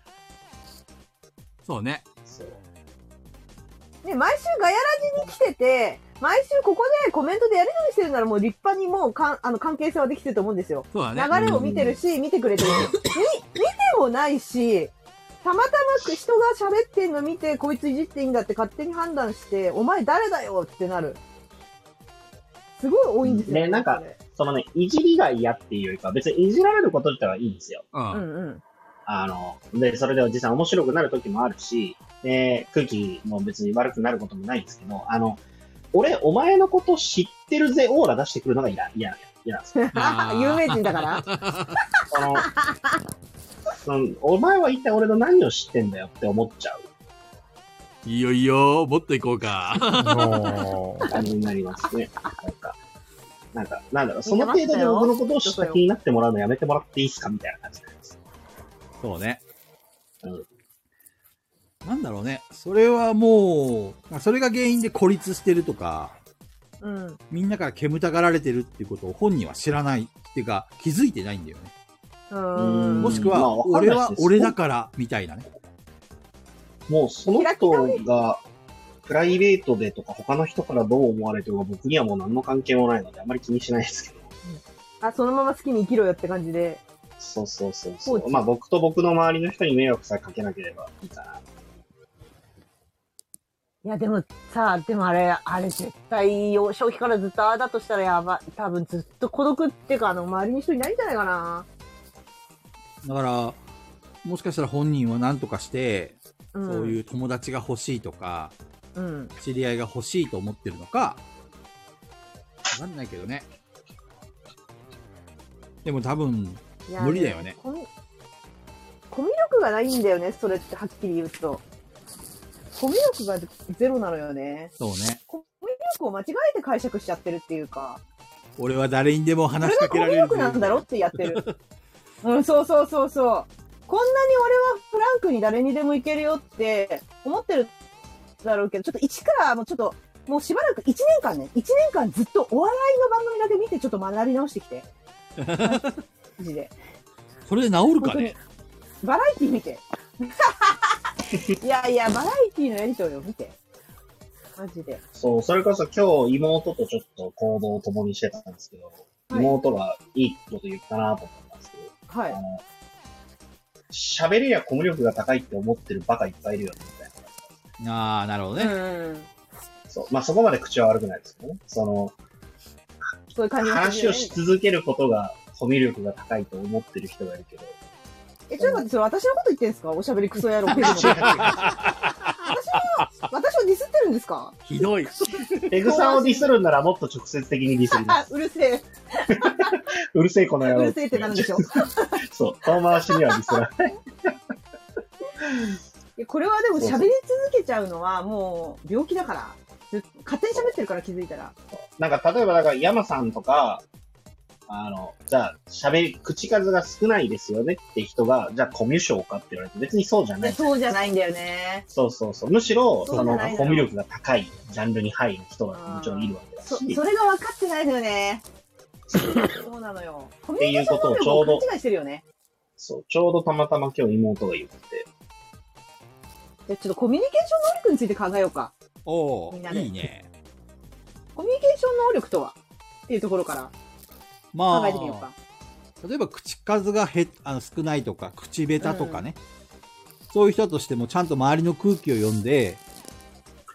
S6: ってね、
S10: そうね。
S5: そう
S6: ね、毎週ガヤラジに来てて、毎週ここでコメントでやり取りしてるならもう立派にもうかんあの関係性はできてると思うんですよ。
S2: そうだね
S6: 流れを見てるし、見てくれ てるし。み、見てもないし、たまたま人が喋ってんの見て、こいついじっていいんだって勝手に判断して、お前誰だよってなる。すごい多いんですよ
S5: ね、なんか、そのね、いじりが嫌っていうよりかは、別にいじられること自体はいいんですよ。
S2: う。
S6: うんんうん。
S5: あの、で、それでは実際面白くなる時もあるし、で、空気も別に悪くなることもないんですけど、あの、俺、お前のこと知ってるぜ、オーラ出してくるのが嫌、嫌、嫌なんですよ。
S2: あー
S6: 有名人だから。
S5: その、そのお前は一体俺の何を知ってんだよって思っちゃう
S2: いいよいいよ、もっと行こうか。
S3: もう
S5: 感じになりますね。なんか、なんか、なんだろう、その程度で僕のことを知った気になってもらうのやめてもらっていいですかみたいな感じになります。
S2: そうね。
S5: うん
S2: なんだろうね。それはもう、それが原因で孤立してるとか、
S6: うん。
S2: みんなから煙たがられてるっていうことを本人は知らないっていうか、気づいてないんだよね。
S6: うん。
S2: もしく
S5: ま
S2: は
S5: あ、わかん
S2: 俺
S5: ないです
S2: は俺だから、みたいなね。
S5: もうその人が、プライベートでとか他の人からどう思われてるか僕にはもう何の関係もないのであまり気にしないですけど。
S6: あ、そのまま好きに生きろよって感じで。
S5: そうそうそうそ。
S6: そうう
S5: まあ僕と僕の周りの人に迷惑さえかけなければいいかな。
S6: いや、でもさ、でもあれ、あれ絶対よ、消費からずっとああだとしたらやばい。多分ずっと孤独っていうか、あの、周りに人いないんじゃないかな。
S2: だから、もしかしたら本人は何とかして、
S6: うん、。
S2: そういうう友達が欲しいとか、
S6: うん。
S2: 知り合いが欲しいと思ってるのか、わかんないけどね。でも多分、
S6: いや
S2: 無理だよね。
S6: コミコミュ力がないんだよね、それってはっきり言うと。コミュ力がゼロなのよね。
S2: そうね。
S6: コミュ力を間違えて解釈しちゃってるっていうか、
S2: 俺は誰にでも
S6: そ
S2: 話
S6: れ
S2: しか
S6: が
S2: け
S6: コ
S2: ら
S6: ミ
S2: れ
S6: ュ
S2: る。
S6: 力なんだろってやっ てる。うん、そうそうそうそう。こんなに俺はフランクに誰にでもいけるよって思ってるだろうけど、ちょっと一からもうちょっと、もうしばらく1年間ね、1年間ずっとお笑いの番組だけ見てちょっと学び直して きて。マジで。
S2: それで治るかね
S6: バラエティ見て。 いやいや、バラエティのやりとりを見て。マジで。
S5: そう、それこそ今日妹とちょっと行動を共にしてたんですけど、
S6: はい
S5: 妹がいいこと言ったなと思ったんですけど、
S6: はい
S5: あ。の、喋りやコミュ力が高いって思ってるバカいっぱいいるよね、みたいな。
S2: ああ、なるほど
S6: う
S2: ね。
S6: ん。
S5: そう。まあ、そこまで口は悪くないですけどね。その、
S6: そういう感じ
S5: 話をし続けることが、コミュ力が高いと思ってる人がいるけど。
S6: え、ちょっと待って、それ私のこと言ってんですかおしゃべりクソ野郎。ペグのこ と
S5: 違う
S6: 私をディスってるんですか
S2: ひどい。
S5: 違うペグさんをディスるんならもっと直接的にディスりま
S6: あ、
S5: す。
S6: うるせえ。
S5: うるせえ、この野
S6: う
S5: 郎。
S6: るせえってなるんでしょ。い
S5: そう。遠回しにはディスらない。
S6: やこれはでも喋り続けちゃうのはもう病気だから。ず勝手に喋ってるから気づいたら。
S5: なんか、例えば、だから、山さんとか、あの、じゃあ、喋り、口数が少ないですよねって人が、じゃあ、コミュ障かって言われて、別にそうじゃ
S6: い
S5: な
S6: や
S5: い。
S6: そうじゃないんだよね。
S5: そうそうそう。むしろ、
S6: そう
S5: そ
S6: じゃな
S5: の、
S6: いのよ
S5: コミュ力が高いジャンルに入る人がもちろんいるわけだし。
S6: そ、それが分かってないの よね。そうなのよ。コミュニケーション能力を勘違いしてるよね。
S5: そう、ちょうどたまたま今日妹が言ってて、
S6: じゃあちょっとコミュニケーション能力について考えようか。
S2: おお
S6: みんな、で
S2: いいね。
S6: コミュニケーション能力とはっていうところから
S2: ま
S6: 考えてみよう
S2: あ
S6: か。、
S2: 例えば口数がへあの少ないとか、口下手とかね、そういう人だとしても、ちゃんと周りの空気を読んで、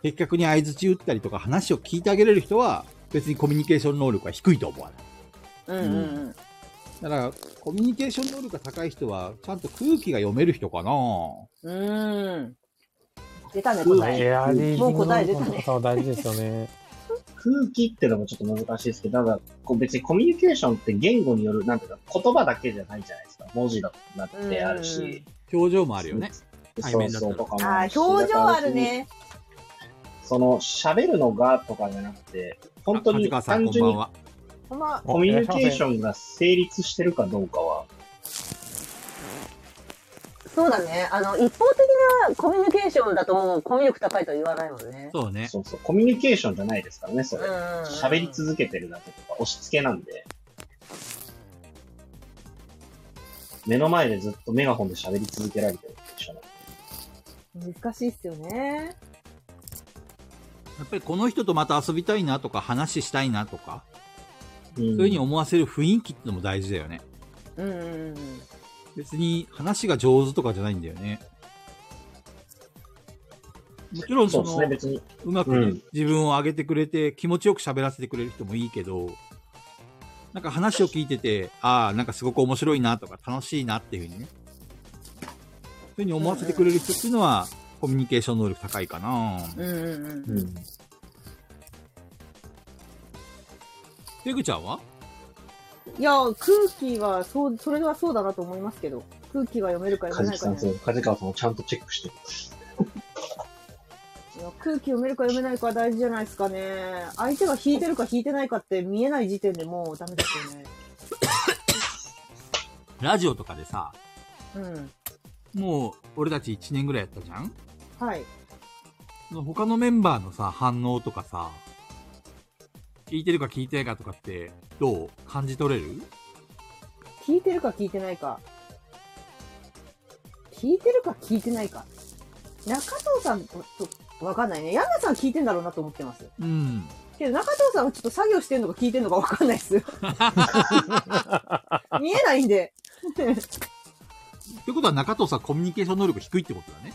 S2: 的確に相づち打ったりとか、話を聞いてあげれる人は、別にコミュニケーション能力は低いと思わない。
S6: うんうんうん。
S2: だから、コミュニケーション能力が高い人は、ちゃんと空気が読める人かな
S6: うーん。出たね、答え。
S3: やり
S6: もう答え出たね
S3: の方は大事ですよね。
S5: 空気ってのもちょっと難しいですけど、だからこう別にコミュニケーションって言語による、なんていうか、言葉だけじゃないじゃないですか。文字だってあるし。
S2: 表情もあるよね。対
S5: そう
S2: 面だった
S5: そう
S2: ら
S5: とかも
S6: あ
S5: るし
S6: あ、表情ある。ね。
S5: その、喋るのがとかじゃなくて、本当
S2: あ
S5: に
S2: 梶川さん
S5: 単
S2: こん
S5: 純
S2: ば
S5: に
S2: んは。
S6: ほんま、
S5: コミュニケーシ
S3: ン。
S5: ョンが成立してるかどうかは、
S13: そうだね。あの、一方的なコミュニケーションだともうコミュ力高いとは言わないもんね。
S2: そうね。
S5: そうそう、コミュニケーションじゃないですからね、それ。喋
S13: 喋
S5: り続けてるだけとか、押し付けなんで。目の前でずっとメガホンで喋り続けられてると一緒なんで
S6: 難しいっすよね。
S2: やっぱりこの人とまた遊びたいなとか話したいなとか、
S5: そういう
S2: そういうふうに思わせる雰囲気ってのも大事だよね。
S6: うんうん
S2: 別に話が上手とかじゃないんだよね。もちろん
S5: そ
S2: そう
S5: ですね、
S2: の、
S5: 別
S2: う
S5: に。
S2: まく
S5: うん
S2: 自分を上げてくれて、気持ちよく喋らせてくれる人もいいけど、なんか話を聞いてて、ああ、なんかすごく面白いなとか楽しいなっていうふうにね。そういうふうに思わせてくれる人っていうのは、コミュニケーション能力高いかな。
S6: うんうんうんうん。
S5: うん。
S2: ペグちゃんはい
S6: や、空気は、そう、それはそうだなと思いますけど、空気は読めるか読
S5: カ
S6: め
S5: ジ
S6: ない
S5: キ
S6: か
S5: さん、
S6: ね、
S5: そう、カジカワさんをちゃんとチェックしてる。
S6: いや空気読めるか読めないかは大事じゃないですかね。相手が引いてるか引いてないかって見えない時点でもうダメですよね。
S2: ラジオとかでさ、
S6: うん。
S2: もう俺たち1年ぐらいやったじゃん
S6: はい。
S2: その他のメンバーのさ、反応とかさ、聞いてるか聞いてないかとかって、どう感じ取れる
S6: 聞いてるか聞いてないか。聞いてるか聞いてないか。中藤さんと、とわかんないね。ヤンナさん聞いてんだろうなと思ってます。
S2: うん。
S6: けど中藤さんはちょっと作業してんのか聞いてんのかわかんないです。見えないんで。
S2: ってことは中藤さんコミュニケーション能力低いってことだね。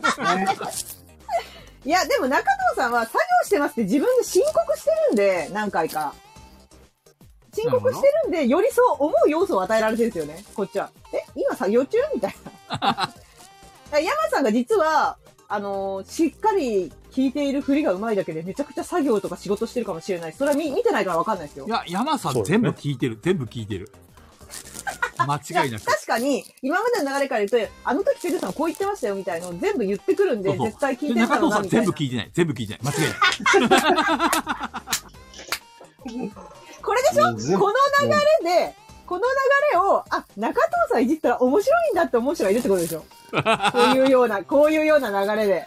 S6: いや、でも中藤さんは作業してますって自分で申告してるんで、何回か。申告してるんで、よりそう思う要素を与えられてるんですよね、こっちは。え、今作業中みたい な。山さんが実は、あのーしっかり聞いている振りがうまいだけで、めちゃくちゃ作業とか仕事してるかもしれない。それは見見てないからわかんないですよ
S2: い。や、山さ
S3: そ
S2: ん
S3: うですね
S2: 全部聞いてる。全部聞いてる。間違いなく。
S6: 確かに、今までの流れから言うと、あの時ペグさんこう言ってましたよみたいのを全部言ってくるんで、
S2: そうそう
S6: 絶対聞い
S2: で
S6: てるだ
S2: 中
S6: ろう
S2: 藤さ
S6: な
S2: ん
S6: みたい
S2: 全
S6: な
S2: 部。聞いてない。全部聞いてない。間違いない。
S6: これでしょ
S5: うん
S6: この流れで、この流れを、あ、中藤さんいじったら面白いんだって思う人がいるってことでしょこういうような、こういうような流れで。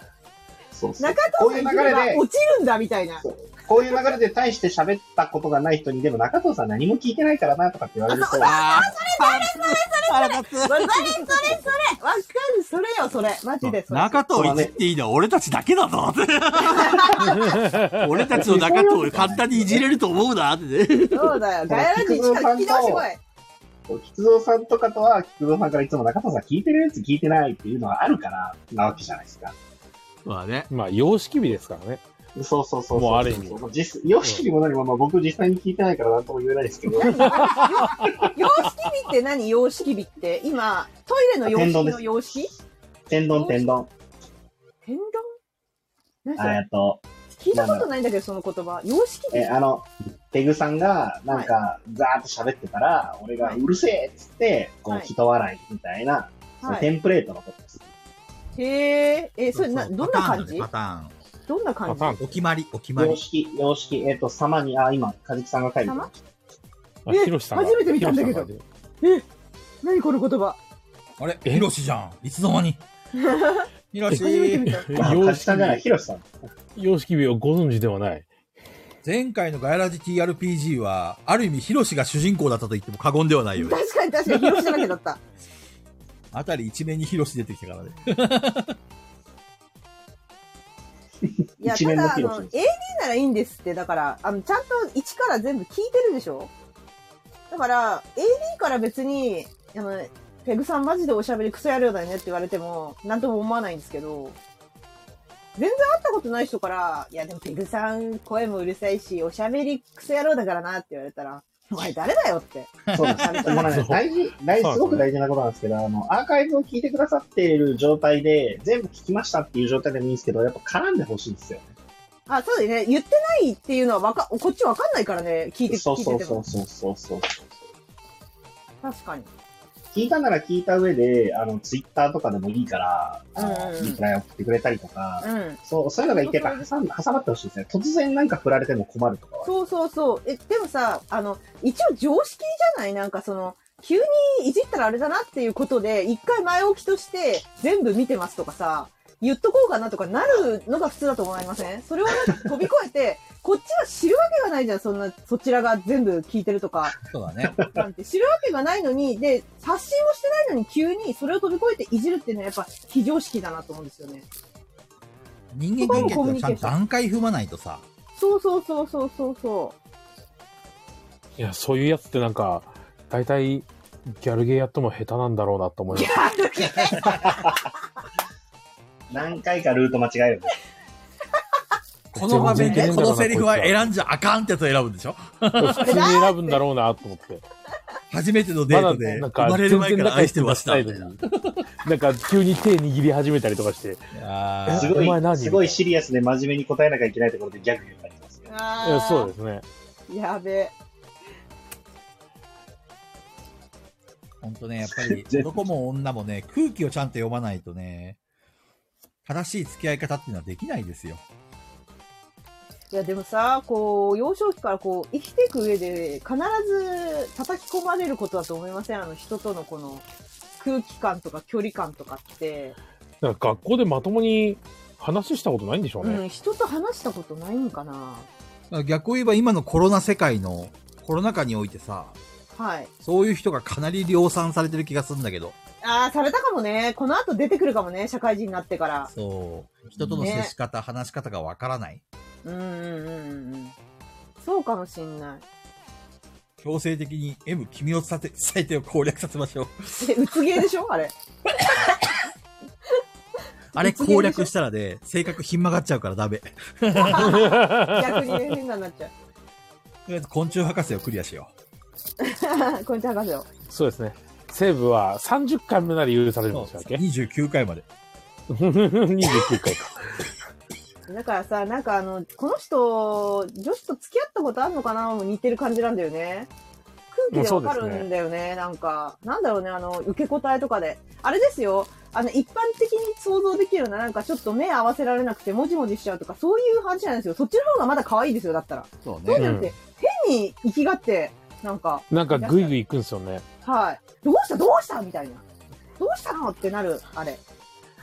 S5: そうそう
S6: 中
S5: こう
S6: 藤
S5: い
S6: さ
S5: うん
S6: い
S5: 流
S6: じれば
S5: れで、
S6: 落ちるんだみたいな。
S5: そうこういう流れで大して喋ったことがない人に、でも中藤さん何も聞いてないからなとかって言われると、
S2: ああ、それそれそれ
S6: それそれそれわかる、それよ、それ。マジで、それ。
S2: 中藤いじっていいのは俺たちだけだぞ俺たちの中藤を簡単にいじれると思うなってね。
S6: そうだよ。ガヤラジ一から聞き直してこい。
S5: 菊蔵さんとかとは、菊蔵さんからいつも中藤さん聞いてるやつ聞いてないっていうのはあるから、なわけじゃないですか。
S2: まあね。
S3: まあ、様式日ですからね。
S5: そうそうそうそう。
S3: もうある意味
S5: そう実様式にも何も、まあ僕実際に聞いてないからなんとも言えないですけど、
S6: 様式日って何様式日って。今、トイレの様
S5: 天
S6: 式
S5: 丼で
S6: の
S5: す
S6: 様式
S5: 天丼天丼。
S6: 天丼何そ
S5: あえ
S6: れ
S5: っと、
S6: 聞いたことないんだけど、その言葉。様式
S5: え、
S6: 日
S5: あの、ペグさんが、なんか、ザーッと喋ってたら、俺が
S6: はいう
S5: るせえっつって、こ
S6: は
S5: う、
S6: い
S5: 人笑いみたいな、その
S6: は
S5: テ
S6: い。
S5: ンプレートのことです。
S6: へえ、え、それな、どんな感じ
S2: パターンだね
S6: どんな
S3: パ
S6: 感じ
S3: ターン
S2: パターン。お決まり、お決まり
S5: 様。式、様式、えっ、と、様に、あ、今、かじきさんが書いて
S6: 様
S5: る。
S3: あ
S6: え
S3: ヒロシさんが。
S6: 初めて見たんだけど
S3: ヒロシさが
S6: 何この言葉。
S2: あれヒロシじゃん。いつの間 に。ヒロ
S6: 初めて
S2: シ、
S6: 見た。
S5: あ
S3: 様
S5: かじき
S3: 式
S5: さんじゃない、
S3: 日。
S5: ひろ しさん。
S3: 様式日をご存知ではない。
S2: 前回のガヤラジ TRPG は、ある意味ヒロシが主人公だったと言っても過言ではないよね。
S6: 確かに確かに、広島だけだった。
S2: あたり一面にヒロシ出てきたからね。
S6: いや、
S5: 一
S6: た
S5: 面の
S6: だ、あ
S5: 広
S6: の、
S5: 島
S6: AD ならいいんですって、だから、あの、ちゃんと1から全部聞いてるでしょだから、AD から別に、あの、ペグさんマジでおしゃべりクソ野郎だよねって言われても、なんとも思わないんですけど、全然会ったことない人から、いや、でもペグさん声もうるさいし、おしゃべりクソ野郎だからなって言われたら、お前誰だよって。
S5: そうなんです。でもね
S3: そう
S5: 大事、
S3: そ
S5: 大
S3: うなんですね
S5: 事、すごく大事なことなんですけど、あの、アーカイブを聞いてくださっている状態で、全部聞きましたっていう状態でもいいんですけど、やっぱ絡んでほしいんですよ。
S6: あ、そうだよね。言ってないっていうのはわか、こっちわかんないからね。聞いて、
S5: そう
S6: 聞い
S5: そ
S6: て
S5: う
S6: て
S5: そう
S6: も。
S5: そうそうそう。
S6: 確かに。
S5: 聞いたなら聞いた上で、あの、ツイッターとかでもいいから、あ
S6: うんう
S5: の、
S6: ん
S5: リプライ送ってくれたりとか、
S6: うん。
S5: そう、そういうのがいけば挟ん挟まってほしいですね。突然なんか振られても困るとかは。
S6: そうそうそう。え、でもさ、あの、一応常識じゃないなんかその、急にいじったらあれだなっていうことで、一回前置きとして全部見てますとかさ、言っとこうかなとかなるのが普通だと思いませんそれをなんか飛び越えて、 こっちは知るわけがないじゃん、そんな、そちらが全部聞いてるとか。
S2: そう だね。
S6: なんて知るわけがないのに、で、発信をしてないのに急にそれを飛び越えていじるっていうのはやっぱ非常識だなと思うんですよね。
S2: 人間関係ってのはちゃんと段階踏まないとさ、
S6: そうそうそうそうそうそ
S3: いや、そういうやつってなんか、大体、ギャルゲーやっても下手なんだろうなと思います。
S5: 何回かルート間違える。
S14: この場面で、
S3: 全然
S14: このセリフは
S3: 全然
S14: 選んじゃあかんってやつを選ぶんでしょ
S3: 普通に選ぶんだろうなと思って。
S14: 初めてのデ
S3: ま
S14: ー
S3: だ
S14: トで、
S3: な
S14: 生
S3: んか、
S14: まれる前から愛してました。
S3: 全然仲良くなってないのに なんか、急に手握り始めたりとかして。
S2: あ
S3: え
S2: ー
S5: す
S3: お前
S5: ご
S3: 何
S5: い、すごいシリアスで真面目に答えなきゃいけないところでギャグ言うたりとかする
S3: い
S6: う。
S3: や
S6: あ
S3: そうですね。
S6: す。やべえ。
S2: ほんとね、やっぱ り
S5: 全然
S2: 男も女もね、空気をちゃんと読まないとね、正しい付き合い方っていうのはできないですよ。
S6: いやでもさ、こう、幼少期からこう、生きていく上で、必ず叩き込まれることだと思いませんあの人とのこの空気感とか距離感とかって。
S3: なんか、学校でまともに話したことないんでしょうね。
S6: うん、人と話したことないんかな
S2: だから逆を言えば今のコロナ世界の、コロナ禍においてさ、
S6: はい。
S2: そういう人がかなり量産されてる気がするんだけど、
S6: ああ、されたかもね。この後出てくるかもね、社会人になってから。
S2: そう、人との接し方、話し方がわからない。
S6: うんうんうんうん。そうかもしんない。
S2: 強制的に M 君をさて最低を攻略させましょう。
S6: え、うつゲーでしょあ れ。
S2: あれ攻略したらね、性格ひん曲がっちゃうからダメ。
S6: 逆に変なになっちゃ
S2: とりあえず昆虫博士をクリアしよ
S6: う。 こんにちは、博士よ。
S3: そうですね。西武は30回目なら許され
S2: う。
S3: るん
S2: そう
S3: でしたっけ
S2: 29回まで。
S3: ?29 回か。
S6: だからさ、なんかあの、この人、女子と付き合ったことあんのかなも似てる感じなんだよね。空気でわか
S3: うんそうです
S6: る
S3: ね
S6: んだよね、なんか。なんだろうね、あの、受け答えとかで。あれですよ、あの、一般的に想像できるような、なんかちょっと目合わせられなくて、もじもじしちゃうとか、そういう話なんですよ。そっちの方がまだ可愛いですよ、だったら。
S2: そう
S6: そう
S2: ね。
S6: じゃなくて、変に生きがって、なんか、
S3: なんか、ぐいぐい行くんですよね。
S6: はい。どうしたどうしたみたいな。どうしたのってなる、あれ。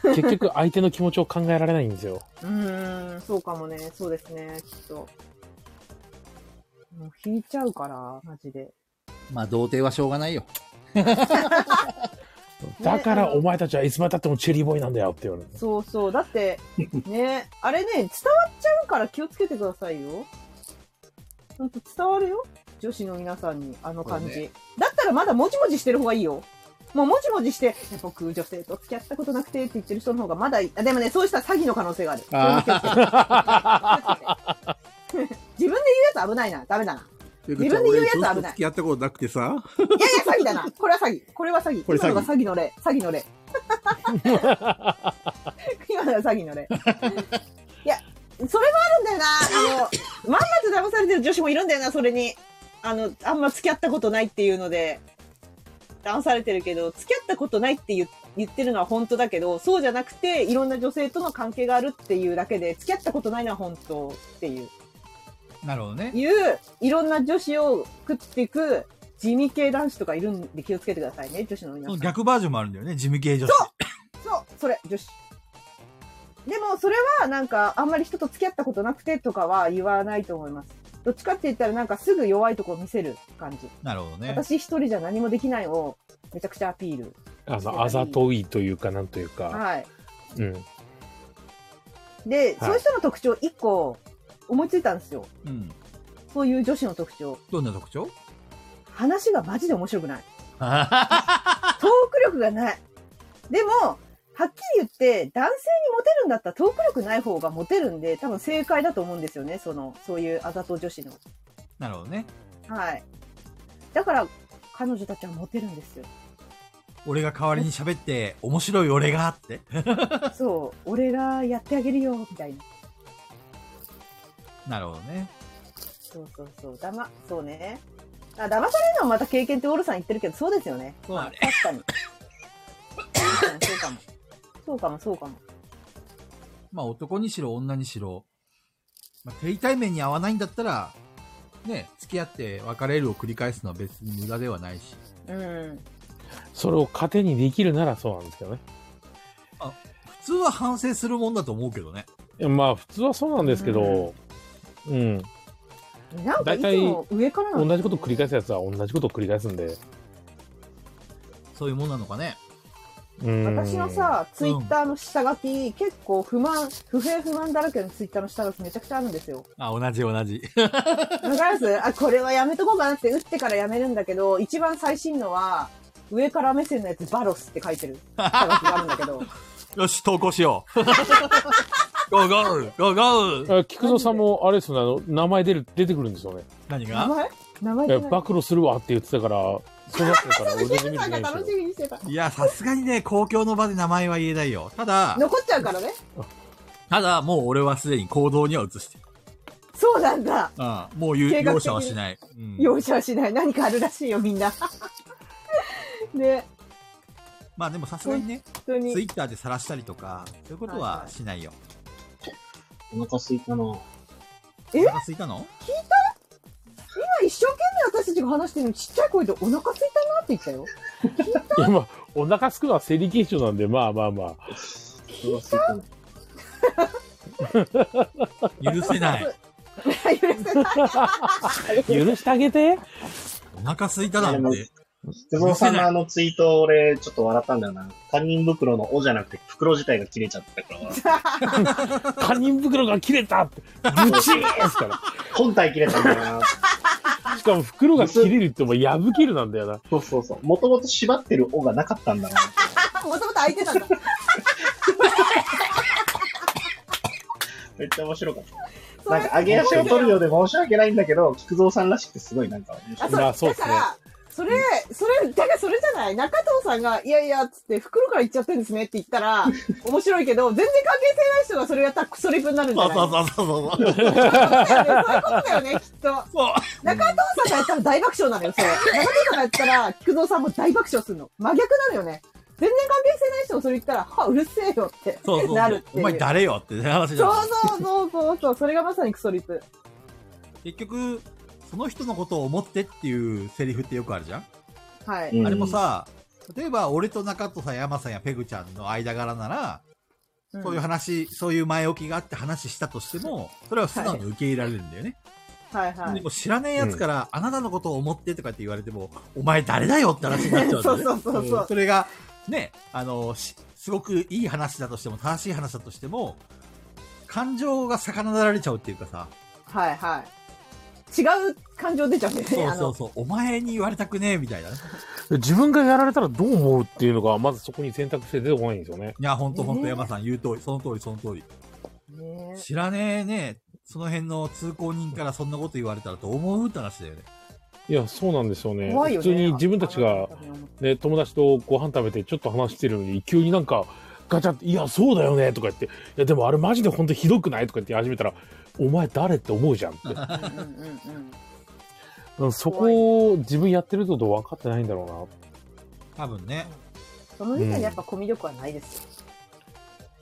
S3: 結局、相手の気持ちを考えられないんですよ。
S6: うーん、そうかもね。そうですね、きっと。もう引いちゃうから、マジで。
S2: まあ童貞はしょうがないよ。
S3: だから、お前たちはいつまでたってもチェリーボーイなんだよって言われる。
S6: そうそう。だって、ね、 あれね、伝わっちゃうから気をつけてくださいよ。ほんと伝わるよ。女子の皆さんに、あの感じ。
S2: そう
S6: だったらまだもちもちしてる方がいいよ。もうもちもちして、いや僕、女性と付き合ったことなくてって言ってる人の方がまだいい、あでもね、そうしたら詐欺の可能性がある。
S2: あ
S6: それも気をつけて 自分で言うやつ危ないな。ダメだな。
S2: 自
S6: 分で言うやつ危な
S2: 付
S6: い
S2: き合ったことなくてさ、
S6: いやいや、詐欺だな。これは詐欺。これは詐欺。
S2: これ詐欺
S6: 今のが詐欺の例。詐欺 の例。今のが詐欺の例。いや、それもあるんだよな。あの、まんまと騙されてる女子もいるんだよな、それに。あの、あんま付き合ったことないっていうので、騙されてるけど、付き合ったことないって言言ってるのは本当だけど、そうじゃなくて、いろんな女性との関係があるっていうだけで、付き合ったことないのは本当っていう。
S2: なるほどね。
S6: いう、いろんな女子を食っていく、地味系男子とかいるんで気をつけてくださいね、女子の皆さん。そう、
S2: 逆バージョンもあるんだよね、事務系女子。
S6: それ、女子。でも、それはなんか、あんまり人と付き合ったことなくてとかは言わないと思います。どっちかって言ったらなんかすぐ弱いとこ見せる感じ。
S2: なるほどね。
S6: 私一人じゃ何もできないを、めちゃくちゃアピール。
S3: あの、あざといというか、なんというか。
S6: はい。
S3: うん。
S6: で、そういう人の特徴一個思いついたんですよ。
S2: うん。
S6: そういう女子の特徴。
S2: どんな特徴
S6: 話がマジで面白くない。
S2: あ
S6: トーク力がない。でも、はっきり言って、男性にモテるんだったらトーク力ない方がモテるんで、多分正解だと思うんですよね。その、そういうあざと女子の。
S2: なるほどね。
S6: はい。だから、彼女たちはモテるんですよ。
S2: 俺が代わりに喋って、面白い俺がって。
S6: そう、俺がやってあげるよ、みたいな。
S2: なるほどね。
S6: そうそうそう、だま、そうね。あ、騙されるのはまた経験ってオールさん言ってるけど、そうですよね。
S2: そうだね。
S6: 確かに。そうかも、そうかも。そうかも、
S2: まあ男にしろ女にしろ、まあ、手痛い目に合わないんだったら、ね、付き合って別れるを繰り返すのは別に無駄ではないし、
S6: そうかも。うん。
S3: それを糧にできるならそうなんですけどね。
S2: 普通は反省するもんだと思うけどね。
S3: いやまあ、普通はそうなんですけど、うん。
S6: なんかいつも上からなん
S3: 同
S6: ですよね
S3: じことを繰り返すやつは同じことを繰り返すんで、
S2: そういうもんなのかね。
S3: うん
S6: 私のさ、ツイッターの下書き、結構不満、不平不満だらけのツイッターの下書きめちゃくちゃあるんですよ。
S2: あ、同じ同じ。
S6: わかりますあ、これはやめとこうかなって打ってからやめるんだけど、一番最新のは、上から目線のやつバロスって書いてる下書きがあるんだ けど。
S2: よし、投稿しよ う。ゴーゴーゴーゴー
S3: あ菊蔵さんも、あれですよね、あの、名前出る、出てくるんですよね。
S2: 何
S6: 名
S2: が
S6: 前名前
S3: え、
S6: 出ない
S3: 暴露するわって言ってたから、そうなってる から、俺全然見
S6: さ
S3: れ
S6: ん
S3: てない
S6: が
S3: んです
S6: 楽しみにしてた。
S2: いや、さすがにね、公共の場で名前は言えないよ。ただ、
S6: 残っちゃうからね。
S2: ただ、もう俺はすでに行動には移してる。
S6: そうなんだ。
S2: うん。もう言
S6: 計
S2: う
S6: 画的に
S2: 容赦はしない。うん。
S6: 容赦はしない。何かあるらしいよ、みんな。 で、
S2: まあでもさすがにね、
S6: 本当
S2: ツイ
S6: に。
S2: ッターで晒したりとか、そういうことはしないよ。
S5: お腹すいたな。
S6: はいはい
S2: お腹空いたの
S6: 今一生懸命私たちが話してるのにちっちゃい声でお腹空いたなって 言ったよ。
S3: いや、まあ、お腹すくのは生理現象なんで、まあまあ まあ。
S5: お腹すいたな。
S2: 許せ ない。
S3: 許してあげて。
S2: お腹空いたなんて。
S5: 菊蔵さんのあのツイート、俺、ちょっと笑ったんだよな。堪忍袋のおじゃなくて、袋自体が切れちゃったから、
S3: 他人袋が切れたって。ぶちーですか
S5: 本体切れたんだよな。
S3: ら。しかも袋が切れるって、お前破けるなんだよな。
S5: そうそうそう。もともと縛ってる尾がなかったんだな。
S6: もともと空いてたんだ。
S5: めっちゃ面白かった。なんか、上げ足を取るようで申し訳ないんだけど、菊蔵さんらしくてすごいなんか面白
S6: あ、
S5: い。
S6: そう、
S3: まあそうっすね
S6: だから、それ、それ、だからそれじゃない中藤さんが、いやいや、つって、袋から行っちゃってんですねって言った ら、面白いけど、全然関係性ない人がそれやったらクソリプになるんじ ゃ
S2: そう
S6: ない
S2: そう
S6: そう
S2: そうそうそう。
S6: そういうことだよね、きっと。
S2: そう
S6: 中藤さんがやったら大爆笑なのよ、それ。中藤さんがやったら、菊蔵さんも大爆笑するの。真逆なのよね。全然関係性ない人がそれ言ったら、は、うるせえよって、
S2: そうそう
S6: な
S2: そ
S6: るっ
S2: う。
S6: て
S2: お
S6: いう。
S2: 前誰よって話じゃ
S6: そ
S2: ん
S6: う。そうそうそうそう、それがまさにクソリプ。
S2: 結局、その人のことを思ってっていうセリフってよくあるじゃん、
S6: はい。
S5: うん
S2: あれも、さ、例えば俺と中戸さん、山さんやペグちゃんの間柄なら、
S6: うん
S2: そういう話、そういう前置きがあって話したとしても、それは素直に受け入れられるんだよね。
S6: はいは
S2: で
S6: い。
S2: も知らねえやつから、あなたのことを思ってとかって言われても、お前誰だよって話になっちゃ
S6: そううん
S2: だよね。
S6: そうそうそう。
S2: それが、ね、あの、しすごくいい話だとしても、正しい話だとしても、感情が逆なられちゃうっていうかさ、
S6: はいはい。違う感情出ちゃうんだよね。
S2: そう
S6: あ
S2: そう
S6: の
S2: そう、お前に言われたくねえみたいなね。
S3: 自分がやられたらどう思うっていうのが、まずそこに選択して出てこないんですよね。
S2: いや、ほんとほんと、
S6: ね
S2: 山さん言う通り、その通り、その通り。
S6: ね
S2: 知らねえね、その辺の通行人からそんなこと言われたらどう思うって話だよね。
S3: いや、そうなんですよね。
S6: 怖いよね。
S3: 普通に自分たちが、
S6: あ
S3: ね、友達とご飯食べてちょっと話してるのに、急になんか、ガチャって、いや、そうだよね、とか言って、いや、でもあれマジで本当ひどくないとか言って始めたら、お前誰って思うじゃんって。
S6: うんうんうん
S3: うんそこを自分やってること分かってないんだろ
S2: 多分ね。
S6: その時点でやっぱコミュ力はないですよ。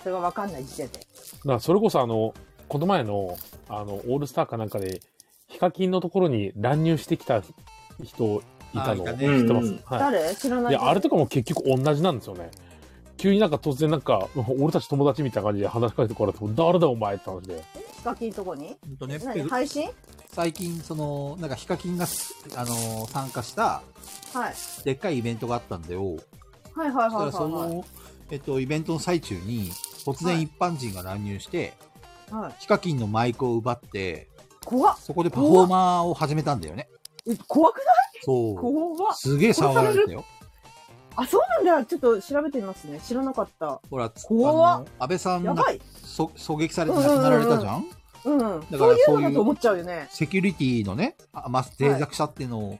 S6: それがわかんない時点で。
S3: うな。だからそれこそあの、この前の、あの、オールスターかなんかで、ヒカキンのところに乱入してきた人いたの
S2: あいた
S3: 知っ
S2: ね
S3: てます。は。
S6: 誰知らないい
S3: い
S6: 人。
S3: や、あれとかも結局同じなんですよね。急になんか突然なんか、俺たち友達みたいな感じで話しかけてこられて、誰だお前って話で。
S6: ヒカキンとこに
S2: ほんとね、ペ
S6: 何
S2: グ
S6: 配信
S10: 最近、その、なんかヒカキンが、あのー参加した、
S6: はい。
S10: でっかいイベントがあったんだよ。
S6: はいは
S10: そ
S6: い
S10: した
S6: はい
S10: らそ
S6: は
S10: の、えっと、イベントの最中に、突
S6: は
S10: 然
S6: い
S10: 一般人が乱入して、
S6: い。はい。
S10: ヒカキンのマイクを奪って、
S6: 怖っ
S10: そこでパフォーマーを始めたんだよね。
S6: え怖くない
S10: そう。
S6: 怖っ
S10: すげえ騒がれてたよ。
S6: あ、そうなんだ。ちょっと調べてみますね。知らなかった。
S10: ほら、つ
S6: 怖
S10: あの安倍さん
S6: や
S10: が
S6: ばい。
S10: そ狙撃されて亡くなられたじゃん
S6: うん。
S10: ら
S6: そういう
S10: そう
S6: の
S10: いう
S6: だと思っちゃうよね。
S10: セキュリティのね、あまあ、脆弱者っていうのを、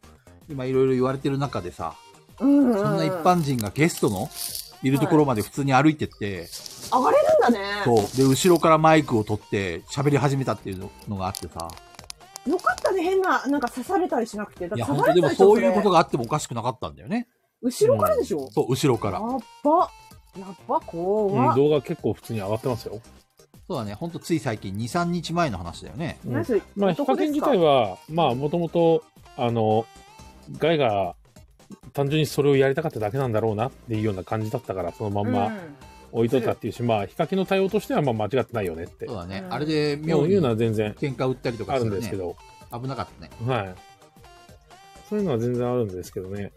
S10: 今いろいろ言われてる中でさ、
S6: うんうんうん。
S10: そんな一般人がゲストのいるところまで普通に歩いてって、
S6: 上がれるんだね。
S10: そう。で、後ろからマイクを取って喋り始めたっていうのがあってさ。
S6: よかったね、変な、なんか刺されたりしなくて。だ
S10: い
S6: って
S10: や、
S6: 刺
S10: 本
S6: さ
S10: 当で
S6: れた
S10: も
S6: り
S10: そういうこと
S6: が。
S10: があってもおかしくなかったんだよね。
S6: 後ろからでしょ、
S10: そう、後ろから。
S6: やっば。やっば、
S3: うん、
S6: 怖っ。
S3: 動画結構普通に上がってますよ。
S10: そうだね。ほんとつい最近、2、3日前の話だよね。
S3: うん
S6: ナイス
S3: まあ、ヒ
S6: 男
S3: カキ
S6: で
S3: ン
S6: す
S3: 自
S6: か
S3: 体は、まあ、もともと、あの、ガイが、単純にそれをやりたかっただけなんだろうなっていうような感じだったから、そのまん
S6: う
S3: ま
S6: ん
S3: 置いといたっていうし、まあ、ヒカキンの対応としては、まあ、間違ってないよねって。
S10: そうだね。
S6: うん
S10: あれで、
S3: 妙
S10: 妙
S3: いう
S10: に
S3: のは全然
S10: 喧嘩売ったりと
S3: あ
S10: か
S3: る
S10: す
S3: ん
S10: る
S3: ですけ
S10: ね。
S3: ど、
S10: 危なかったね。
S3: はい。そういうのは全然あるんですけどね。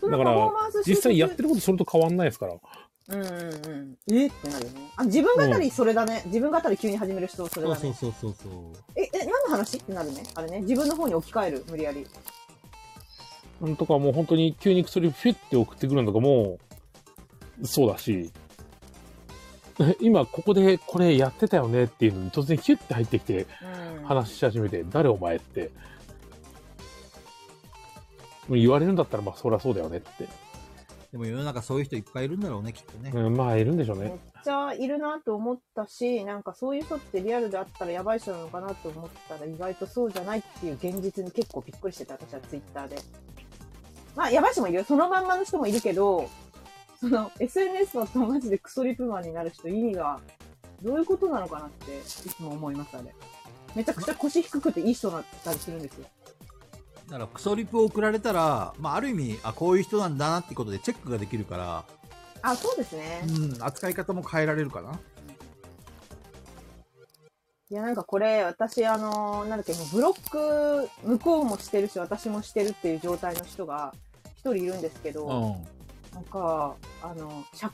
S6: それ
S3: だから
S6: パフォーマンスして
S3: 実際やってることそれと変わんないですから。
S6: うんうんうん。えってなるよね。あ、自分語りそれだね。自分語り急に始める人それ
S10: そう
S6: だ
S10: そ
S6: ね
S10: う。そうそうそう。
S6: え、え、何の話ってなるね。あれね。自分の方に置き換える。無理やり。
S3: うんとかもう本当に急に薬フィュって送ってくるのとかもう、そうだし、え今ここでこれやってたよねっていうのに突然ヒュッて入ってきて
S6: うん。
S3: 話し始めて、誰お前って。もう言われるんだったらまあそりゃそうだよねって。
S10: でも世の中そういう人いっぱいいるんだろうね、きっとね。
S3: うん、まあいるんでしょう
S6: め
S3: ね
S6: っ。ちゃいるなと思ったし、なんかそういう人ってリアルであったらやばい人なのかなと思ったら意外とそうじゃないっていう現実に結構びっくりしてた、私はツイッターで。まあ、やばい人もいるよ。そのまんまの人もいるけど、その SNS だとマジでクソリプマンになる人意味がどういうことなのかなっていつも思います、あれ。めちゃくちゃ腰低くていい人だったりするんですよ。
S10: だから、クソリプを送られたら、まあ、ある意味、あ、こういう人なんだなってことでチェックができるから、
S6: あ、そうですね。
S10: うん、扱い方も変えられるかな。
S6: いや、なんかこれ、私、あのーなんだっけ、もうブロック、向こうもしてるし、私もしてるっていう状態の人が、一人いるんですけど、
S10: ん。
S6: なんか、あの、社交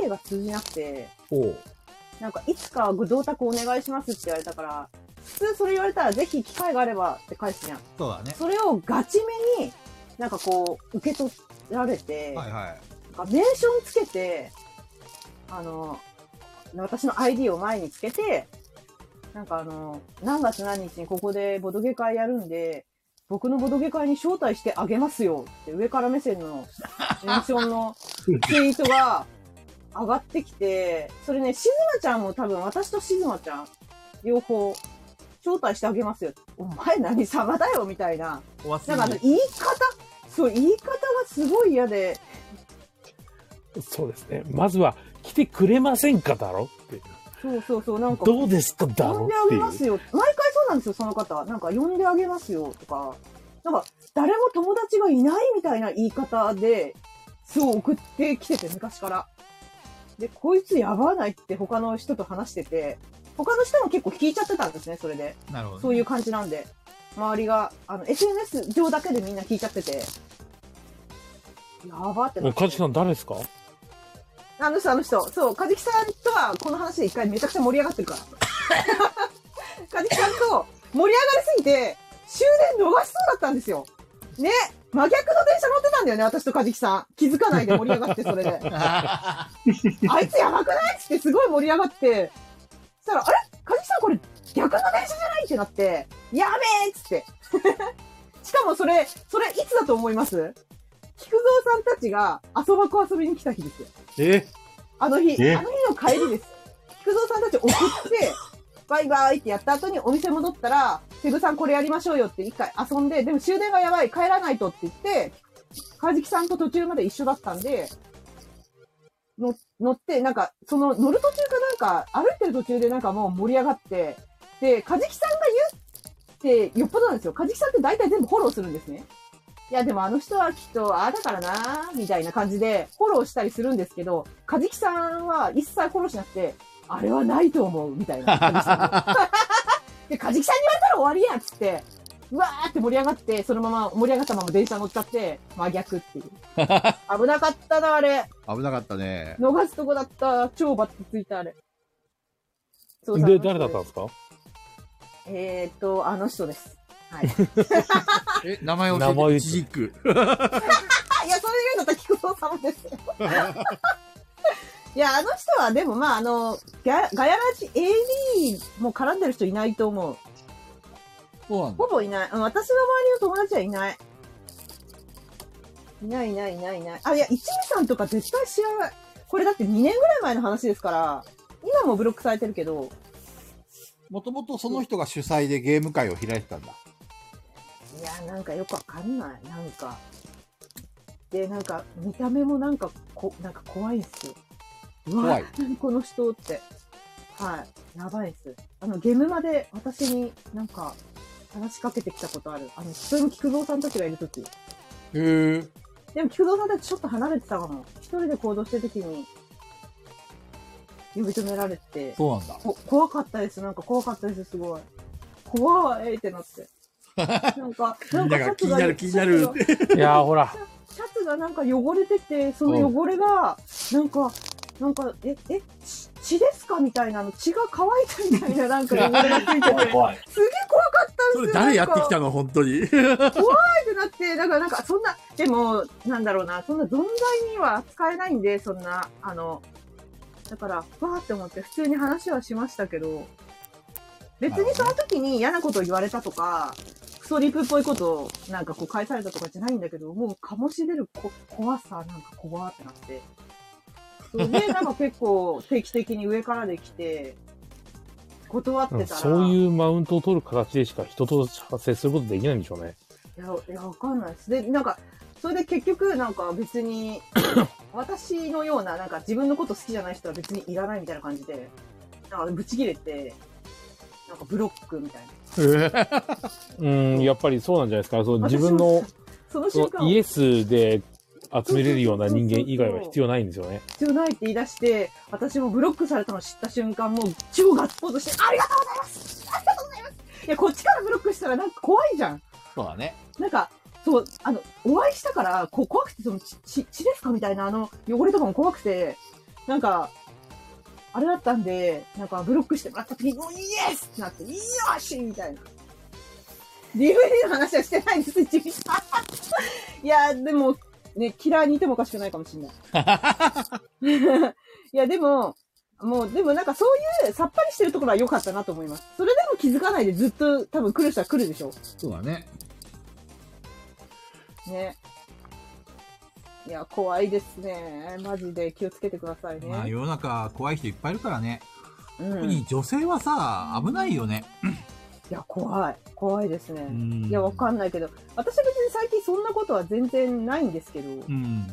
S6: 辞令が通じなくて、
S10: おう。
S6: なんか、いつかご同卓お願いしますって言われたから、普通それ言われたら、ぜひ機会があればって返すじゃん。
S10: そうだね。
S6: それをガチめに、なんかこう、受け取られて、
S10: はいはい。
S6: なんかメーションつけて、あの、私の ID を前につけて、なんかあの、何月何日にここでボドゲ会やるんで、僕のボドゲ会に招待してあげますよって上から目線のメンションのツイートが上がってきて、それね、しずまちゃんも多分私としずまちゃん、両方、招待してあげますよ。お前何様だよみたいな。
S10: お忘
S6: なんかあの
S10: れ
S6: 言い方、そう、言い方がすごい嫌で、
S3: そうですね。まずは来てくれませんかだろっていう。
S6: そうそうそう、なんか、
S3: どうですかだ
S6: 呼
S3: ろ
S6: ん
S3: っ
S6: であ
S3: て
S6: げ
S3: い
S6: ます
S3: う。
S6: よ。毎回そうなんですよ、その方。なんか、呼んであげますよ、とか。なんか、誰も友達がいないみたいな言い方で、そう送ってきてて、昔から。で、こいつやばないって他の人と話してて、他の人も結構聞いちゃってたんですね、それで。
S10: なるほど、ね。
S6: そういう感じなんで。周りが、あの、SNS 上だけでみんな聞いちゃってて。やばってな
S3: え
S6: って
S3: カジキさん誰ですか
S6: あの人、あの人。そう、カジキさんとはこの話で一回めちゃくちゃ盛り上がってるから。カジキさんと盛り上がりすぎて終電逃しそうだったんですよ。ね。真逆の電車乗ってたんだよね、私とカジキさん。気づかないで盛り上がって、それで。あいつやばくないっつってすごい盛り上がって。そしたら、あれカジキさんこれ逆の電車じゃないってなって、やべえっつって。 しかもそれ、それいつだと思います菊蔵さんたちが遊ばこ遊びに来た日ですよ。
S10: え
S6: あの日、
S5: え
S6: あの日の帰りです。菊蔵さんたち送って、バイバイってやった後にお店戻ったら、セブさんこれやりましょうよって一回遊んで、でも終電がやばい、帰らないとって言って、川敷さんと途中まで一緒だったんで、の乗って、なんか、その乗る途中かなんか、歩いてる途中でなんかもう盛り上がって、で、カジキさんが言うって、よっぽどなんですよ。カジキさんって大体全部フォローするんですね。いや、でもあの人はきっと、ああだからなーみたいな感じで、フォローしたりするんですけど、カジキさんは一切フォローしなくて、あれはないと思う、みたいな。カジキさんが で、カジキさんに言われたら終わりやっつって、うわーって盛り上がって、そのまま盛り上がったまま電車乗っちゃって、真逆っていう。危なかったな、あれ。
S10: 危なかったね。
S6: 逃すとこだった。超バッてついた、あれ。そ
S3: で、誰だったんですか
S6: えーっと、あの人です。はい。
S10: え、名前
S3: 名前
S10: を教えて。
S3: 言って
S10: ジジック。
S6: あ、いや、そういうのと菊蔵さんもですよ。 いや、あの人は、でもまあ、あの、ガガヤラジ AD も絡んでる人いないと思う。
S10: そうなんだ。
S6: ほぼいない。うん私の周りの友達はいない。いないいないいないいない。あ、いや、一味さんとか絶対知らない。これだって2年ぐらい前の話ですから、今もブロックされてるけど、
S10: もともとその人が主催でゲーム会を開いてたんだ。
S6: いや、なんかよくわかんない。なんか。で、なんか、見た目もなんか、こ、なんか怖いんすよ。うわ
S10: 怖い。
S6: この人って。はい。やばいっす。あの、ゲームまで私になんか、話しかけてきたことある。あの、それも菊蔵さんたちがいるとき。
S10: へえ。
S6: でも菊蔵さんたちちょっと離れてたかも。一人で行動してるときに、呼び止められて、
S10: そうなんだ。
S6: こ怖かったです。なんか怖かったです。すごい。怖いって なって。なんか、なんかシャ
S10: 気
S6: ツが、
S10: になる気になる
S6: シャツが
S3: いやーほら、
S6: シャツがなんか汚れてて、その汚れが、なんか、なんか、え、え、血血ですかみたいなの、血が乾いたみたいな、なんか汚れがついてて、すげえ
S5: 怖い怖い。
S6: 怖かったんですよ。
S2: それ誰やってきた
S6: の
S2: の、本当に。
S6: 怖いってなって、だからなんか、そんな、でも、なんだろうな、そんな存在には扱えないんで、そんな、あの、だから、わーって思って、普通に話はしましたけど、別にその時に嫌なことを言われたとか、クソリプっぽいことをなんかこう返されたとかじゃないんだけど、もう醸し出るこ怖さ、なんか怖ーってなって。それで、なんか結構定期的に上からできて、断ってたら、
S3: そういうマウントを取る形でしか人と接することできないんでしょうね。
S6: いや、いや、わかんないです。で、なんか、それで結局、なんか別に、私のような、なんか自分のこと好きじゃない人は別にいらないみたいな感じで、なんかブチ切れて、なんかブロックみたいな。
S3: うん、やっぱりそうなんじゃないですか。そう自分の
S6: その
S3: そ
S6: 瞬
S3: の
S6: 間、
S3: イエ
S6: 必
S3: スで集めれるような人間以外は必要ないんですよね。
S6: 要ないって言い出して、私もブロックされたの知った瞬間、もう超ガッツポーズして、ありがとうございますありがとうございますいや、こっちからブロックしたらなんか怖いじゃん。
S15: そうだね。
S6: なんか、そう、あの、お会いしたから、こう怖くて、その、ちち血ですかみたいな、あの、汚れとかも怖くて、なんか、あれだったんで、なんか、ブロックしてもらった時に、おイエスってなって、よーしみたいな。DVD の話はしてないんです、自分 いや、でも、ね、嫌いにいてもおかしくないかもしれない。 いや、でも、もう、でもなんかそういうさっぱりしてるところは良かったなと思います。それでも気づかないでずっと多分来る人は来るでしょ
S15: そうだね。
S6: ね。いや、怖いですね。マジで気をつけてくださいね。
S16: まあ世の中怖い人いっぱいいるからね。
S6: う
S16: 特
S6: ん、い
S16: に女性はさ、危ないよね。
S6: や、怖い。怖いですね。
S16: ん
S6: いや、わかんないけど、私は別に最近そんなことは全然ないんですけど、
S16: うん。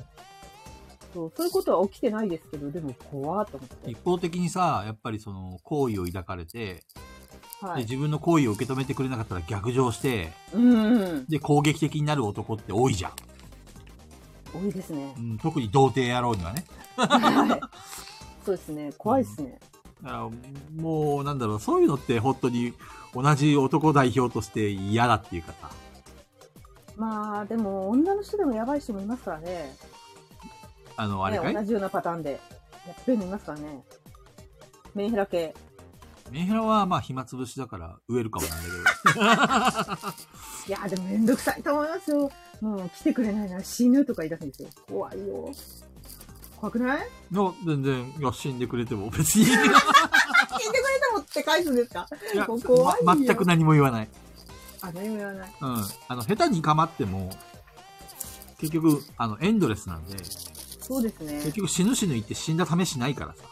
S6: そうそういうことは起きてないですけど、でも怖いと思って。
S16: 一方的にさ、やっぱりその、好意を抱かれて、
S6: は
S16: で
S6: い。
S16: 自分の好意を受け止めてくれなかったら逆上して、
S6: うん。
S16: で、攻撃的になる男って多いじゃん。
S6: 多いですね
S16: う。ん、特に童貞野郎にはね。
S6: はい。そうですね。怖いですね。
S16: だからもう、なんだろう、そういうのって本当に同じ男代表として嫌だっていうかさ。
S6: まあ、でも、女の人でもやばい人もいますからね。
S16: あの、あれか
S6: ね
S16: い、
S6: 同じようなパターンで。やってるのいますからね。メンヘラ系。
S16: メンヘラはまあ暇つぶしだから植えるかもなんだ
S6: いや、でもめんどくさいと思いますよ。もう来てくれないなら死ぬとか言い出すんですよ。怖いよ。怖くない
S16: けど。いや、全然、いや、死んでくれても別 に。い
S6: 聞いてくれたもって返すんですか
S16: や、
S6: もう怖いよ
S16: ま全く何も言わない。
S6: あ、何も言わない。
S16: うん。あの、下手に構っても、結局、あの、エンドレスなんで、
S6: そうですね。
S16: 結局死ぬ死ぬ言って死んだ試しないからさ。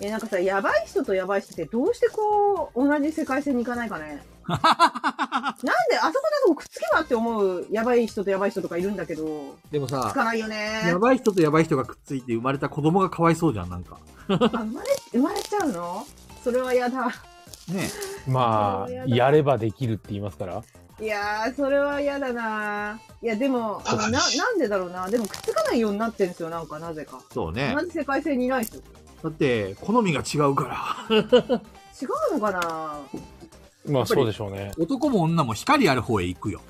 S6: え、なんかさ、やばい人とやばい人ってどうしてこう、同じ世界線に行かない かね。なんで、あそこであそこくっつけばって思う、やばい人とやばい人とかいるんだけど、
S16: でも
S6: つ
S16: さ、
S6: かないよね
S16: や。ばい人とやばい人がくっついて生まれた子供がかわいそうじゃん、なんか。
S6: あ生まれ、生まれちゃうのそれは嫌だ。
S16: ね
S3: まあ、やればできるって言いますから。
S6: いやー、それは嫌だなー。いや、でも、あのな、なんでだろうな。でも、くっつかないようになってるんですよ、なんか、なぜか。
S16: そうね
S6: 同。じ世界線にいないですよ。
S16: だって、好みが違うから。
S6: 違うのか
S3: ま
S6: な
S3: あ
S16: ぱり
S3: そうでしょうね。
S16: 男も女も光ある方へ行くよ。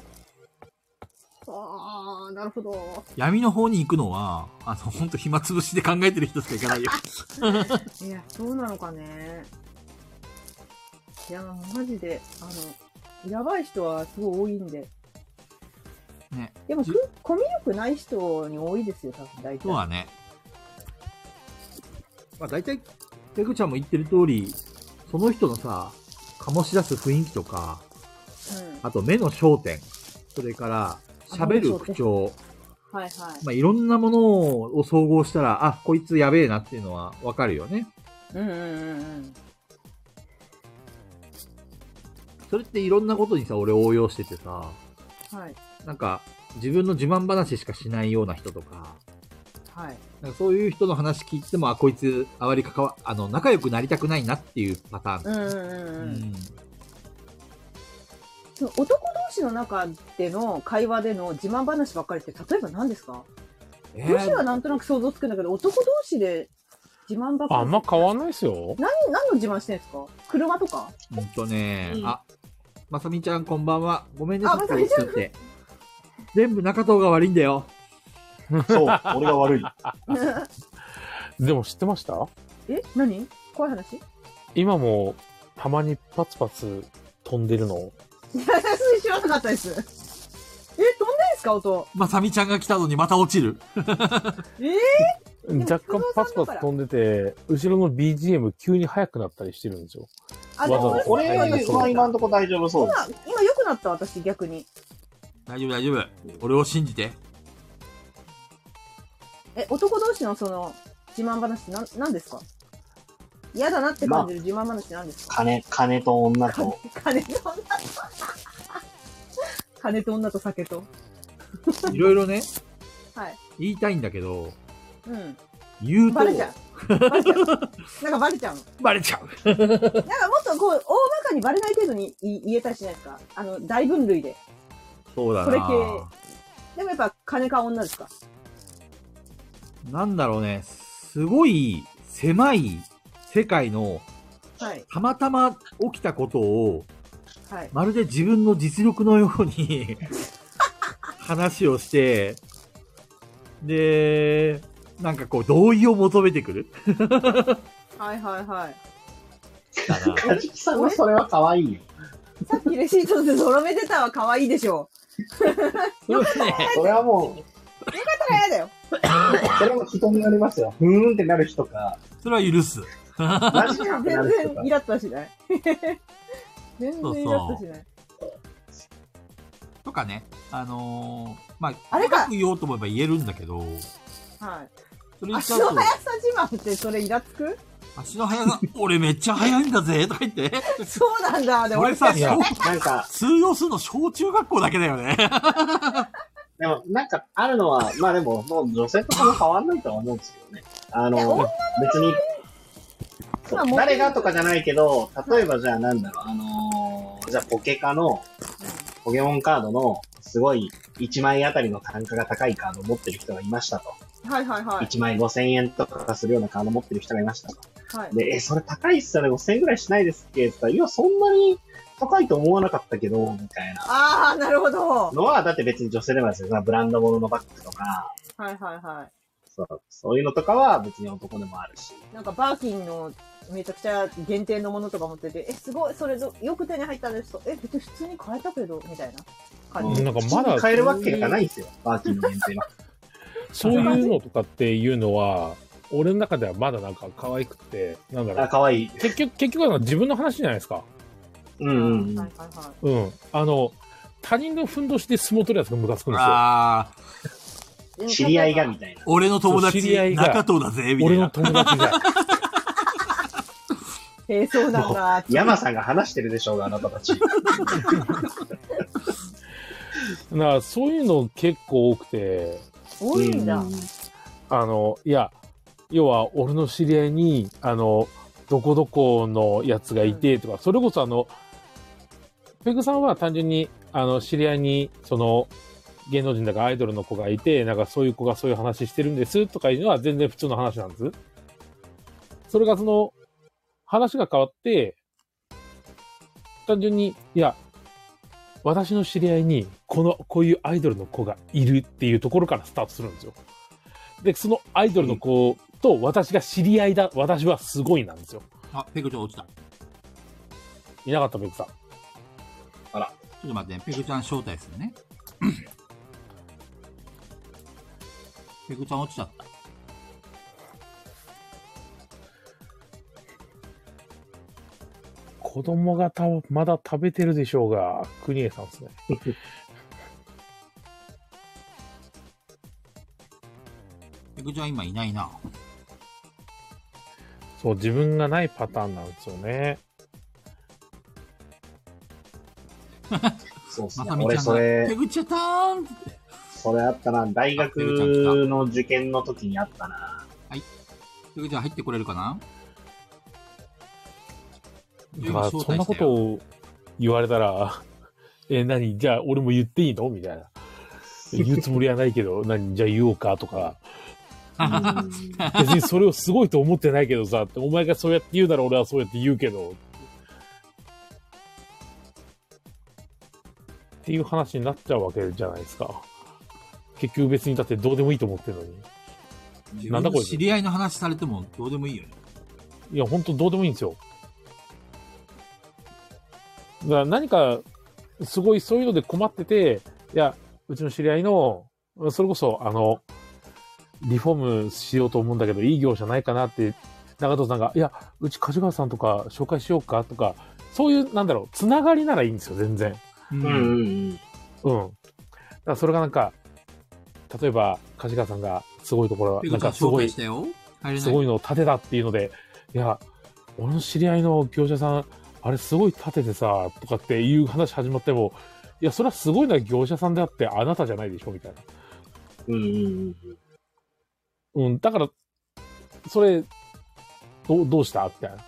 S6: あー、なるほど。
S16: 闇の方に行くのは、あの、ほんと暇つぶしで考えてる人しか行かないよ。
S6: いや、そうなのかね。いやー、マジで、あの、やばい人はすごい多いんで。
S16: ね。
S6: でも、
S16: じ
S6: く、コミュ力ない人に多いですよ、多分、大体。
S16: そうだね。まあ大体、ペグちゃんも言ってる通り、その人のさ、醸し出す雰囲気とか、
S6: うん。
S16: あと目の焦点、それから喋る口調、
S6: はいは
S16: まあ、いろんなものを総合したら、あ、こいつやべえなっていうのはわかるよね。
S6: い。うんうんうんうん。
S16: それっていろんなことにさ、俺応用しててさ、
S6: はい。
S16: なんか自分の自慢話しかしないような人とか、
S6: はい。
S16: なんかそういう人の話聞いても、あ、こいつ、あまり関わ、あの、仲良くなりたくないなっていうパターン。
S6: うんうんうん
S16: う
S6: うん。
S16: ん
S6: その男同士の中での会話での自慢話ばっかりって例えば何ですか、
S16: え
S6: 女子は
S16: ー、
S6: なんとなく想像つくんだけど男同士で自慢ばっかり
S3: あんま変わんないですよ。
S6: 何何の自慢してんですか車とか
S16: ほんとね、
S6: うん
S16: あ、まさみちゃんこんばんは。ごめんね、さ
S6: あ
S16: っき
S6: まさみちゃん
S16: 言っちゃって。全部中藤が悪いんだよ。
S5: そう、俺が悪い。
S3: でも知ってました
S6: え何怖い話
S3: 今もたまにパツパツ飛んでるの
S6: 知らなかったです。え、飛んでんすか音。
S16: まさみちゃんが来たのにまた落ちる。
S6: えー、
S3: 若干パツパツ飛んでて、後ろの BGM 急に速くなったりしてるんですよ。
S6: あ、でも
S3: わざ
S6: 俺
S3: わ
S5: 俺
S3: ざ
S5: は今んとこ大丈夫そうで
S6: 今
S5: す。、
S6: 今良くなった私逆に。
S16: 大丈夫大丈夫。俺を信じて。
S6: え、男同士のその、自慢話ってなん、なんですか嫌だなって感じる自慢話って何ですか、
S5: 金、金と女と。
S6: 金と女と。金と女と酒と。
S16: いろいろね、
S6: はい。
S16: 言いたいんだけど、
S6: うん。
S16: 言うと
S6: バレちゃう。バレちゃう。なんかバレちゃうの。
S16: バレちゃう。
S6: なんかもっとこう、大まかにバレない程度に言言えたりしないですかあの、大分類で。
S16: そうだ
S6: それ系
S16: な。
S6: でもやっぱ金か女ですか
S16: なんだろうね、すごい狭い世界の
S6: はい。
S16: たまたま起きたことを、
S6: はい。
S16: まるで自分の実力のよう に話をして、で、なんかこう同意を求めてくる。
S6: はいはいはい。
S16: だな
S5: カジキさんのそれは可愛いよ。
S6: さっきレシートでゾロ目出たは可愛いでしょ
S16: そうですね。
S5: それはも
S6: う。だから嫌だ よ。
S5: う、それは人によりますよ。ふーんってなる人か、
S16: それは許す。
S5: マジかってな
S6: 全
S5: る人か
S6: 然イ。ラッとはしない。全然イラッとはしない。
S16: とかね、あのーまあ、
S6: あれか
S16: 深く言おうと思えば言えるんだけど、
S6: はい。
S16: それ言っちゃ
S6: 足
S16: う
S6: の
S16: と
S6: 速、さ自慢ってそれイラつ く
S16: 足の速さ、俺めっちゃ速いんだぜ、とか言って。
S6: そうなんだ。でも
S16: これさ、小
S5: なんか、
S16: 通用するの小中学校だけだよね。
S5: でも、なんか、あるのは、まあでも、もう女性とそんな変わんないとは思うんですけどね。あ
S6: いや
S5: の
S6: 女、
S5: 別に、そう
S6: まあもう
S5: 誰がとかじゃないけど、例えばじゃあなんだろう、あのーじゃあポケカの、ポケモンカードの、すごい、1枚あたりの単価が高いカードを持ってる人がいましたと。
S6: はいはいはい。
S5: 1枚5000円とかするようなカード持ってる人がいましたと。
S6: はい。
S5: で、え、それ高いっすよね、5000円ぐらいしないですっけって言ったら、いや、そんなに高いと思わなかったけど、みたいな。
S6: ああ、なるほど。は
S5: のは、だって別に女性でもですよ。ブランド物ののバッグとか、
S6: いはいは
S5: そうそういうのとかは別に男でもあるし。
S6: い。なんかバーキンのめちゃくちゃ限定のものとか持ってて、え、すごい、それどよく手に入ったんですと、え、別に普通に買えたけど、みたいな感じ。
S3: なんかまだ、
S5: 買えるわけがないんですよ。バーキンの限定 は。
S3: そういうのとかっていうのは、俺の中ではまだなんか可愛くて、なんだろ
S5: あ、
S3: う。
S5: かわいい。
S3: 結局、結局は自分の話じゃないですか。
S5: うん
S6: う
S5: うん
S6: ん、
S5: う
S6: はい
S5: ん。
S6: はいはい。
S3: うん。あの、他人のふんどしで相撲取るやつがムカつくんですよ。
S16: ああ、
S5: 知り合いがみたいな。
S16: 俺の友
S3: そう知り合
S16: 達、
S3: いが
S16: 中藤だぜ、みた
S3: 俺
S16: い
S3: の
S16: な。
S3: 友達じゃん。
S6: えー、そうなんだ。
S5: 山さんが話してるでしょうが、あなたたち。
S3: だからそういうの結構多くて、
S6: 多いんだ。
S5: うん
S3: あの、いや、要は俺の知り合いに、あの、どこどこのやつがいてとか、それこそあの、ペグさんは単純に、あの、知り合いに、その、芸能人だかアイドルの子がいて、なんかそういう子がそういう話してるんですとかいうのは全然普通の話なんです。それがその、話が変わって、単純に、いや、私の知り合いに、この、こういうアイドルの子がいるっていうところからスタートするんですよ。で、そのアイドルの子と私が知り合いだ、私はすごいなんですよ。
S16: あ、ペグちゃん落ちた。ち
S3: いなかった、ペグさん。
S16: ょっと待ってね、ペグちゃん招待す るね。ペグちゃん落ちちゃった。
S3: 子供がたまだ食べてるでしょうが、クニエさんですね。
S16: ペグちゃん今いないな。
S3: そう、自分がないパターンなんですよね。
S5: そうっす
S16: ま
S5: ね
S16: さ。み
S5: 俺、それ、
S16: ちゃんが、ペグちゃんたーん
S5: それあったな。大学の受験の時にあっ たな。
S16: ペグちゃん入ってこれるかな
S3: だから、そんなことを言われたら、 え、何じゃあ、俺も言っていいのみたいな。言うつもりはないけど、何じゃあ言おうかとか。
S5: うん
S3: 別にそれをすごいと思ってないけどさ、ってお前がそうやって言うなら俺はそうやって言うけど。っていう話になっちゃうわけじゃないですか。結局別にだってどうでもいいと思ってるのに。
S2: 自分
S3: なんだこ
S2: の
S3: いつ
S2: 知り合いの話されてもどうでもいいよね。
S3: いや、本当どうでもいいんですよ。だから何か、すごいそういうので困ってて、いや、うちの知り合いの、それこそ、あの、リフォームしようと思うんだけど、いい業者ないかなって、長藤さんが、いや、うち梶川さんとか紹介しようかとか、そういう、なんだろう、つながりならいいんですよ、全然。
S5: うんうん
S3: うん。だからそれがなんか、例えば、梶川さんがすごいところ
S2: ペ
S3: な
S2: グ
S3: ん
S2: ちゃん
S3: かす
S2: 紹
S3: ご
S2: 介
S3: い
S2: し、たよ。入れな
S3: す
S2: い
S3: ごいのを建てたっていうので、いや、俺の知り合いの業者さん、あれすごい建ててさ、とかっていう話始まっても、いや、それはすごいのは業者さんであって、あなたじゃないでしょ、みたいな。
S5: うんうん
S3: うん、だから、それ、どうどうしたみたいな。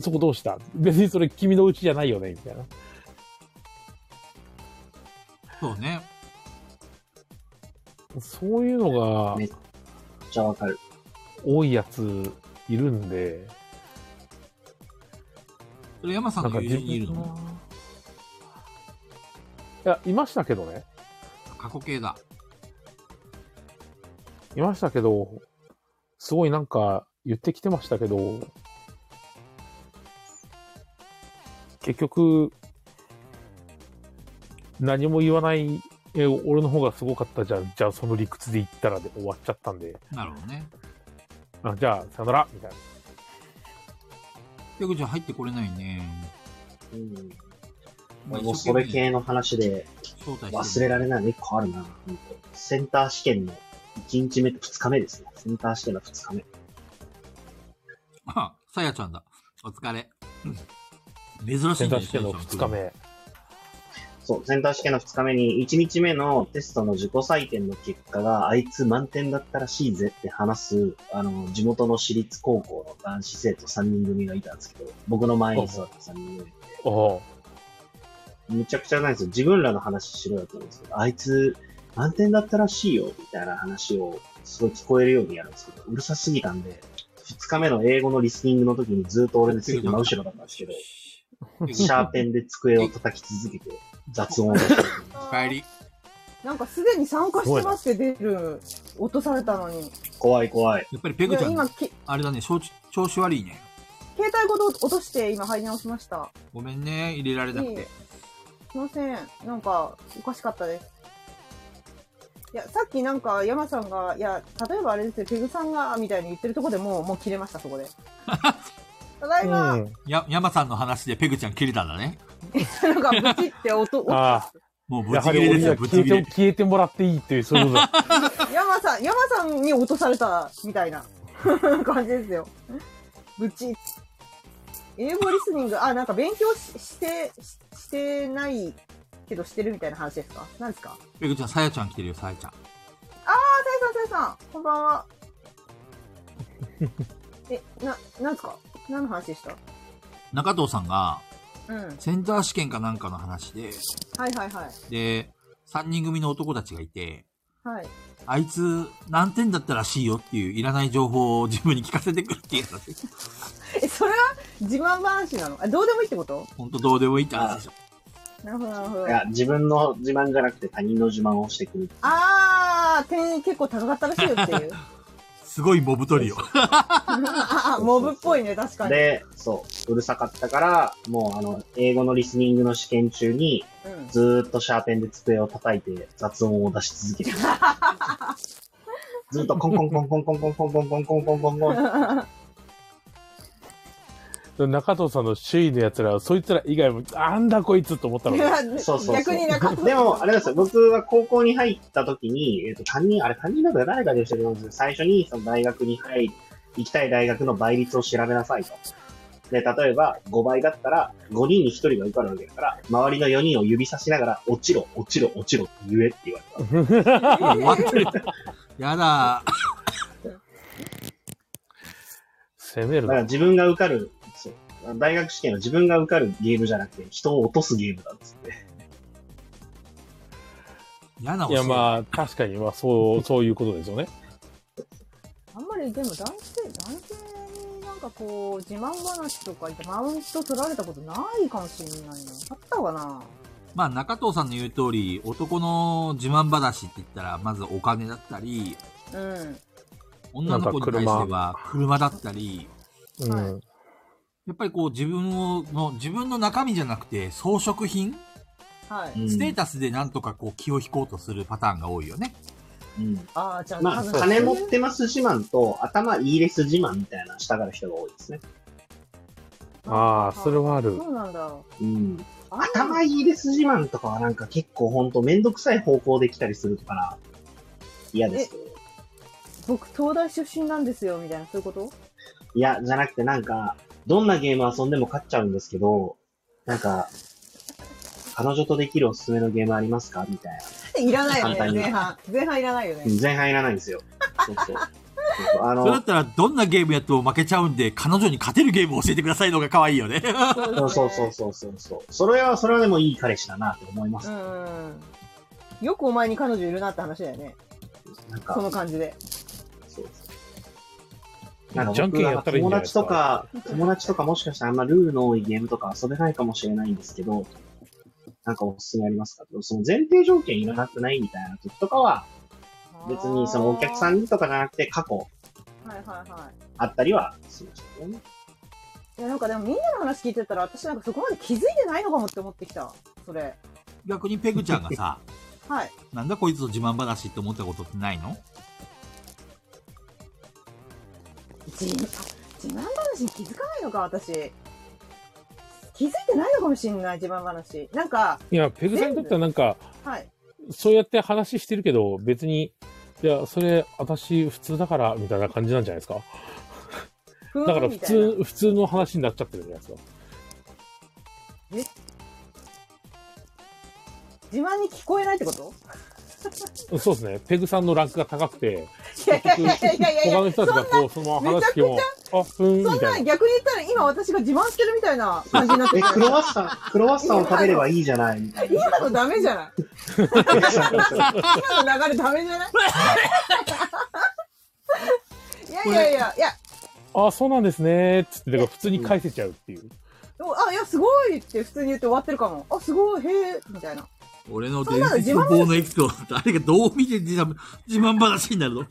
S3: そこどうした別にそれ君のうちじゃないよねみたいな。
S2: そうね。
S3: そういうのが
S5: ねめっちゃわかる。
S3: 多いやついるんで、
S2: それ山さんの友人にいる
S3: なんか
S2: の
S3: いや、いましたけどね。
S2: 過去形だ。
S3: いましたけど、すごいなんか言ってきてましたけど、結局、何も言わない、え、俺の方がすごかったじゃん、じゃあその理屈で言ったらで終わっちゃったんで、
S2: なるほどね。
S3: あじゃあさよなら、みたいな。
S2: ペグちゃん入ってこれないね。
S5: うん
S2: まあ
S5: もう
S2: 一生
S5: そ
S2: 懸
S5: れ
S2: 命
S5: 系の話で
S2: 招待してる
S5: 忘れられないの一個あるな。ほんとセンター試験の1日目と2日目ですね。センター試験の2日目。
S2: あ、 さやちゃんだ。お疲れ。珍し
S3: セ
S2: い
S3: ン
S2: ん
S3: タ
S2: だよ
S3: ー試験の
S2: さやちゃん
S3: 2日目。
S5: そう、センター試験の2日目に1日目のテストの自己採点の結果があいつ満点だったらしいぜって話す、あの、地元の私立高校の男子生徒3人組がいたんですけど、僕の前に座った3人組。
S3: おう
S5: むちゃくちゃないですよ。自分らの話しろよと思うんですけど、あいつ、満点だったらしいよ、みたいな話を、すごい聞こえるようにやるんですけど、うるさすぎたんで、二日目の英語のリスニングの時にずっと俺の席真後ろだったんですけど、
S2: ペグ
S5: シ
S2: ち
S5: ャ
S2: ゃん
S5: ーペンで机を叩き続けて、雑音を出してる。
S2: お帰り。
S6: なんかすでに参加してますって出る、落とされたのに。
S5: 怖い怖い。
S2: やっぱりペグちゃ
S6: いや
S2: ん
S6: 今、、き
S2: あれだね、調子調子悪いね。
S6: 携帯ごと落として今入り直しました。
S2: ごめんね、入れられなく
S6: いえ
S2: て。
S6: すいません。なんか、おかしかったです。いや、さっきなんか、山さんが、いや、例えばあれですよ、ペグさんが、みたいに言ってるとこでもう、もう切れました、そこで。ただいま、
S3: うん。
S2: や、山さんの話でペグちゃん切れたんだね。
S6: なんか、ブチって音、音
S3: あ
S2: もうぶ
S3: あ、や
S2: ち切
S3: は
S2: れで
S3: り俺
S2: す
S3: には
S2: よ、ぶち
S3: 消え
S2: 切れ
S3: て。消えてもらっていいっていう、そういうことだ。
S6: 山さん、山さんに落とされた、みたいな 感じですよ。ブチッ。英語リスニング、あ、なんか勉強ししてし、してないけどしてるみたいな話ですか何ですか
S2: ペグちゃん、さやちゃん来てるよ、さやちゃん。
S6: あ、さやさん、さやさん、こんばんは。 え、な、なんですか何の話でした
S2: 中藤さんが、
S6: うん。はい
S2: センター試験かなんかの話で、
S6: はいはい。
S2: で、3人組の男たちがいて、
S6: はい。
S2: あいつ、何点だったらしいよっていう、いらない情報を自分に聞かせてくるっていうやつだって。
S6: え、それは自慢話なのあ、どうでもいいってこと
S2: ほんとどうでもいいって話でしょ。
S6: なるほどなるほ
S5: い
S6: ど。
S5: や、自分の自慢じゃなくて他人の自慢をしてくる。
S6: あー、点結構高かったらしいよって いう。
S2: すごいモブトリオ。
S6: あ、モブっぽいね、確かに。
S5: で、そう、うるさかったから、もうあの、英語のリスニングの試験中に、
S6: うん。
S5: ずーっとシャーペンで机を叩いて雑音を出し続けてる。ずーっとコンコンコンコンコンコンコンコンコンコンコンコンコン。
S3: 中藤さんの周囲のやつら、そいつら以外も、あんだこいつと思ったの
S6: い
S3: が。
S6: や
S5: そうそうそう
S6: 逆に中
S5: でも、あれなんですよ、僕は高校に入った時に、えっ、と、担任、あれ担任なんか誰かでしたけど、最初にその大学に入り、行きたい大学の倍率を調べなさいと。で、例えば5倍だったら、5人に1人が受かるわけだから、周りの4人を指さしながら、落ちろ、落ちろ、落ちろって言えって言われた。
S2: 終わってる。やだ。
S3: 攻める
S5: だから
S3: な。
S5: 自分が受かる、そう。大学試験は自分が受かるゲームじゃなくて、人を落とすゲームなんですって。
S2: 嫌ない教え。
S3: や、まあ、確かに、まあ、 そう、そういうことですよね。
S6: あんまりでも男性、男性になんかこう、自慢話とか言ってマウント取られたことないかもしれないな。あったかな
S2: まあ、中藤さんの言う通り、男の自慢話って言ったら、まずお金だったり、
S6: うん。
S2: 女の子に対して
S3: なん
S2: は車だったり、
S3: うん。
S2: やっぱりこう自分を、の自分の中身じゃなくて装飾品、
S6: はい。
S2: ステータスでなんとかこう気を引こうとするパターンが多いよね。
S5: うん
S6: ああ、じゃあ、
S5: まあ、
S6: 多分
S5: 金持ってます自慢と、頭いいです自慢みたいなのしたがる人が多いですね。
S3: ああ、それはある。
S6: そうなんだ。
S5: うん。
S6: あ
S5: 頭いいです自慢とかはなんか結構ほんとめんどくさい方向で来たりするから、嫌ですけど。
S6: 僕、東大出身なんですよ、みたいな、そういうこと
S5: いや、じゃなくてなんか、どんなゲーム遊んでも勝っちゃうんですけど、なんか、彼女とできるおすすめのゲームありますかみたいな。
S6: いらないよ
S5: 簡単
S6: ね、
S5: に
S6: 前半。前半いらないよね。
S5: 前半いらないんですよ。そうそうそうそうあ
S2: それだ
S5: の
S2: っ、たらどんなゲームやっても負けちゃうんで、彼女に勝てるゲームを教えてくださいのが可愛いよ ね。
S5: そうそうそうそうそうそう。それは、それはでもいい彼氏だなって思います。
S6: うん。よくお前に彼女いるなって話だよね。
S5: なん
S6: そ
S5: か、
S6: の感じで。
S5: そうそう。なんか
S3: じゃんけ
S5: 僕
S3: ん
S5: な
S3: や
S5: ん
S3: った
S5: から
S3: いいんじゃな
S5: 友
S3: いで
S5: 達
S3: すか
S5: とか、友達とかもしかしたらあんまルールの多いゲームとか遊べないかもしれないんですけど、なんかおすすめありますかその前提条件いらなくないみたいな時とかは、別にそのお客さ
S6: ん。
S5: んにとかじゃなくて過去
S6: はいはいはい。
S5: あったりはしましたよね。
S6: いや、なんかでもみんなの話聞いてたら、私なんかそこまで気づいてないのかもって思ってきた。それ。
S2: 逆にペグちゃんがさ、
S6: はい。
S2: なんだこいつの自慢話って思ったことってないの
S6: 自慢、自慢話に気づかないのか、私。気づいてないのかもしんない、自慢話。なんか、
S3: いや、ペグさんにとってはなんか、
S6: はい。
S3: そうやって話してるけど、別に、いや、それ、私、普通だから、みたいな感じなんじゃないですか。
S6: ふ
S3: だか
S6: ー
S3: ら、
S6: ん
S3: 普
S6: みたいな。
S3: 通、普通の話になっちゃってるんじゃないですか。
S6: 自慢に聞こえないって こと
S3: そうですね。ペグさんのランクが高くて、
S6: いやいやいやいやい
S3: 他
S6: や
S3: の
S6: いや、
S3: 人
S6: そん
S3: たち
S6: な
S3: が、こう、そのまま話しても、あ、ふーん、み
S6: そん
S3: た
S6: ないん
S3: な。
S6: 逆に言ったら今私が自慢してるみたい な感じになって
S5: え、
S6: る。
S5: クロワッサン、クロワッサンを食べればいいじゃないみたいな。
S6: 今のダメじゃない今の流れダメじゃないいやいやいや、いや、
S3: あ、そうなんですね。つって、だから普通に返せちゃうっていう。
S6: あ、いや、すごいって普通に言って終わってるかも。あ、すごい、へえ、みたいな。
S2: 俺の伝説の棒のエピソード、あれがどう見て自慢自慢話になるの
S6: いや、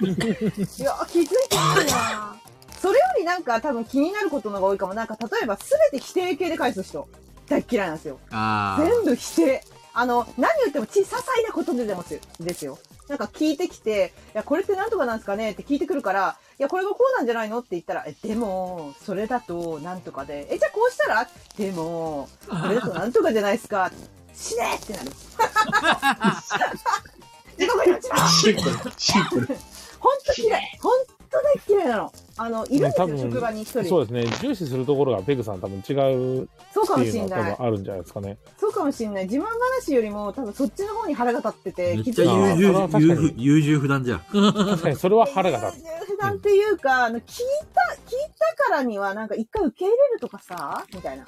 S6: 気づいてないなそれよりなんか多分気になることの方が多いかも。なんか例えば全て否定形で返す人。大っ嫌いなんですよ。
S2: あ
S6: 全部否定。あの、何言っても小些細なことででもすよですよ。なんか聞いてきて、いや、これってなんとかなんですかねって聞いてくるから、いや、これがこうなんじゃないのって言ったら、え、でも、それだとなんとかで、え、じゃあこうしたらでも、それだとなんとかじゃないですか。死ねっ てなる。地獄に落ちろ
S5: シンプル、シンプル。
S6: 本当嫌い。本当大嫌いなの。あの、いる
S3: う
S6: んですよ、
S3: ん多分
S6: 職場に一人。そ
S3: そううですね。重視するところが、ペグさん多分違うっ
S6: か
S3: て
S6: も
S3: い
S6: し
S3: うんのは
S6: な
S3: 多
S6: い。
S3: 分あるんじゃないですかね。
S6: そうかもしんない。自慢話よりも、多分そっちの方に腹が立ってて、
S2: め
S6: 気
S2: っ
S6: づ
S2: ち
S6: いてな
S2: ゃ
S6: い。
S2: 優
S3: あー
S2: 柔
S3: それは確
S2: 優
S3: か
S2: 柔優柔不断じゃん。
S3: 確かに、それは腹が立つ。
S6: なんていうか、あの、聞いた、聞いたからには、なんか一回受け入れるとかさ、みたいな。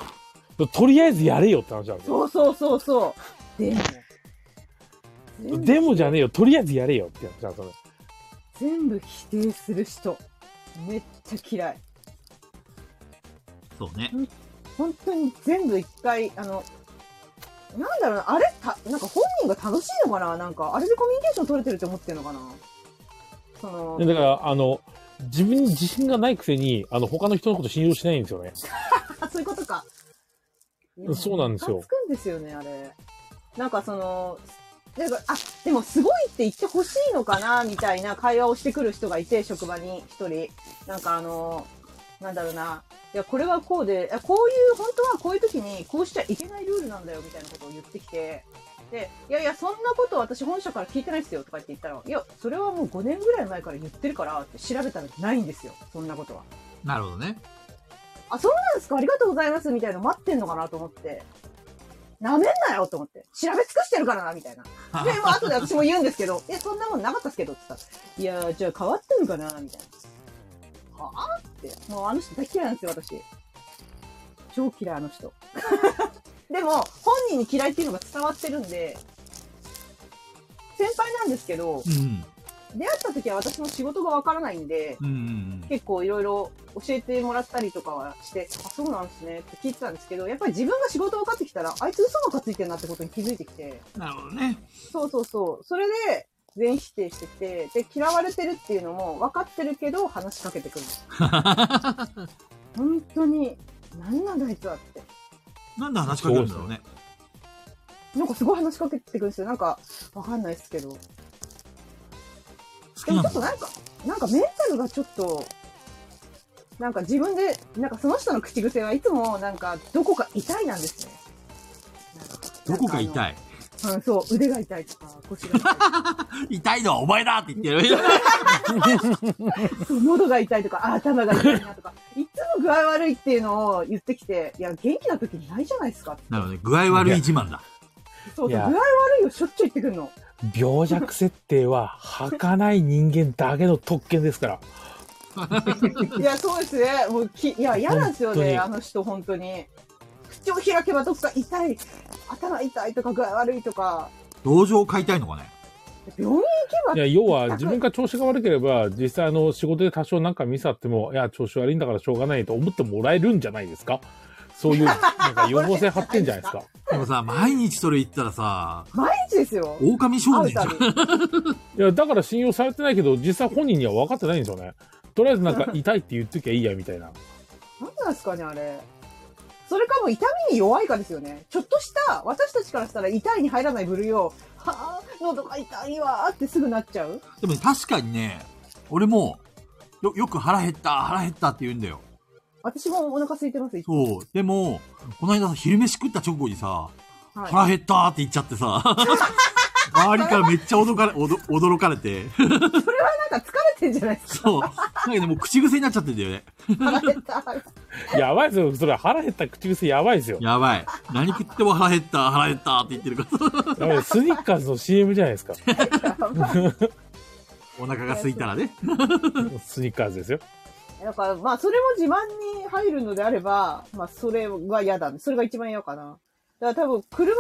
S3: とりあえずやれよって話なんですよ。
S6: そうそうそうそう。でも。全部
S3: でもじゃねえよ、とりあえずやれよって話なんですよね。
S6: 全部否定する人。めっちゃ嫌い。
S2: そうね。
S6: 本当に全部一回、あの、なんだろうな、あれた、なんか本人が楽しいのかななんか、あれでコミュニケーション取れてるって思ってるのかなその
S3: で、だから、あの、自分に自信がないくせに、あの、他の人のこと信用しないんですよね。
S6: あ、そういうことか。
S3: そうなんですよ
S6: ムカつくんですよね、あれ。なんかその、なんかあ、でもすごいって言ってほしいのかな、みたいな会話をしてくる人がいて、職場に一人。なんかあの、なんだろうな。いや、これはこうで、いやこういう、本当はこういう時に、こうしちゃいけないルールなんだよ、みたいなことを言ってきて。で、いやいや、そんなこと私本社から聞いてないですよ、とか言って言ったら、いや、それはもう5年ぐらい前から言ってるから、って調べたらないんですよ、そんなことは。
S2: なるほどね。
S6: あ、そうなんですかありがとうございますみたいなの待ってんのかなと思って。なめんなよと思って。調べ尽くしてるからなみたいな。で、まあ、後で私も言うんですけど、いや、そんなもんなかったっすけどって言ったら、いや、じゃあ変わってるかなみたいな。はあって。もうあの人大嫌いなんですよ、私。超嫌い、あの人。 でも、本人に嫌いっていうのが伝わってるんで、先輩なんですけど
S2: う、ん。
S6: 出会った時は私も仕事がわからないんで、
S2: うんうんうん。
S6: 結構いろいろ教えてもらったりとかはして、あ、そうなんですねって聞いてたんですけど、やっぱり自分が仕事分かってきたら、あいつ嘘ばっかついてるなってことに気づいてきて。
S16: なるほどね。
S6: そうそうそう。それで、全否定してて、で、嫌われてるっていうのも分かってるけど、話しかけてくるの。本当に、何なんだあいつはって。
S16: なんで話しかけるんだろうね。
S6: なんかすごい話しかけてくるんですよ。なんか、わかんないですけど。
S16: 好
S6: で
S16: き
S6: も
S16: な
S6: ちょっと
S16: の
S6: なんか、なんかメンタルがちょっと、なんか自分で、なんかその人の口癖はいつも、なんかどこか痛いなんですね。
S16: どこか
S6: い
S16: 痛い。
S6: うん、そう、腕が痛いとか、腰が痛
S16: 痛いのはお前だって言ってる。
S6: いそう喉が痛いとか、あ頭が痛いなとか、いつも具合悪いっていうのを言ってきて、いや、元気な時にないじゃないですか。
S16: なるほどね。具合悪い自慢だ。
S6: そ
S3: い
S6: うそう、具合
S3: や
S6: 悪いをしょっちゅう言ってくるの。
S3: 病弱設定は儚い人間だけの特権ですから。
S6: いや、そうですね。もうき、いや、嫌なんですよ
S3: 本当
S6: ね、
S3: に
S6: あの人、本当に。口を開けばどっか痛い、頭痛いとか、具合悪いとか、
S16: 同情を買いたいのかね。
S6: 病院行
S3: い
S6: けば
S3: や、要は自分が調子が悪ければ、実際あの仕事で多少なんかミスあっても、いや、調子悪いんだからしょうがないと思ってもらえるんじゃないですかそういう、なんか予防性張ってんじゃないです か。
S16: でもさ、毎日それ言ったらさ、
S6: 毎日ですよ。
S16: 狼少
S6: 会う
S16: 年じゃ
S6: た
S16: ん。
S6: び。
S3: いや、だから信用されてないけど、実際本人には分かってないんですよね。とりあえずなんか痛いって言っときゃいいや、みたいな。
S6: なんなんですかね、あれ。それかも痛みに弱いかですよね。ちょっとした、私たちからしたら痛いに入らない部類を、はぁ、喉が痛いわーってすぐなっちゃう。
S16: でもね確かにね、俺も、よ、よく腹減った、腹減ったって言うんだよ。
S6: 私もお腹空いてます、いつも
S16: そう。でも、この間さ昼飯食った直後にさ、
S6: はい
S16: 腹減ったーって言っちゃっ てさ、周りからめっちゃ驚かれ、おど驚かれて、
S6: それはなんか疲れてんじゃないですか。
S16: そう。なんかね、もう口癖になっちゃってんだよね。
S6: 腹減った。腹減 った
S3: やばいですよ。それ腹減った口癖やばいですよ。
S16: やばい。何食っても腹減った、腹減ったって言ってるから、
S3: やばいスニッカーズの CM じゃないですか。
S16: お腹が空いたらね。
S3: スニッカーズですよ。
S6: だから、まあ、それも自慢に入るのであれば、まあ、それは嫌だね。それが一番嫌かな。だから多分、車、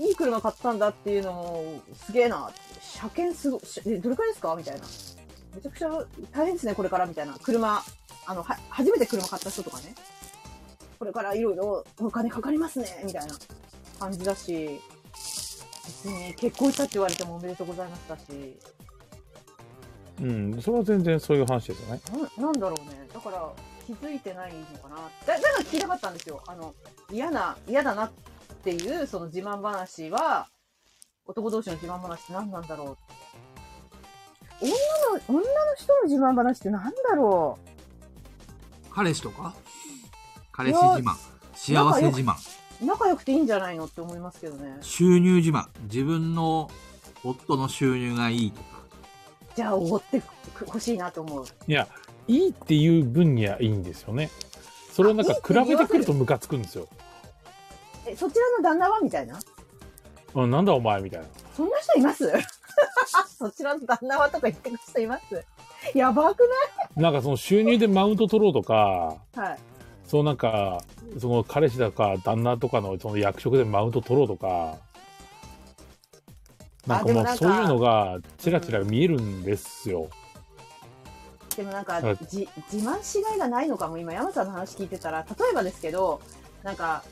S6: いい車買ったんだっていうのも、すげえなって。車検すご、しえどれくらいですかみたいな。めちゃくちゃ大変ですね、これから、みたいな。車、あの、は、初めて車買った人とかね。これからいろいろお金かかりますね、みたいな感じだし、別に結婚したって言われてもおめでとうございましたし。
S3: うん。それは全然そういう話ですよね。
S6: ななんだろうね。だから、気づいてないのかな。だ、だから聞きたかったんですよ。あの、嫌な、嫌だなっていう、その自慢話は、男同士の自慢話って何なんだろうって。女の、女の人の自慢話って何だろ
S16: 彼氏とか彼氏自慢。幸せ自慢。
S6: う仲良くていいんじゃないのって思いますけどね。
S16: 収入自慢。自分の夫の収入がいいとか。
S6: じゃあ、おごってく欲しいなと思う。
S3: いや、いいっていう分にはいいんですよね。それをなんか比べてくるとムカつくんですよ。
S6: え、そちらの旦那はみたいな。
S3: うん、なんだお前みたいな。
S6: そんな人います そちらの旦那はとか言ってく人いますやばく
S3: なんかその収入でマウント取ろうとか、
S6: ないはい。
S3: そうなんか、その彼氏だか旦那とかのその役職でマウント取ろうとか、なんか
S6: あで
S3: も
S6: も
S3: う
S6: なんか
S3: そういうのがちらちら見えるんですよ。
S6: でもなんか
S3: はい、
S6: じ、自慢しがいがないのかも、今、山さんの話聞いてたら、例えばですけど、なんか、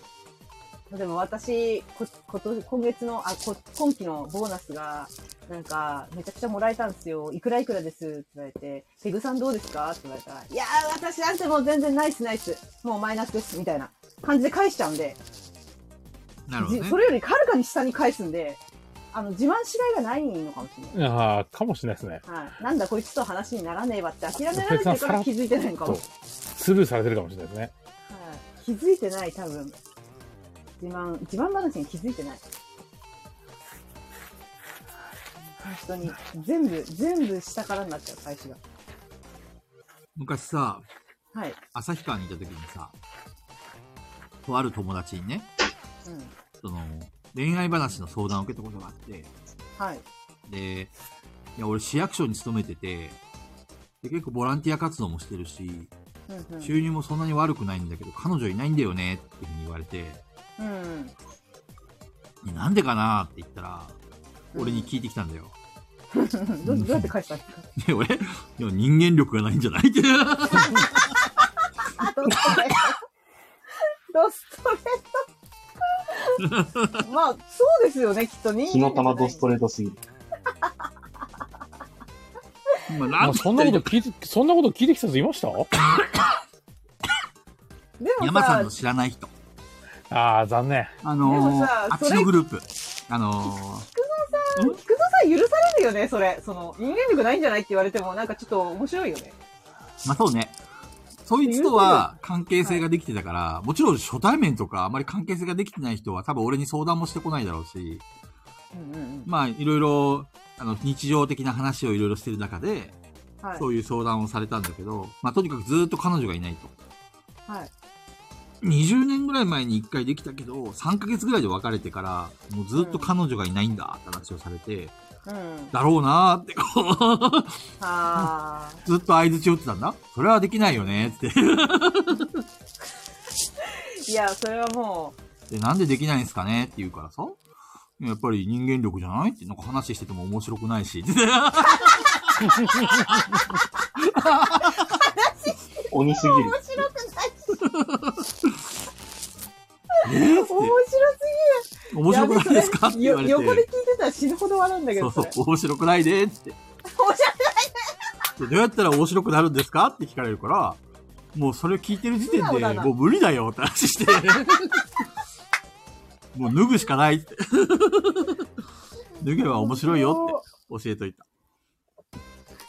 S6: でも私、こ、こと、今月の、あ、こ、今期のボーナスが、なんか、めちゃくちゃもらえたんですよ。いくらいくらですって言われて、ペグさんどうですかって言われたら、いやー、私なんてもう全然ナイスナイス。もうマイナスです。みたいな感じで返しちゃうんで、
S16: なるほ
S6: じ
S16: どね
S6: そ。れよりはるかに下に返すんで、あの、自慢しがいがないのかもしれない。
S3: ああ、かもしれないですね。
S6: はい。なんだこいつとは話にならねえわって諦められてるから気づいてないのかも
S3: そう。スルーされてるかもしれないですね。
S6: はい気づいてない、多分。自慢、自慢話に気づいてない。本当に、全部、全部下からになっちゃう、返しが。
S16: 昔さ、
S6: はい。
S16: 旭川にいた時にさ、とある友達にね、
S6: うん。
S16: その、恋愛話の相談を受けたことがあって、
S6: はい。
S16: で、いや、俺市役所に勤めてて、で、結構ボランティア活動もしてるし、
S6: うんうん。
S16: 収入もそんなに悪くないんだけど、彼女いないんだよね、っていうふうに言われて、
S6: うん
S16: いやなんでかなって言ったら、俺に聞いてきたんだよ。
S6: うん。どどうやって返したんですか
S16: で、俺、いや人間力がないんじゃないって。
S6: みたいな。ドストレート。まあ、そうですよね、きっと人間
S5: 火の
S6: 力
S5: 玉ドストレートすぎる。
S16: 今、
S3: ま
S16: ラ
S3: あ
S16: ンチ
S3: そんなこと聞いて、そんなこと聞いてきた人いました
S6: でも
S16: 山さ
S6: さ
S16: んの、知らない人。
S3: ああ、残念。
S16: あ
S6: で
S16: の
S6: も
S16: ー
S6: さ、
S16: あっ
S6: それ
S16: ちのグループ。あの
S6: 菊蔵さん許されるよね、それ。その、人間力ないんじゃないって言われても、なんかちょっと面白いよね。
S16: ーまあそうね。そいつとは関係性ができてたから、もちろん初対面とかあまり関係性ができてない人は多分俺に相談もしてこないだろうし、
S6: うんうん
S16: まあいろいろ、あの、日常的な話をいろいろしてる中で、
S6: うん。はい。
S16: そういう相談をされたんだけど、まあとにかくずーっと彼女がいないと。
S6: はい。
S16: 20年ぐらい前に1回できたけど、3ヶ月ぐらいで別れてから、もうずーっと彼女がいないんだって話をされて、
S6: うん。
S16: だろうなーって、こう、
S6: あー。
S16: ずっと相槌打ってたんだ。それはできないよね、つって。
S6: いや、それはも
S16: で、なんでできないんですかねって言うからさ。やっぱり人間力じゃないって、なんか話してても面白くないし。 つって
S5: 鬼すぎる。
S6: う、面白くないし、
S16: えー
S6: 面白す
S16: つって、面白くないですかって
S6: ぎ
S16: 言
S6: る
S16: わ
S6: よ
S16: れ
S6: 横で聞い
S16: て。
S6: てたら死ぬほど笑うんだけ
S16: そ
S6: ど、
S16: う
S6: そ
S16: そう
S6: れ。、
S16: 面白くないで、つって。
S6: 面白い
S16: でどうやったら面白くなるんですかって聞かれるから、もうそれ聞いてる時点
S6: 素直だ
S16: で、
S6: な
S16: もう無理だよって話して。 もう脱ぐしかないって。 脱げば面白いよって教えといた。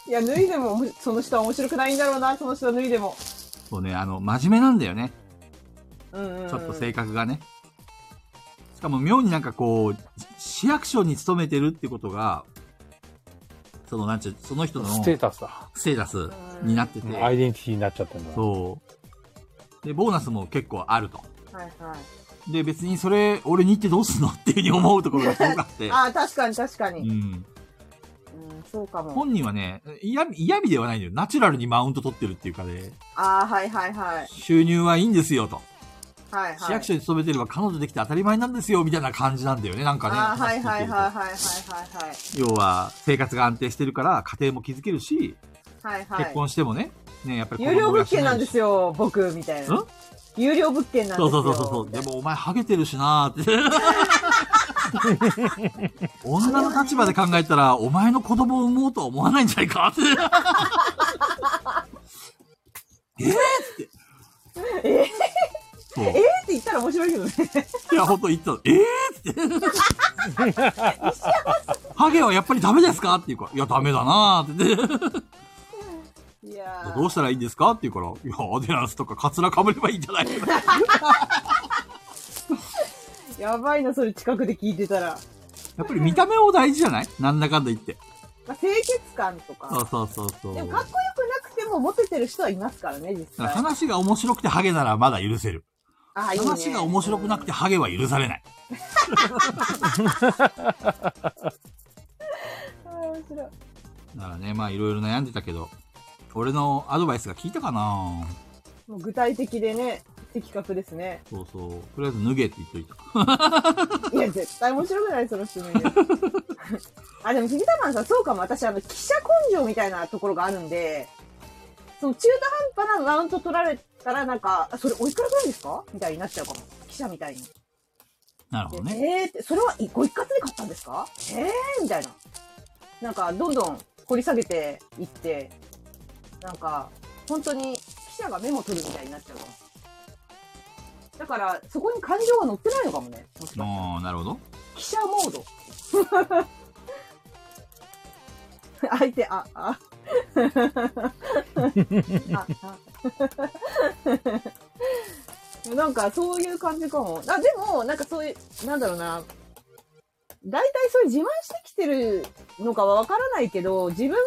S6: いや、脱いでもおもし、その人は面白くないんだろうな、その人は脱いでも。
S16: そうね、あの、真面目なんだよね。
S6: うんうん。
S16: ちょっと性格がね。しかも妙になんかこう、市役所に勤めてるってことが、そのなんちゅう、その人の
S3: ス
S16: ス
S3: テ
S16: テ
S3: ータスだ。
S16: ータスになってて、
S3: アイデンティティになっちゃってんだ。
S16: そう。で、ボーナスも結構あると。
S6: はいはい。
S16: で、別にそれ、俺に行ってどうすんのっていうふうに思うところがすごくあって。
S6: あー、確かに確か
S16: う
S6: に。
S16: ん。
S6: うん、そうかも。
S16: 本人はね、嫌味、嫌味ではないんだよ。ナチュラルにマウント取ってるっていうかね、
S6: あー、はいはいはい。
S16: 収入はいいんですよと。
S6: はいはい。
S16: 市役所に勤めてれば彼女できて当たり前なんですよ、みたいな感じなんだよね、なんかね。
S6: あー、はいはいはいはい
S16: い。
S6: はいはいはい。
S16: 要は、生活が安定してるから、家庭も築けるし、
S6: はいはい。
S16: 結婚してもね、ね、やっぱり
S6: 有料物件なんです
S16: よ。
S6: よ、僕、みたいな。
S16: ん
S6: 有料物件なんですよ。
S16: そうそうそうそう。
S6: みた
S16: で
S6: いな
S16: もお前ハゲてるしな ーって。女の立場で考えたら、お前の子供を産もうとは思わないんじゃない かって。えーって。
S6: えー
S16: そう。
S6: えーって言ったら面白いけどね。
S16: いや、ほんと言ったの。えー って。ハゲはやっぱりダメですかって言うから、いや、ダメだなーって。
S6: いやー
S16: どうしたらいいんですかって言うから、いや、アデランスとかカツラかぶればいいんじゃない
S6: やばいな、それ近くで聞いてたら。
S16: やっぱり見た目も大事じゃないなんだかんだ言って。
S6: まあ、清潔感と
S16: そ
S6: か
S16: う。そうそうそう。
S6: でも、
S16: だ
S6: かっこよくなくてもモテてる人はいますからね、実
S16: から
S6: 際。
S16: 話が面白くてハゲならまだ許せる。
S6: あーいいね
S16: 話が面白くなくてハゲは許されない。
S6: あー面白い。
S16: だからね、まあいろいろ悩んでたけど、俺のアドバイスが効いたかな
S6: もう具体的でね、的確です ね。
S16: そうそう。とりあえず脱げって言っといた。
S6: いや、絶対面白くない、その人の家 あ、でも、ヒゲタマンさん、そうかも。私、あの、記者根性みたいなところがあるんで、その中途半端なマウント取られたら、なんか、あそれおいくらぐらいですかみたいになっちゃうかも。記者みたいに。
S16: なるほど
S6: で
S16: ね。
S6: えーって、それはご一括で買ったんですかえーみたいな。なんか、どんどん掘り下げていって、なんか、本当に記者がメモ取るみたいになっちゃうかも。だから、そこに感情が乗ってないのかもね。もしかしたら
S16: ああ、なるほど。
S6: 記者モード。相手、あ、 あ。ああなんかそういう感じかも。あ、でも、なんかそういう、なんだろうな。大体そういう自慢してきてるのかはわからないけど、自分が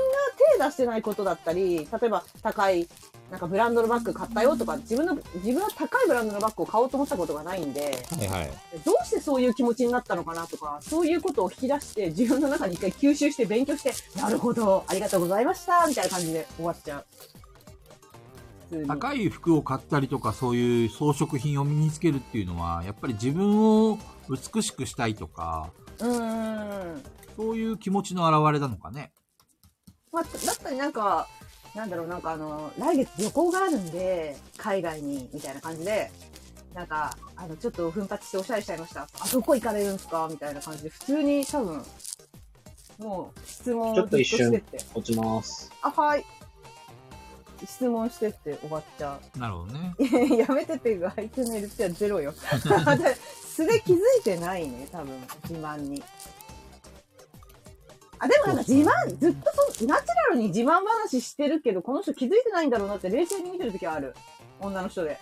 S6: 手出してないことだったり、例えば高い、なんかブランドのバッグ買ったよとか、自分の、自分は高いブランドのバッグを買おうと思ったことがないんで、
S16: はいはい。
S6: どうしてそういう気持ちになったのかなとか、そういうことを引き出して、自分の中に一回吸収して勉強して、なるほど、ありがとうございました、みたいな感じで終わっちゃう。普通に。
S16: 高い服を買ったりとか、そういう装飾品を身につけるっていうのは、やっぱり自分を美しくしたいとか、
S6: うーん。
S16: そういう気持ちの表れなのかね。
S6: まあ、だったりなんか、なんだろう、なんかあの、来月旅行があるんで、海外に、みたいな感じで、なんか、あの、ちょっと奮発しておしゃれしちゃいました。あ、どこ行かれるんですかみたいな感じで、普通に多分、もう、質問を
S5: ちょっと一
S6: ずして
S5: 瞬
S6: って。、
S5: 落ちます。
S6: あ、はい。質問してって、終わっちゃう。
S2: なるほどね。
S6: いややめてっていう相手のいるってはゼロよ。 素で気づいてないね、多分、自慢に。あ、でもなんか自慢、ずっとそ、ナチュラルに自慢話してるけど、この人気づいてないんだろうなって冷静に見てる時はある。女の人で。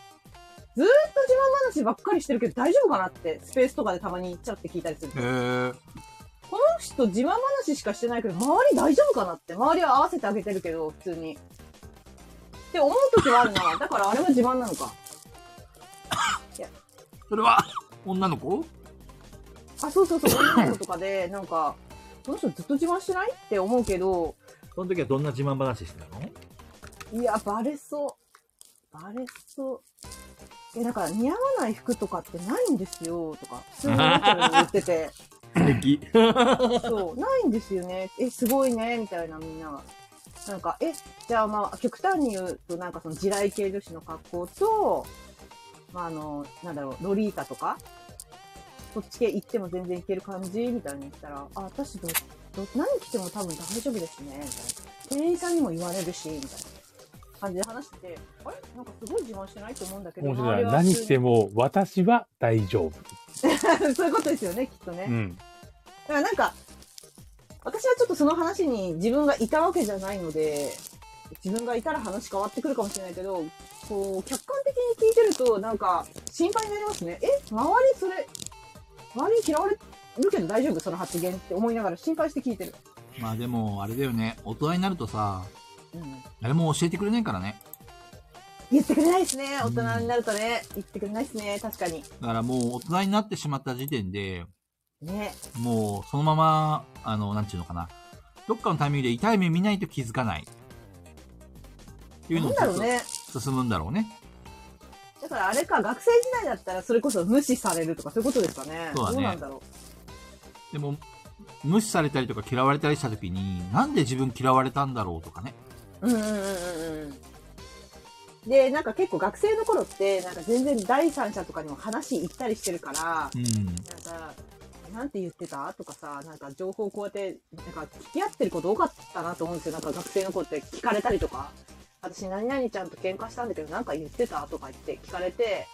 S6: ずーっと自慢話ばっかりしてるけど大丈夫かなって、スペースとかでたまに行っちゃって聞いたりする。
S2: へえ。
S6: この人自慢話しかしてないけど、周り大丈夫かなって。周りは合わせてあげてるけど、普通に。って思う時はあるな。だからあれは自慢なのか。
S2: それは、女の子
S6: あ、そうそうそう、女の子とかで、なんか、この人ずっと自慢してないって思うけど、
S16: その時はどんな自慢話してたの
S6: いや、バレそう。バレそう。え、だから似合わない服とかってないんですよ、と か、普通にナチュラルに言ってて、
S16: 素敵。
S6: そう、ないんですよね。え、すごいね、みたいなみんなが。なんか、え、じゃあまあ、極端に言うと、なんかその地雷系女子の格好と、まああの、なんだろう、ロリータとか、そっち系行っても全然いける感じみたいに言ったら、あ、私ど、ど、何着ても多分大丈夫ですね、みたいな。店員さんにも言われるし、みたいな感じで話してて、あれなんかすごい自慢してないと思うんだけど、
S3: 面
S6: 周
S3: 白い
S6: り
S3: な。
S6: は
S3: 何しても私は大丈夫。
S6: そういうことですよね、きっとね。
S3: うん。
S6: だからなんか、私はちょっとその話に自分がいたわけじゃないので、自分がいたら話変わってくるかもしれないけど、こう、客観的に聞いてると、なんか、心配になりますね。え周りそれ、周りに嫌われるけど大丈夫その発言って思いながら心配して聞いてる。
S2: まあでも、あれだよね。大人になるとさ、
S6: うん。
S2: 誰も教えてくれないからね。
S6: 言ってくれないですね。大人になるとね。言ってくれないですね。確かに。
S2: だからもう大人になってしまった時点で、
S6: ね。
S2: もうそのまま、あの、なんちゅうのかな。どっかのタイミングで痛い目見ないと気づかない。っていう
S6: な
S2: の
S6: ん
S2: を
S6: だろうね。
S2: 進むんだろうね。
S6: だからあれか、学生時代だったらそれこそ無視されるとかそういうことですかね。
S2: そうだね
S6: どうなんだろ
S2: でも、無視されたりとか嫌われたりした時に、なんで自分嫌われたんだろうとかね。
S6: う。うんうんうんうんうん。で、なんか結構学生の頃って、なんか全然第三者とかにも話行ったりしてるから、
S2: うん。
S6: なんか、なんて言ってたとかさ、なんか情報をこうやって、なんか聞き合ってること多かったなと思うんですよ。なんか学生の子って聞かれたりとか。私何々ちゃんと喧嘩したんだけどなんか言ってたとか言って聞かれて、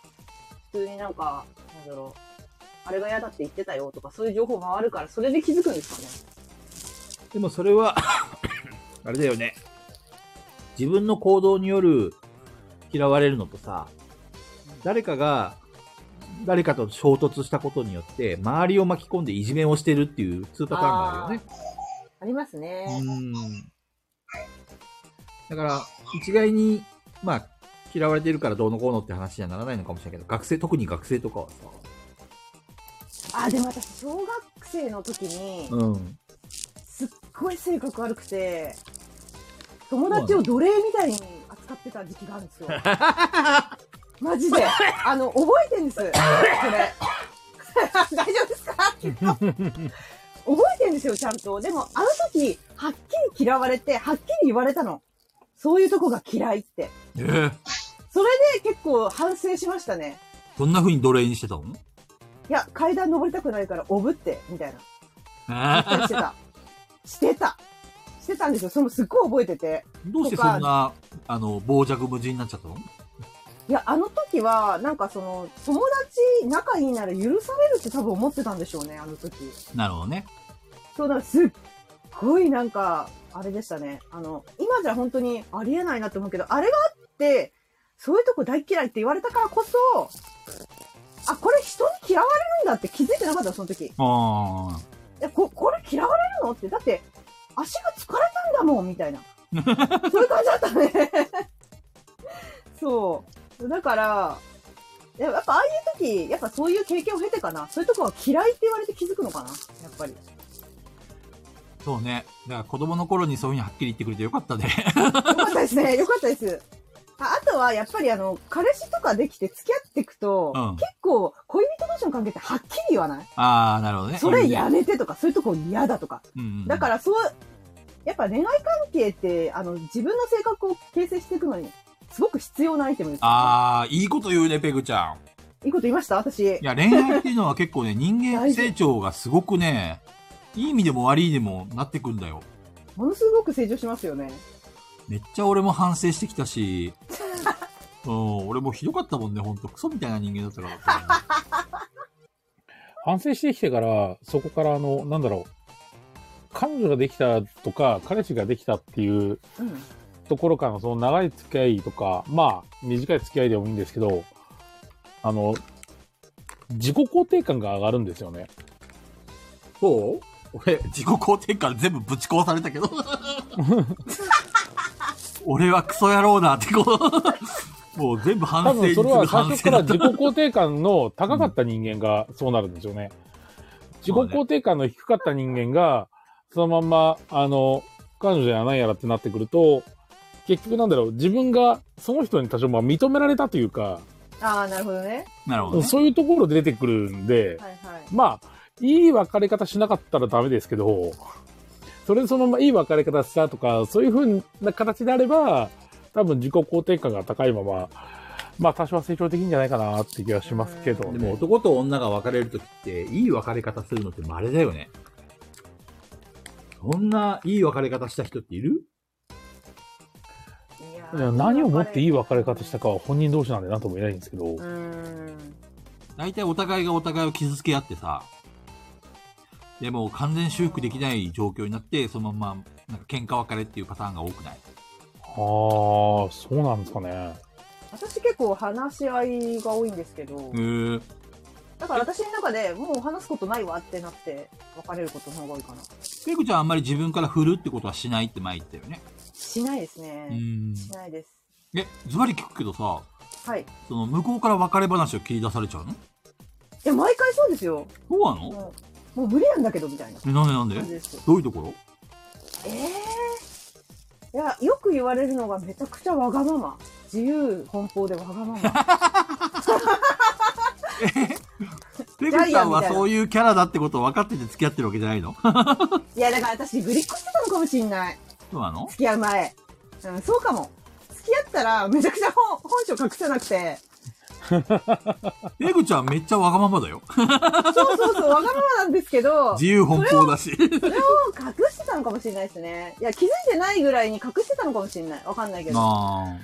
S6: 普通になんか、なんだろう、あれが嫌だって言ってたよとかそういう情報回るから、それで気づくんですかね。
S16: でもそれは、 あれだよね。自分の行動による嫌われるのとさ、誰かが、誰かと衝突したことによって、周りを巻き込んでいじめをしてるっていう2パターンがあるよね。
S6: ありますね。
S16: うん。だから、一概に、まあ、嫌われてるからどうのこうのって話にはならないのかもしれないけど、学生、特に学生とかはさ、
S6: あ、でも私、小学生の時に、
S16: うん。
S6: すっごい性格悪くて、友達を奴隷みたいに扱ってた時期があるんですよ。マジで。あの、覚えてんです。それ。 大丈夫ですか覚えてんですよ、ちゃんと。でも、あの時、はっきり嫌われて、はっきり言われたの。そういうとこが嫌いって。
S2: ええ
S6: それで結構反省しましたね。
S2: どんな風に奴隷にしてたの
S6: いや、階段登りたくないから、おぶって、みたいな。
S2: ええ
S6: してた。してた。してたんですよ。それもすっごい覚えてて。
S2: どうしてそんな、あの、傍若無人になっちゃったの
S6: いや、あの時は、なんかその、友達仲いいなら許されるって多分思ってたんでしょうね、あの時。
S2: なるほどね。
S6: そう、だからすっごいなんか、あれでしたね。あの、今じゃ本当にありえないなって思うけど、あれがあって、そういうとこ大嫌いって言われたからこそ、あ、これ人に嫌われるんだって気づいてなかった、その時。
S2: あ
S6: え、こ、これ嫌われるのって、だって、足が疲れたんだもん、み たいな。そういう感じだったね。そう。だから、ややっぱああいう時、やっぱそういう経験を経てかな。そういうとこは嫌いって言われて気づくのかな。やっぱり。
S2: あ、そうね。だから子供の頃にそういうふうにはっきり言ってくれてよかった ね。
S6: よかったです ね。よかったです。ああとは、やっぱりあの、彼氏とかできて付き合っていくと、
S2: うん
S6: 結構、恋人同士の関係ってはっきり言わない
S2: ああ、なるほどね。
S6: それやめてとか、そういうとこ嫌だとか。
S2: うんうん。
S6: だから、そう、やっぱ恋愛関係って、あの、自分の性格を形成していくのに、すごく必要なアイテムです。
S16: あー、いいこと言うね、ペグちゃん。
S6: いいこと言いました私。い
S16: いや、恋愛っていうのは結構ね、人間成長がすごくね、いい意味でも悪い意味でもなってくんだよ。
S6: ものすごく成長しますよね。
S16: めっちゃ俺も反省してき たし、うん、俺もひどかったもんね、ほんと。クソみたいな人間だったから。
S3: 反省してきてから、そこからあの、なんだろう。彼女ができたとか、彼氏ができたっていう
S6: うん。
S3: ところからのその長い付き合いとか、まあ、短い付き合いでもいいんですけど、あの、自己肯定感が上がるんですよね。
S16: そう俺、自己肯定感全部ぶち壊されたけど。 俺はクソ野郎だってこう、もう全部反
S3: 多
S16: 省
S3: 分
S16: に次
S3: それは
S16: ぐ
S3: 最
S16: 反
S3: 初
S16: 省
S3: か
S16: だ
S3: ら
S16: った
S3: 自己。肯定感の高かった人間がそうなるんですよね。自己肯定感の低かった人間が、そのまんま、あの、彼女やなんやらってなってくると、結局なんだろう、自分がその人に多少まあ認められたというか、
S6: ああ、なるほどね。
S16: なるほどね。
S3: そういうところで出てくるんで、
S6: はいはい。
S3: まあ、いい別れ方しなかったらダメですけど、それでそのままいい別れ方したとか、そういう風な形であれば、多分自己肯定感が高いまま、まあ多少は成長できるんじゃないかなって気がしますけど
S16: で
S3: ね。
S16: も男と女が別れるときって、いい別れ方するのって稀だよね。
S17: そんないい別れ方した人っている
S6: いや
S3: いや何をもっていい別れ方したかは本人同士なんで何とも言えないんですけど、
S6: うーん。
S16: 大体お互いがお互いを傷つけ合ってさ、でもう完全修復できない状況になって、そのまんま、なんか喧嘩別れっていうパターンが多くない。
S3: ああ、そうなんですかね。
S6: 私結構話し合いが多いんですけど
S16: へ、ー
S6: だから私の中でもう話すことないわってなって別れることの方が多いかな。
S16: ペグちゃんあんまり自分から振るってことはしないって前言ったよね。
S6: しないです
S16: う
S6: ね。
S16: ん。
S6: しないです。
S16: え、ズバリ聞くけどさ、
S6: はい。い
S16: その向こうから別れ話を切り出されちゃうの
S6: や、毎回そうですよ。
S16: そうなの
S6: もうもう無理なんだけどみたいな
S16: え、なんでな
S6: 感
S16: ん
S6: じ
S16: で
S6: です。
S16: どういうところ
S6: ええいや、よく言われるのがめちゃくちゃわがまま。自由奔放でわがま ま。ジャイアンみ
S16: ペグちゃん
S6: たいな
S16: はそういうキャラだってことを分かってて付き合ってるわけじゃないの
S6: いや、だから私、ぶりっこしてたのかもしんない。
S16: そうなの
S6: 付き合う前。うん、そうかも。付き合ったら、めちゃくちゃ本、本性隠せなくて。
S16: ペグちゃんめっちゃわがままだよ。
S6: そうそうそう、わがままなんですけ ど、
S16: 自由奔放だし。
S6: それを隠してたのかもしれないですね。いや、気づいてないぐらいに隠してたのかもしれない。わかんないけど。も
S16: あ
S6: う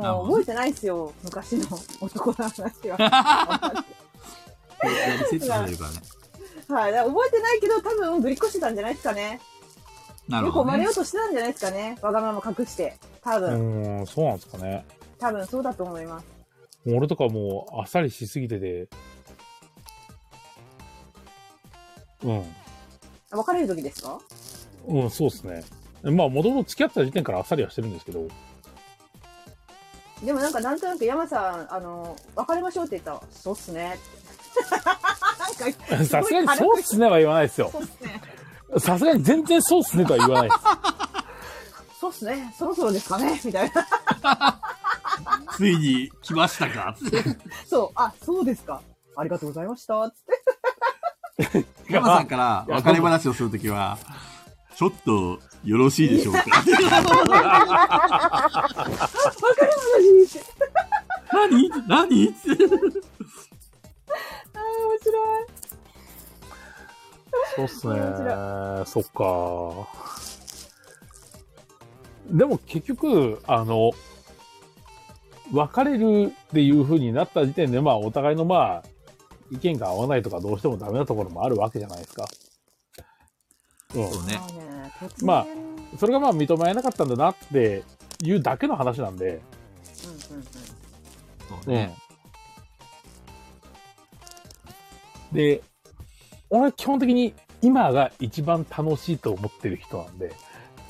S16: なるほど
S6: 覚えてないですよ。昔の男の話 は。は
S16: あ。やりせつされるからね。
S6: い。だから覚えてないけど、多分、ぶりっこしてたんじゃないですかね。
S16: なる
S6: よく
S16: ほ
S6: 生ま
S16: ど、
S6: れ
S16: ね
S6: よう。としてたんじゃないですかね。わがまま隠して。多
S3: う
S6: 分、
S3: ーん、そうなんですかね。
S6: 多分そうだと思います。
S3: もう俺とかもうあっさりしすぎてて、うん、
S6: あ別れる時ですか
S3: うん、そうですね。まあ、もともと付き合ってた時点からあっさりはしてるんですけど、
S6: でもなんかなんとなく山さん、あの、別れましょうって言ったら、そうっすねって。なんか、
S3: さすがにそうっすねは言わないですよ。
S6: そうっすね。
S3: さすがに全然そうっすねとは言わないです。
S6: そうっすね。そろそろですかねみたいな。
S16: ついに来ました かつって。
S6: そう、あ、そうですか。ありがとうございました。つって。
S16: 山さんから別れ話をするときは、ちょっとよろしいでしょうか
S6: 別れ話して。
S16: 何何って
S6: あー、面白い。
S3: そうっすね
S6: 面。
S3: そっか。でも結局、あの、別れるっていう風になった時点で、まあ、お互いのまあ、意見が合わないとか、どうしてもダメなところもあるわけじゃないですか。うん。
S16: そうね。
S6: そうね
S3: まあ、それがまあ認められなかったんだなっていうだけの話なんで。
S6: うんうんうん
S16: そうね。
S3: ね。で、俺は基本的に今が一番楽しいと思ってる人なんで、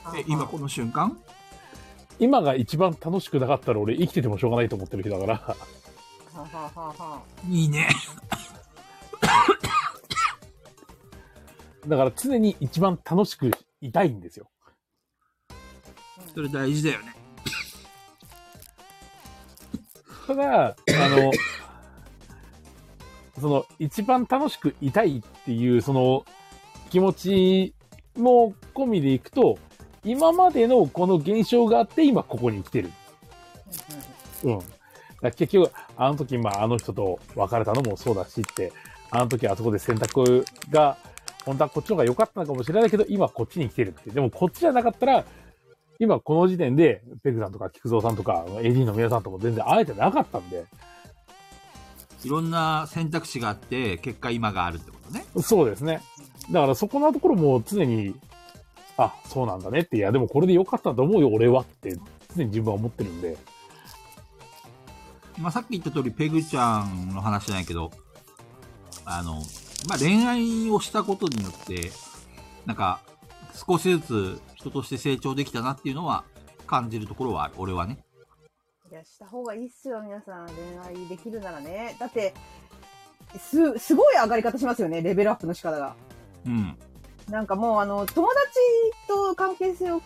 S6: あ
S16: え、今この瞬間
S3: 今が一番楽しくなかったら俺生きててもしょうがないと思ってる人だから、
S6: はあはあはあはあ
S16: いいね。
S3: だから常に一番楽しくいたいんですよ。
S16: それ大事だよね。
S3: ただ、あの、 その一番楽しくいたいっていうその気持ちも込みでいくと、今までのこの現象があって、今ここに来てる。うん。だから結局、あの時、まあ、あの人と別れたのもそうだしって、あの時あそこで選択が、本当はこっちの方が良かったのかもしれないけど、今こっちに来てるって。でもこっちじゃなかったら、今この時点で、ペグさんとか菊蔵さんとか、AD の皆さんとも全然会えてなかったんで、
S16: いろんな選択肢があって、結果今があるってことね。
S3: そうですね。だからそこのところも常に、あ、そうなんだねって、いや、でもこれで良かったと思うよ、俺はって、常に自分は思ってるんで。
S16: まあ、さっき言った通り、ペグちゃんの話じゃないけど、あの、まあ、恋愛をしたことによって、なんか、少しずつ人として成長できたなっていうのは感じるところはある。俺はね。
S6: いや、した方がいいっすよ、皆さん。恋愛できるならね。だって、す、すごい上がり方しますよね、レベルアップの仕方が。
S16: うん。
S6: なんかもう、あの、友達と関係性を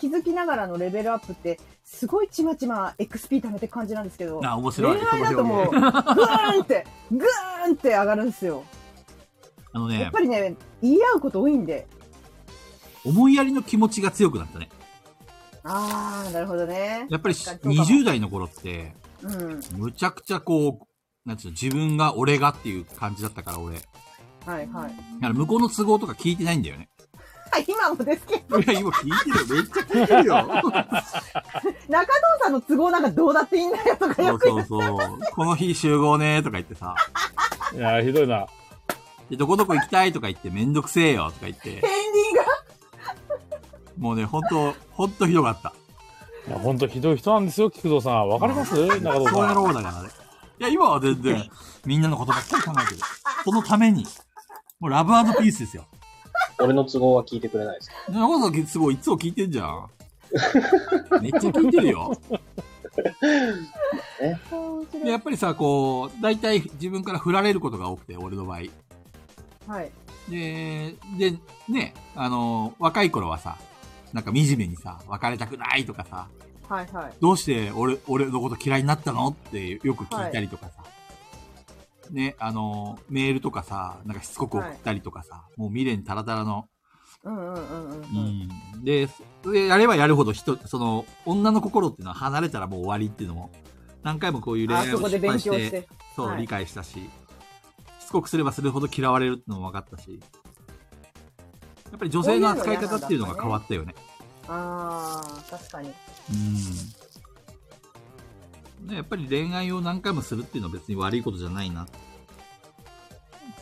S6: 築きながらのレベルアップって、すごいちまちま XP 貯めてく感じなんですけど。
S16: あ面白い
S6: 恋愛だともう、
S16: そ
S6: グ
S16: の
S6: ーンって、グーンって上がるんですよ。
S16: あの
S6: や
S16: ね
S6: っぱ、りね、言い合うこと多いんで。
S16: 思いやりの気持ちが強くなったね。
S6: あー、なるほどね。
S16: やっぱり
S6: 確かにそうかも
S16: 20代の頃って、
S6: うん。
S16: むちゃくちゃこう、なんつうの、自分が俺がっていう感じだったから俺。だか
S6: はいはい。
S16: ら向こうの都合とか聞いてないんだよね。
S6: はい、今もですけど、
S16: いや、今聞いてるよ。めっちゃ聞いてるよ。
S6: 中藤さんの都合なんかどうだっていいんだよとか
S16: そ
S6: よ
S16: う
S6: く言。
S16: そううそう。この日集合ねとか言ってさ。
S3: いやー、ひどいな。
S16: で、どこどこ行きたいとか言って、めんどくせえよとか言って
S6: ペ。ンディング
S16: もうね、ほんと、 ほんとひどかった。
S3: いや、本当ひどい人なんですよ、菊蔵さん。わかります中
S16: そう
S3: 藤さ
S16: やろ
S3: ん。
S16: うだからね。いや、今は全然、みんなのことばっかり考えてる。そのために、もうラブピースですよ。
S5: 俺の都合は聞いてくれないです。
S16: なこそすごい、いつも聞いてんじゃ ん。めっちゃ聞いてるよ。でやっぱりさ、こう、大体自分から振られることが多くて、俺の場合。
S6: はい。
S16: で、で、ね、あの、若い頃はさ、なんか惨めにさ、別れたくないとかさ、
S6: はいはい。
S16: どうして俺、俺のこと嫌いになったのってよく聞いたりとかさ。ね、あの、メールとかさ、なんかしつこく送ったりとかさ、もう未練たらたらの。
S6: うんうんうんうんう。
S16: うんん。で、それやればやるほど人、その、女の心っていうのは離れたらもう終わりっていうのも、何回もこういう恋
S6: あ
S16: 愛
S6: そ
S16: を
S6: こ
S16: 失
S6: で勉
S16: 敗して、
S6: 強して。
S16: そう、
S6: はい
S16: 理解したし、しつこくすればするほど嫌われるってのも分かったし、やっぱり女性の扱い方っていうのが変わったよね。
S6: ああ、確かに。
S16: うんねやっぱり恋愛を何回もするっていうのは別に悪いことじゃないな。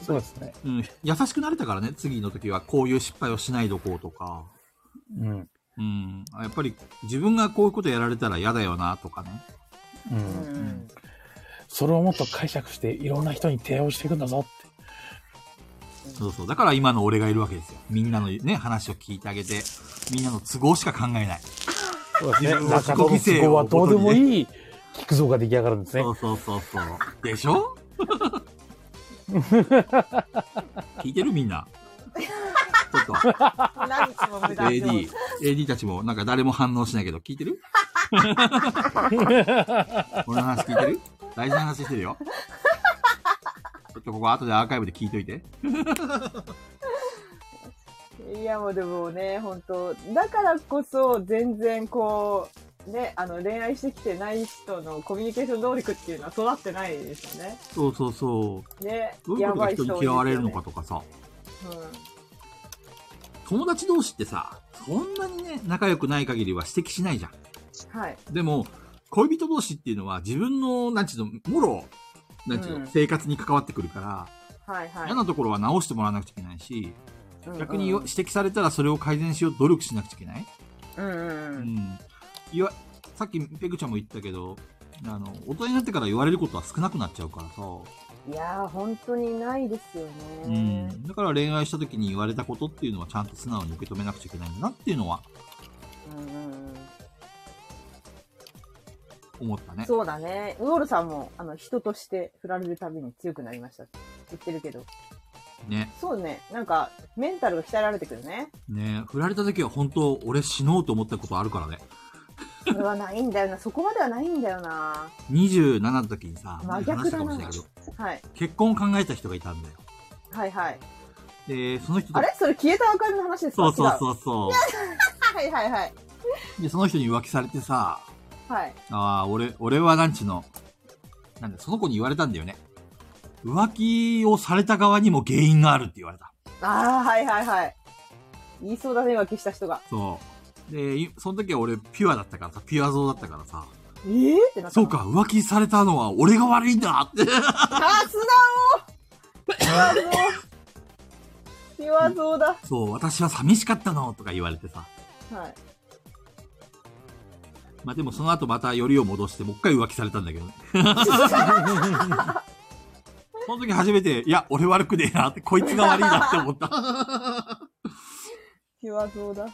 S3: そうですね。
S16: うん、優しくなれたからね、次の時はこういう失敗をしないどこうとか。
S3: うん。うん。
S16: うん、やっぱり自分がこういうことやられたら嫌だよなとかね。
S6: うん。
S3: それをもっと解釈して、いろんな人に提案していくんだぞって。
S16: そうそう。だから今の俺がいるわけですよ。みんなのね、話を聞いてあげて、みんなの都合しか考えない。
S3: そうですね。
S16: 自分は
S3: 中藤の都合はどうでもいい菊蔵が出来上がるんですね
S16: そ。うそうそうそう。でし ょ聞いてるみんな。ちょっと。
S6: 何日も無駄って思う
S16: AD、AD たちも、なんか誰も反応しないけど、聞いてる俺の話聞いてる大事な話してるよ。ちょっとここ後でアーカイブで聞いといて。
S6: いやもうでもね、本当だからこそ全然こう、ね、あの恋愛してきてない人のコミュニケーション能力っていうのは育ってないですよね。
S16: そうそうそう。
S6: ね、
S16: どういうことが人に嫌われるのか
S6: と。
S16: とかさ、
S6: うん
S16: 友達同士ってさ、そんなにね、仲良くない限りは指摘しないじゃん。
S6: はい。
S16: でも、恋人同士っていうのは自分の、なんちゅうの、もろ、なんちゅ
S6: う
S16: うの、
S6: ん
S16: 生活に関わってくるから、
S6: はいはい。
S16: 嫌なところは直してもらわなくちゃいけないし、
S6: うんうん
S16: 逆に指摘されたらそれを改善しよう努力しなくちゃいけない。
S6: うんうん
S16: う
S6: うん。
S16: ん。いわ、さっきペグちゃんも言ったけど、あの、大人になってから言われることは少なくなっちゃうからさ、
S6: いやー、本当にないですよ
S16: う
S6: ね。
S16: ん。だから恋愛した時に言われたことっていうのはちゃんと素直に受け止めなくちゃいけないんだなっていうのは
S6: うんうんうん
S16: 思ったね。
S6: そうだね。ウォールさんも、あの、人として振られるたびに強くなりましたって言ってるけど。
S16: ね。
S6: そうね。なんか、メンタルが鍛えられてくるね。
S16: ね振られた時は本当、俺死のうと思ったことあるからね。
S6: それはないんだよな。そこまではないんだよな。
S16: 27の時にさ、
S6: 真
S16: 前
S6: 逆
S16: 話し
S6: だ
S16: た
S6: な
S16: かもしれないけど、
S6: はい。
S16: 結婚を考えた人がいたんだよ。
S6: はいはい。
S16: で、その人と
S6: あ、れそれ消えたアーカイブの話ですか。
S16: そうそうそうそう
S6: はいはいはい。
S16: う。で、その人に浮気されてさ、
S6: はい。
S16: ああ、俺、俺はなんちゅうの、なんだ、その子に言われたんだよね。浮気をされた側にも原因があるって言われた。
S6: ああ、はいはいはい。言いそうだね、浮気した人が。
S16: そう。で、いその時は俺ピュアだったからさ、ピュア像だったからさ、
S6: ええってなった。
S16: そう。か、浮気されたのは俺が悪いんだって。
S6: ああ、素直ピュアそう。ピュアそうだ。
S16: そう、私は寂しかったのとか言われてさ。
S6: はい。
S16: まあでもその後またよりを戻して、もう一回浮気されたんだけ どね。その時初めて、いや、俺悪くねえなって、こいつが悪いなって思った。
S6: ピュアそうだ。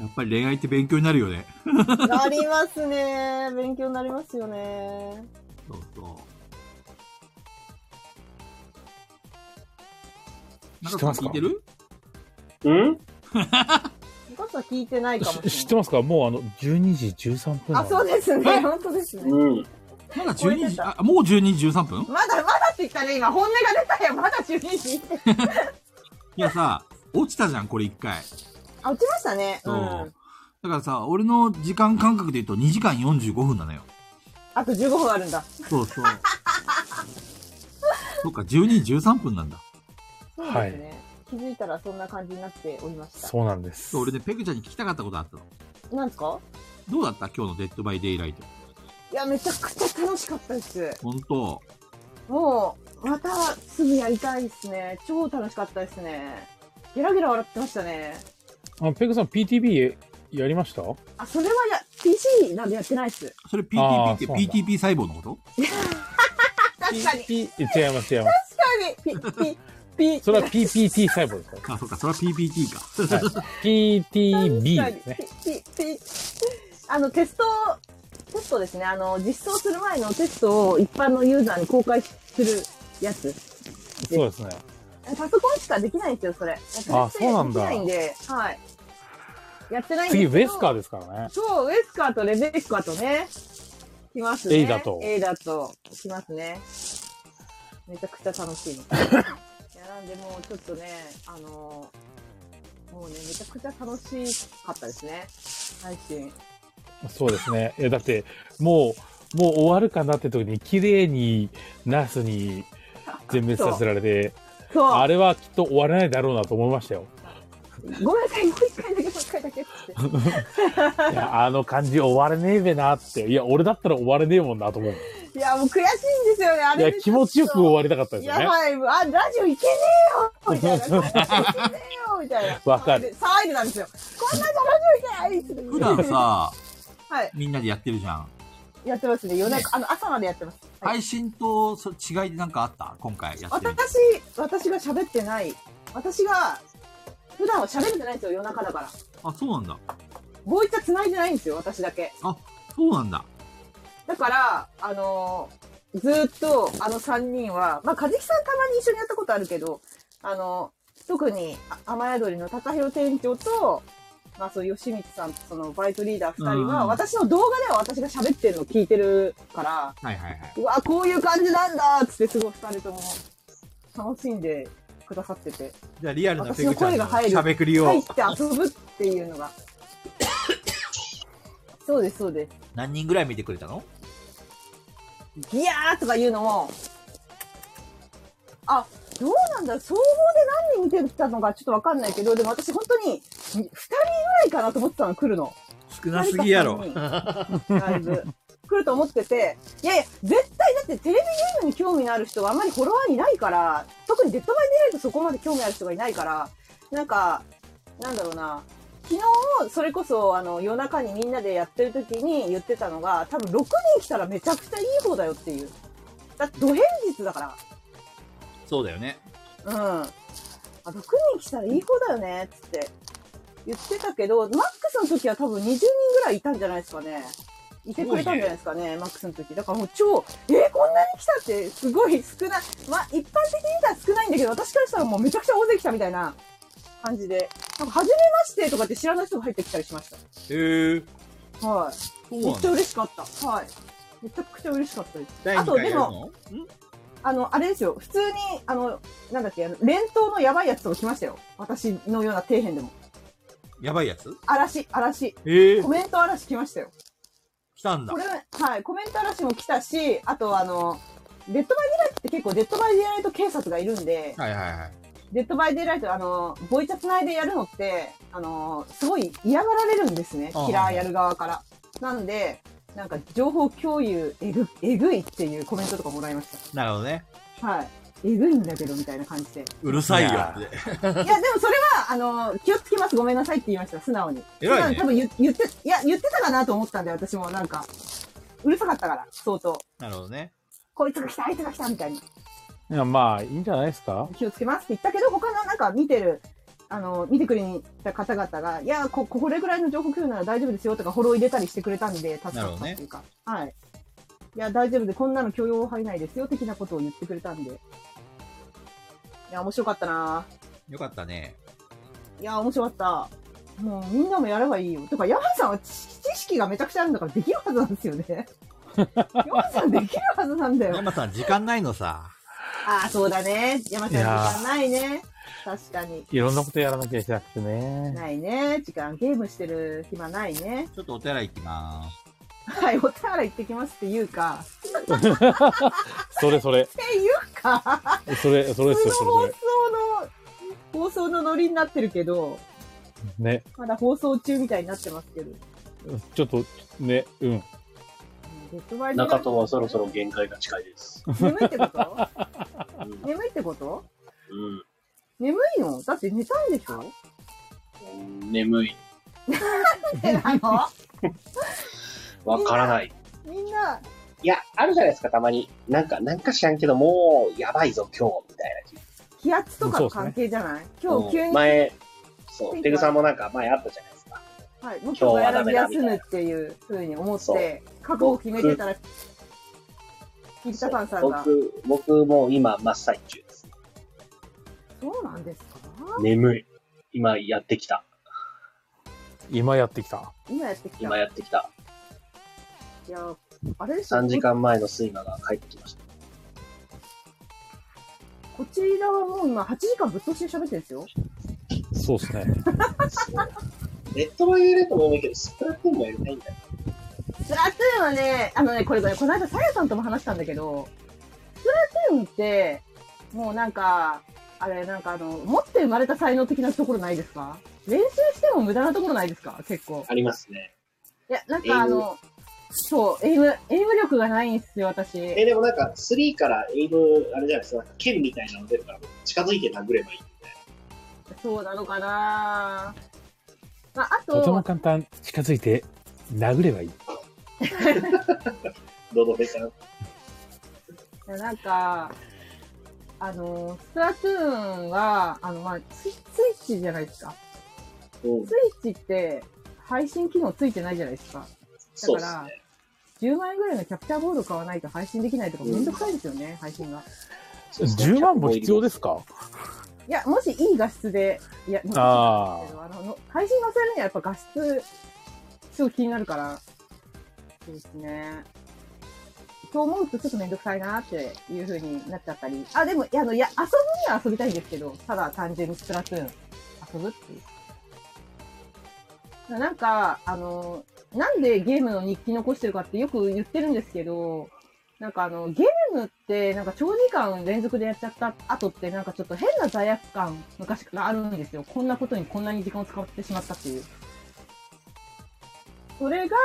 S16: やっぱり恋愛って勉強になるよね。
S6: なりますね。勉強になりますよね。
S16: そうそう。なん
S3: って
S16: か
S3: ますか
S16: 聞いてる
S5: うん
S6: ガスは聞いてないかもしれな い。
S3: し知ってますかもうあの、12時13分
S6: あ、そうですね。本当ですね。
S5: うん。
S16: まだ
S6: 超え
S16: 12
S6: て
S16: 時、
S6: た
S16: あ、もう12時13分
S6: まだまだって言ったね、今。本音が出たよ。まだ12時。
S16: いやさ、 落ちたじゃん、これ一回。
S6: あ、落ちましたね。う。
S16: そうんだからさ、俺の時間感覚で言うと2時間45分なのよ。
S6: あと15分あるんだ。
S16: そうそう。 そっか、12時13分なんだ。
S6: そうですね。気づいたらそんな感じになっておりました。
S3: そうなんです
S16: そう、。俺ね、ペグちゃんに聞きたかったことあったの。
S6: なんですか
S16: どうだった今日のデッドバイデイライト。
S6: いや、めちゃくちゃ楽しかったです。
S16: ほんと。
S6: もう、またすぐやりたいですね。超楽しかったですね。ゲラゲラ笑ってましたね。
S3: あペグさん PTB やりました
S6: あ、それはや、PC なんでやってないっす。
S16: それ
S3: あー
S16: PTP って
S3: そうなんだ
S16: PTP 細胞のこと
S6: 確かに。
S3: P、違います、違います。
S6: 確かに。ピ、ピ、
S3: それは PPT 細胞ですか
S16: あ、そっか、それは PPT か。
S3: ら。はい、PTB ですね。
S6: ピピピあの、テスト、テストですね。あの、実装する前のテストを一般のユーザーに公開するや
S3: そう
S6: つ。
S3: ですね。
S6: パソコンしかできないんですよ、それ。
S3: あそうなんだ
S6: できないんで、はい。やってないんです
S3: 次、
S6: け
S3: ウ
S6: ど
S3: ェスカーですからね。
S6: そう、ウェスカーとレベッカーとね、来ますね。
S3: エイダと
S6: エイダと、来ますね。めちゃくちゃ楽しいの。 いや、なんでもうちょっとね、あのもうね、めちゃくちゃ楽しかったですね。配信。
S3: そうですね。え、だって、もう、もう終わるかなって時に、綺麗に、ナースに全滅させられて、
S6: そう。
S3: あれはきっと終わらないだろうなと思いま したよ。
S6: ごめんなさい、もう一回だけ、もう一回だけっつって。
S3: いや、あの感じ終われねえべなって。いや、俺だったら終われねえもんなと思う。
S6: いや、もう悔しいんですよね、あ
S3: い
S6: れ
S3: や、
S6: め
S3: 気持ちよく終わりたかった
S6: っ
S3: ですす
S6: よ
S3: よ
S6: ね。
S3: ね
S6: や。ばい、あ、ラジオいけねえよみたいな。ラジオいけねえよみたいな。
S3: わかる
S6: で騒いでたんですよ。こんなんじゃラジオいけない
S16: 普段 さ、
S6: はい。
S16: みんなでやってるじゃん。
S6: やってますね。夜中、あの、朝までやってます。はい。
S16: 配信とそ違いでなんかあった今回やってる。
S6: 私、私が喋ってない。私が、普段は喋ってないんですよ、夜中だから。
S16: あ、そうなんだ。
S6: ボイチャ繋いでないんですよ、私だけ。
S16: あ、そうなんだ。
S6: だから、あのーずーっと、あの3人は、まあ、かじきさんたまに一緒にやったことあるけど、あの特に、あ雨宿りの高弘店長と、まあ、そう、吉光さんと、その、バイトリーダー2人
S16: うんう
S6: は、
S16: ん
S6: 私の動画では私が喋ってるのを聞いてるから、
S16: はいはいはい。
S6: うわ、こういう感じなんだっつってすごい二人とも楽しんでくださってて、
S2: じゃあリアルなペ
S6: 私
S2: グちゃ
S6: の
S2: ん
S6: 声
S2: の
S6: が入る。
S2: しゃべくり
S6: 入
S2: を
S6: っ。て遊ぶっていうのが。そうです、そうです。
S2: 何人ぐらい見てくれたの
S6: ギャーとか言うのも、あ、どうなんだ総合で何人見てたのかちょっとわかんないけど、でも私本当に2人ぐらいかなと思ってたの、来るの。
S2: 少なすぎ やろ。
S6: だいぶ。来ると思ってて、いやいや、絶対だってテレビゲームに興味のある人はあんまりフォロワーいないから、特にデッドバイデイライトそこまで興味ある人がいないから、なんか、なんだろうな、昨日、それこそあの夜中にみんなでやってる時に言ってたのが、多分6人来たらめちゃくちゃいい方だよっていう。だって、ド変日だから。
S2: そうだよね。
S6: うん。あ、6人来たらいい子だよね、つって言ってたけど、マックスの時は多分20人ぐらいいたんじゃないですかね。いてくれたんじゃないですかね、マックスの時。だからもう超、えーこんなに来たって、すごい少ない。まあ、一般的に見たら少ないんだけど、私からしたらもうめちゃくちゃ大勢来たみたいな感じで。なんか、初めましてとかって知らない人が入ってきたりしまし
S2: へえ。
S6: た。はい。
S2: そう
S6: め
S2: な
S6: っ
S2: ん
S6: ち
S2: だ
S6: ゃ。嬉しかった。はい。めちゃくちゃ嬉しかったです。
S2: 第
S6: あ
S2: 2
S6: と、
S2: 回
S6: で
S2: やる
S6: も、
S2: の
S6: あの、あれですよ。普通に、あの、なんだっけ、あの連投のやばいやつとか来ましたよ。私のような底辺でも。
S2: やばいやつ
S6: 嵐、嵐。
S2: ええ
S6: コメント嵐来ましたよ。
S2: 来たんだ
S6: こ。れ、はい、コメント嵐も来たし、あとあの、デッドバイデイライトって結構デッドバイデイライト警察がいるんで、
S2: はいはいはい。
S6: デッドバイデイライト、あの、ボイチャつないでやるのって、あの、すごい嫌がられるんですね
S2: あー。
S6: キラーやる側から。なんで、なんか情報共有えぐ、えぐいっていうコメントとかもらいまし
S16: なるほどね。
S6: た。はい。えぐいんだけど、みたいな感じで。い
S2: うるさいよって。
S6: や、でもそれは、あの、気をつけます。ごめんなさいって言いました。素直に。
S2: 偉いね
S6: 素直に多分言言って、いや、言ってたかなと思ったんで、私もなんか、うるさかったから、相当。
S16: なるほどね。
S6: こいつが来た、あいつが来た、みたいに。
S3: いや、まあ、いいんじゃないですか
S6: 気をつけますって言ったけど、他のなんか見てる、あの、見てくれた方々が、いや、こ、これぐらいの情報共有なら大丈夫ですよとか、フォロー入れたりしてくれたんで、助かったっていうか、はい。いや、大丈夫で、こんなの許容範囲内ですよ、的なことを言ってくれたんで。いや、面白かったな
S16: よかったね。
S6: いや、面白かった。もう、みんなもやればいいよ。とか、ヤハさんは知知識がめちゃくちゃあるんだから、できるはずなんですよ ね。ヤハさんできるはずなんだよ。
S16: 山さん、時間ないのさ。
S6: ああ、そうだね。山ちゃん、時間ないね。確かに。
S3: いろんなことやらなきゃいけなくてね。
S6: ないね。時間ゲームしてる暇ないね。
S16: ちょっとお手洗い行きまーす。
S6: はい、お手洗い行ってきますって言うか。
S3: それそれ。
S6: っていうか、
S3: それ、それで
S6: 普
S3: す
S6: 通
S3: よ、そ
S6: の放
S3: れ
S6: 送の、放送のノリになってるけど、
S3: それ。ね。
S6: まだ放送中みたいになってますけど。
S3: ちょっと、ね、うん。
S6: デッドバイデイラ
S5: 中
S6: イト
S5: 藤はそろそろ限界が近いです。
S6: 眠いってこと
S5: うん。う
S6: 眠いってこと
S5: ん
S6: 眠いのだって寝たいで しょ
S5: うん眠い。
S6: えあの、
S5: わからない。
S6: みんな、
S5: いや、あるじゃないですか、たまに。なんか、なんか知らんけど、もう、やばいぞ、今日、みたいな気。
S6: 気圧とかの関係じゃない、今日急
S5: うん
S6: に、はい、
S5: 前、そう、ペグさんもなんか前あったじゃないですか。
S6: もう
S5: 今日
S6: 今日
S5: は
S6: や
S5: ダ
S6: らず
S5: メだみ
S6: 休
S5: たいな
S6: むっていうふうに思っ
S5: そう
S6: て、覚悟決めてたら、キリタパンさんが、
S5: 僕、僕もう今、真っ最中です。
S6: そうなんですか
S5: 眠い。今やってきた。
S3: 今やってきた。
S6: 今やってきた。
S5: 今やってきた。
S6: いや、あれでしょ
S5: 3時間前の睡魔が帰ってきました。
S6: こちらはもう今8時間ぶっ通しで喋ってるんですよ。
S3: そうですね。
S5: ネットバイオレットも多いけど、スプラトゥーンもやりたいんだよ。
S6: スプラトゥーンはね、あのね、これ、これこの間さやさんとも話したんだけど、スプラトゥーンって、もうなんか、あれ、なんかあの、持って生まれた才能的なところないですか練習しても無駄なところないですか結構。
S5: ありますね。
S6: いや、なんかあの、そう、エイム、エイム力がないんですよ、私。
S5: えー、でもなんか、3からエイム、あれじゃないですか、なんか剣みたいなの出るから、近づいて殴ればいいみたい
S6: そうなのかなまあ、あ
S3: とても
S6: と、
S3: 簡単。近づいて、殴ればいい。
S5: な。ドドベさん。
S6: いやなんか、あの、スプラトゥーンは、あの、まあ、スイスイッチじゃないですか。
S5: うん
S6: ス。イッチって配信機能ついてないじゃないですか。
S5: そうですね。
S6: 10万円ぐらいのキャプチャーボード買わないと配信できないとかめんどくさいですよね、配信が。
S5: そうですね
S3: 10万も必要ですか
S6: いや、もしいい画質で、いや、なんか
S3: あ
S6: あのの配信載せるにはやっぱ画質、すごい気になるから、そうですね。そう思うとちょっとめんどくさいなっていう風になっちゃったり。あ、でも、いや、あの、いや、遊ぶには遊びたいんですけど、ただ単純にスプラトゥーン遊ぶっていう。なんか、あの、なんでゲームの日記残してるかってよく言ってるんですけど、なんかあの、ゲームってなんか長時間連続でやっちゃった後ってなんかちょっと変な罪悪感昔からあるんですよ。こんなことにこんなに時間を使ってしまったっていう。それが、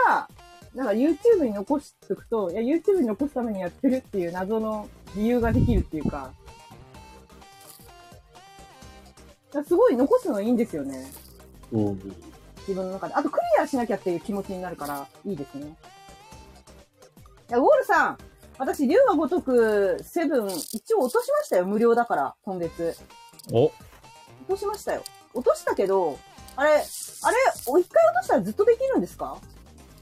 S6: なんか YouTube に残しておくと、いや YouTube に残すためにやってるっていう謎の理由ができるっていうか。だからすごい残すのいいんですよね。
S5: うんうん。
S6: 自分の中で。あとクリアしなきゃっていう気持ちになるから、いいですね。いや、ウォールさん、私、竜が如くセブン、一応落としましたよ。無料だから、今月。
S3: お
S6: 落としましたよ。落としたけど、あれ、あれ、お一回落としたらずっとできるんですか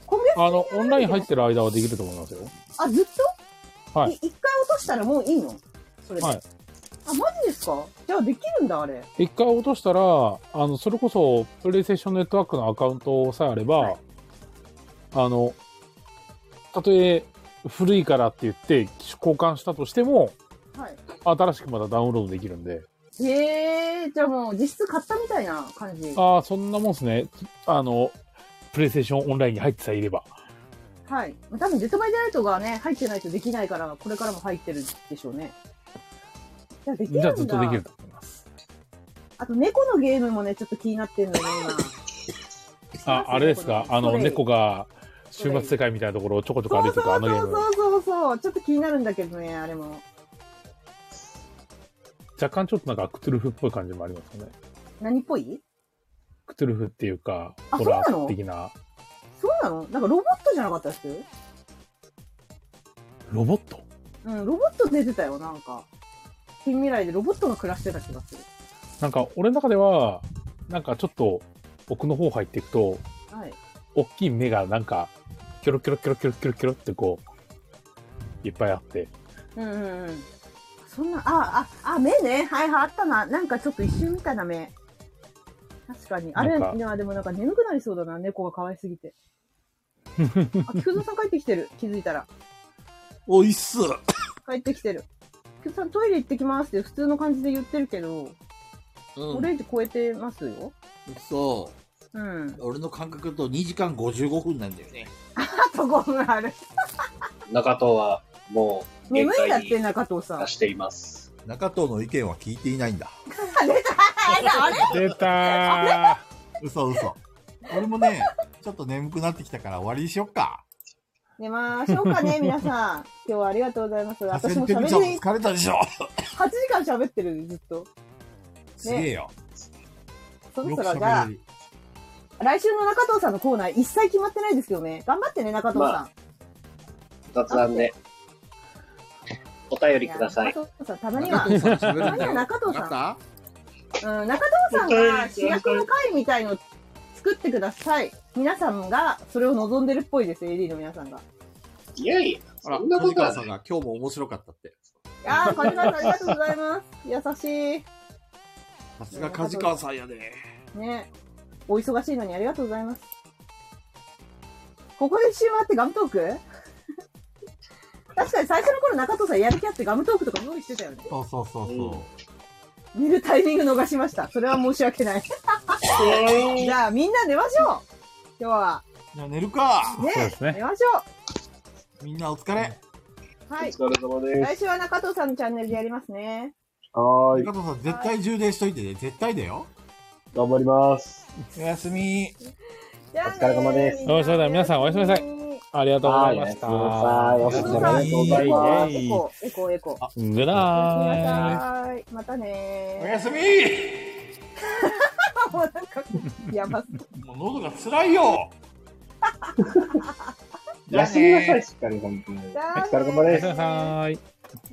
S6: 今月
S3: あの、オンライン入ってる間はできると思いますよ。
S6: あ、ずっと
S3: はい
S6: い一回落としたらもういいのそれで。
S3: はい
S6: あ、マジですかじゃあできるんだ、あれ。
S3: 一回落としたら、あの、それこそ、プレイステーションネットワークのアカウントさえあれば、あの、たとえ古いからって言って交換したとしても、
S6: はい。
S3: 新しくまたダウンロードできるんで。
S6: へえ、じゃあもう実質買ったみたいな感じ。は
S3: ああ、そんなもんですね。あの、プレイステーションオンラインに入ってさえいれば。
S6: い。多分、デッドバイデライトがね、入ってないとできないから、これからも入ってるでしょうね。じゃあできるん
S3: じゃ
S6: だ
S3: あずっとできる。
S6: あと、猫のゲームもね、ちょっと気になってんのよね、
S3: あ、あれですかあの、
S6: それ
S3: 猫が、終末世界みたいなところをちょこちょこ歩いてくあのゲー
S6: 今。
S3: ム。
S6: そうそうそう、ちょっと気になるんだけどね、あれも。
S3: 若干ちょっとなんかクトゥルフっぽい感じもありますよね。
S6: 何っぽい
S3: クトゥルフっていうか、
S6: あ
S3: ホラ
S6: そうなの
S3: ー的な。
S6: そうなのなんかロボットじゃなかったっす
S3: ロボット
S6: うん、ロボット出てたよ、なんか。近未来でロボットが暮らしてた気がする。
S3: なんか、俺の中では、なんかちょっと奥の方入っていくと、
S6: はい。
S3: 大きい目がなんか、キョロキョロキョロキョロキョロキョロってこう、いっぱいあって、
S6: うんうんうん。そんな、あ、あ、あ、目ね。はいはい、あったな。なんかちょっと一瞬見たな、目。確かに。あ
S3: な
S6: れ、
S3: んか
S6: いや、でもなんか眠くなりそうだな、猫が可愛すぎ て。あ、菊蔵さん帰ってきてる。気づいたら。
S16: おいっす。
S6: 帰ってきてる。菊蔵さんトイレ行ってきますって普通の感じで言ってるけど、オレンジ超えてますよ。
S16: そ
S6: うん。
S16: う。俺の感覚だと2時間55分なんだよね。
S6: あと5分ある。
S5: 中藤はもう
S6: 眠
S5: 限
S6: いんだ
S5: 界
S6: っ
S5: に
S6: て、中藤さん。
S5: 達しています。
S16: 中藤の意見は聞いていないんだ。
S6: あれ
S3: 出 たー
S16: 嘘嘘。俺もね、ちょっと眠くなってきたから終わりにしよっか。
S6: 寝ましょうか ね、皆さん。今日はありがとうございます。私も
S16: テ
S6: 喋
S16: ミ
S6: り、
S16: ちゃんも
S6: 8
S16: 疲れたでしょ。
S6: 時間喋ってる、ずっと。
S16: すげえよ。
S6: そろ
S16: よ
S6: そ
S16: く
S6: ろじゃ
S16: 喋
S6: あ
S16: れ、る。
S6: 来週の中藤さんのコーナー一切決まってないですよね。頑張ってね、中藤さん。
S5: 雑談で。お便りください。
S6: 中藤さん、たまには、
S16: 中藤さん喋
S6: た
S16: る
S6: ま
S16: ん
S6: に
S16: だ
S6: は
S16: よ。
S6: 中藤
S16: わかっ
S6: さ
S16: た
S6: ん。うん、中藤さんが主役の会みたいの作ってください。皆さんがそれを望んでるっぽいです、AD の皆さんが。
S5: いやいや、
S16: ほら、
S5: そんなこ
S16: 梶
S5: とは
S16: 川
S5: な
S16: さ
S5: い
S16: ん。が今日も面白かったって。
S6: ああ、梶川さんありがとうございます。優し
S16: さすが梶川さんやで。
S6: い。ね。お忙しいのにありがとうございます。ここで一周回ってガムトーク 確かに最初の頃中藤さんやる気あってガムトークとか用意してたよね。
S16: そうそうそうそ
S6: 寝るタイミング逃しました。それは申し訳ない。じゃあみんな寝ましょう今日は。
S16: う。じゃあ寝るか。
S6: ね
S3: そうですね
S6: 寝ましょ
S16: みんなお疲れ。
S6: うはい。
S5: お疲れ様です。
S6: 来週は中藤さんのチャンネルでやりますね。
S16: 加
S5: はーい。
S16: 藤さん、絶対充電しといてね。絶対だよ。
S5: 頑張ります。
S16: おやすみ。
S6: じゃあ
S5: お
S6: ね
S5: 疲れ様です
S3: お疲れ様です皆さんおやすみなさいありがとうございました。
S5: はいおやすみなさいおやすみな
S6: さ
S5: さ
S6: い。エコー、エコー、エコー。
S3: グ
S6: おや
S3: ラ
S6: すみな
S3: ーイ
S6: さい。またね
S16: おやすみ
S6: もうなんか、やばそう。
S16: もう喉が辛いよ
S5: 休みなさい、しっかり、本当に。お
S6: じゃあね
S5: 疲れ様
S3: お
S5: で
S3: や
S5: す
S3: すみ。なさい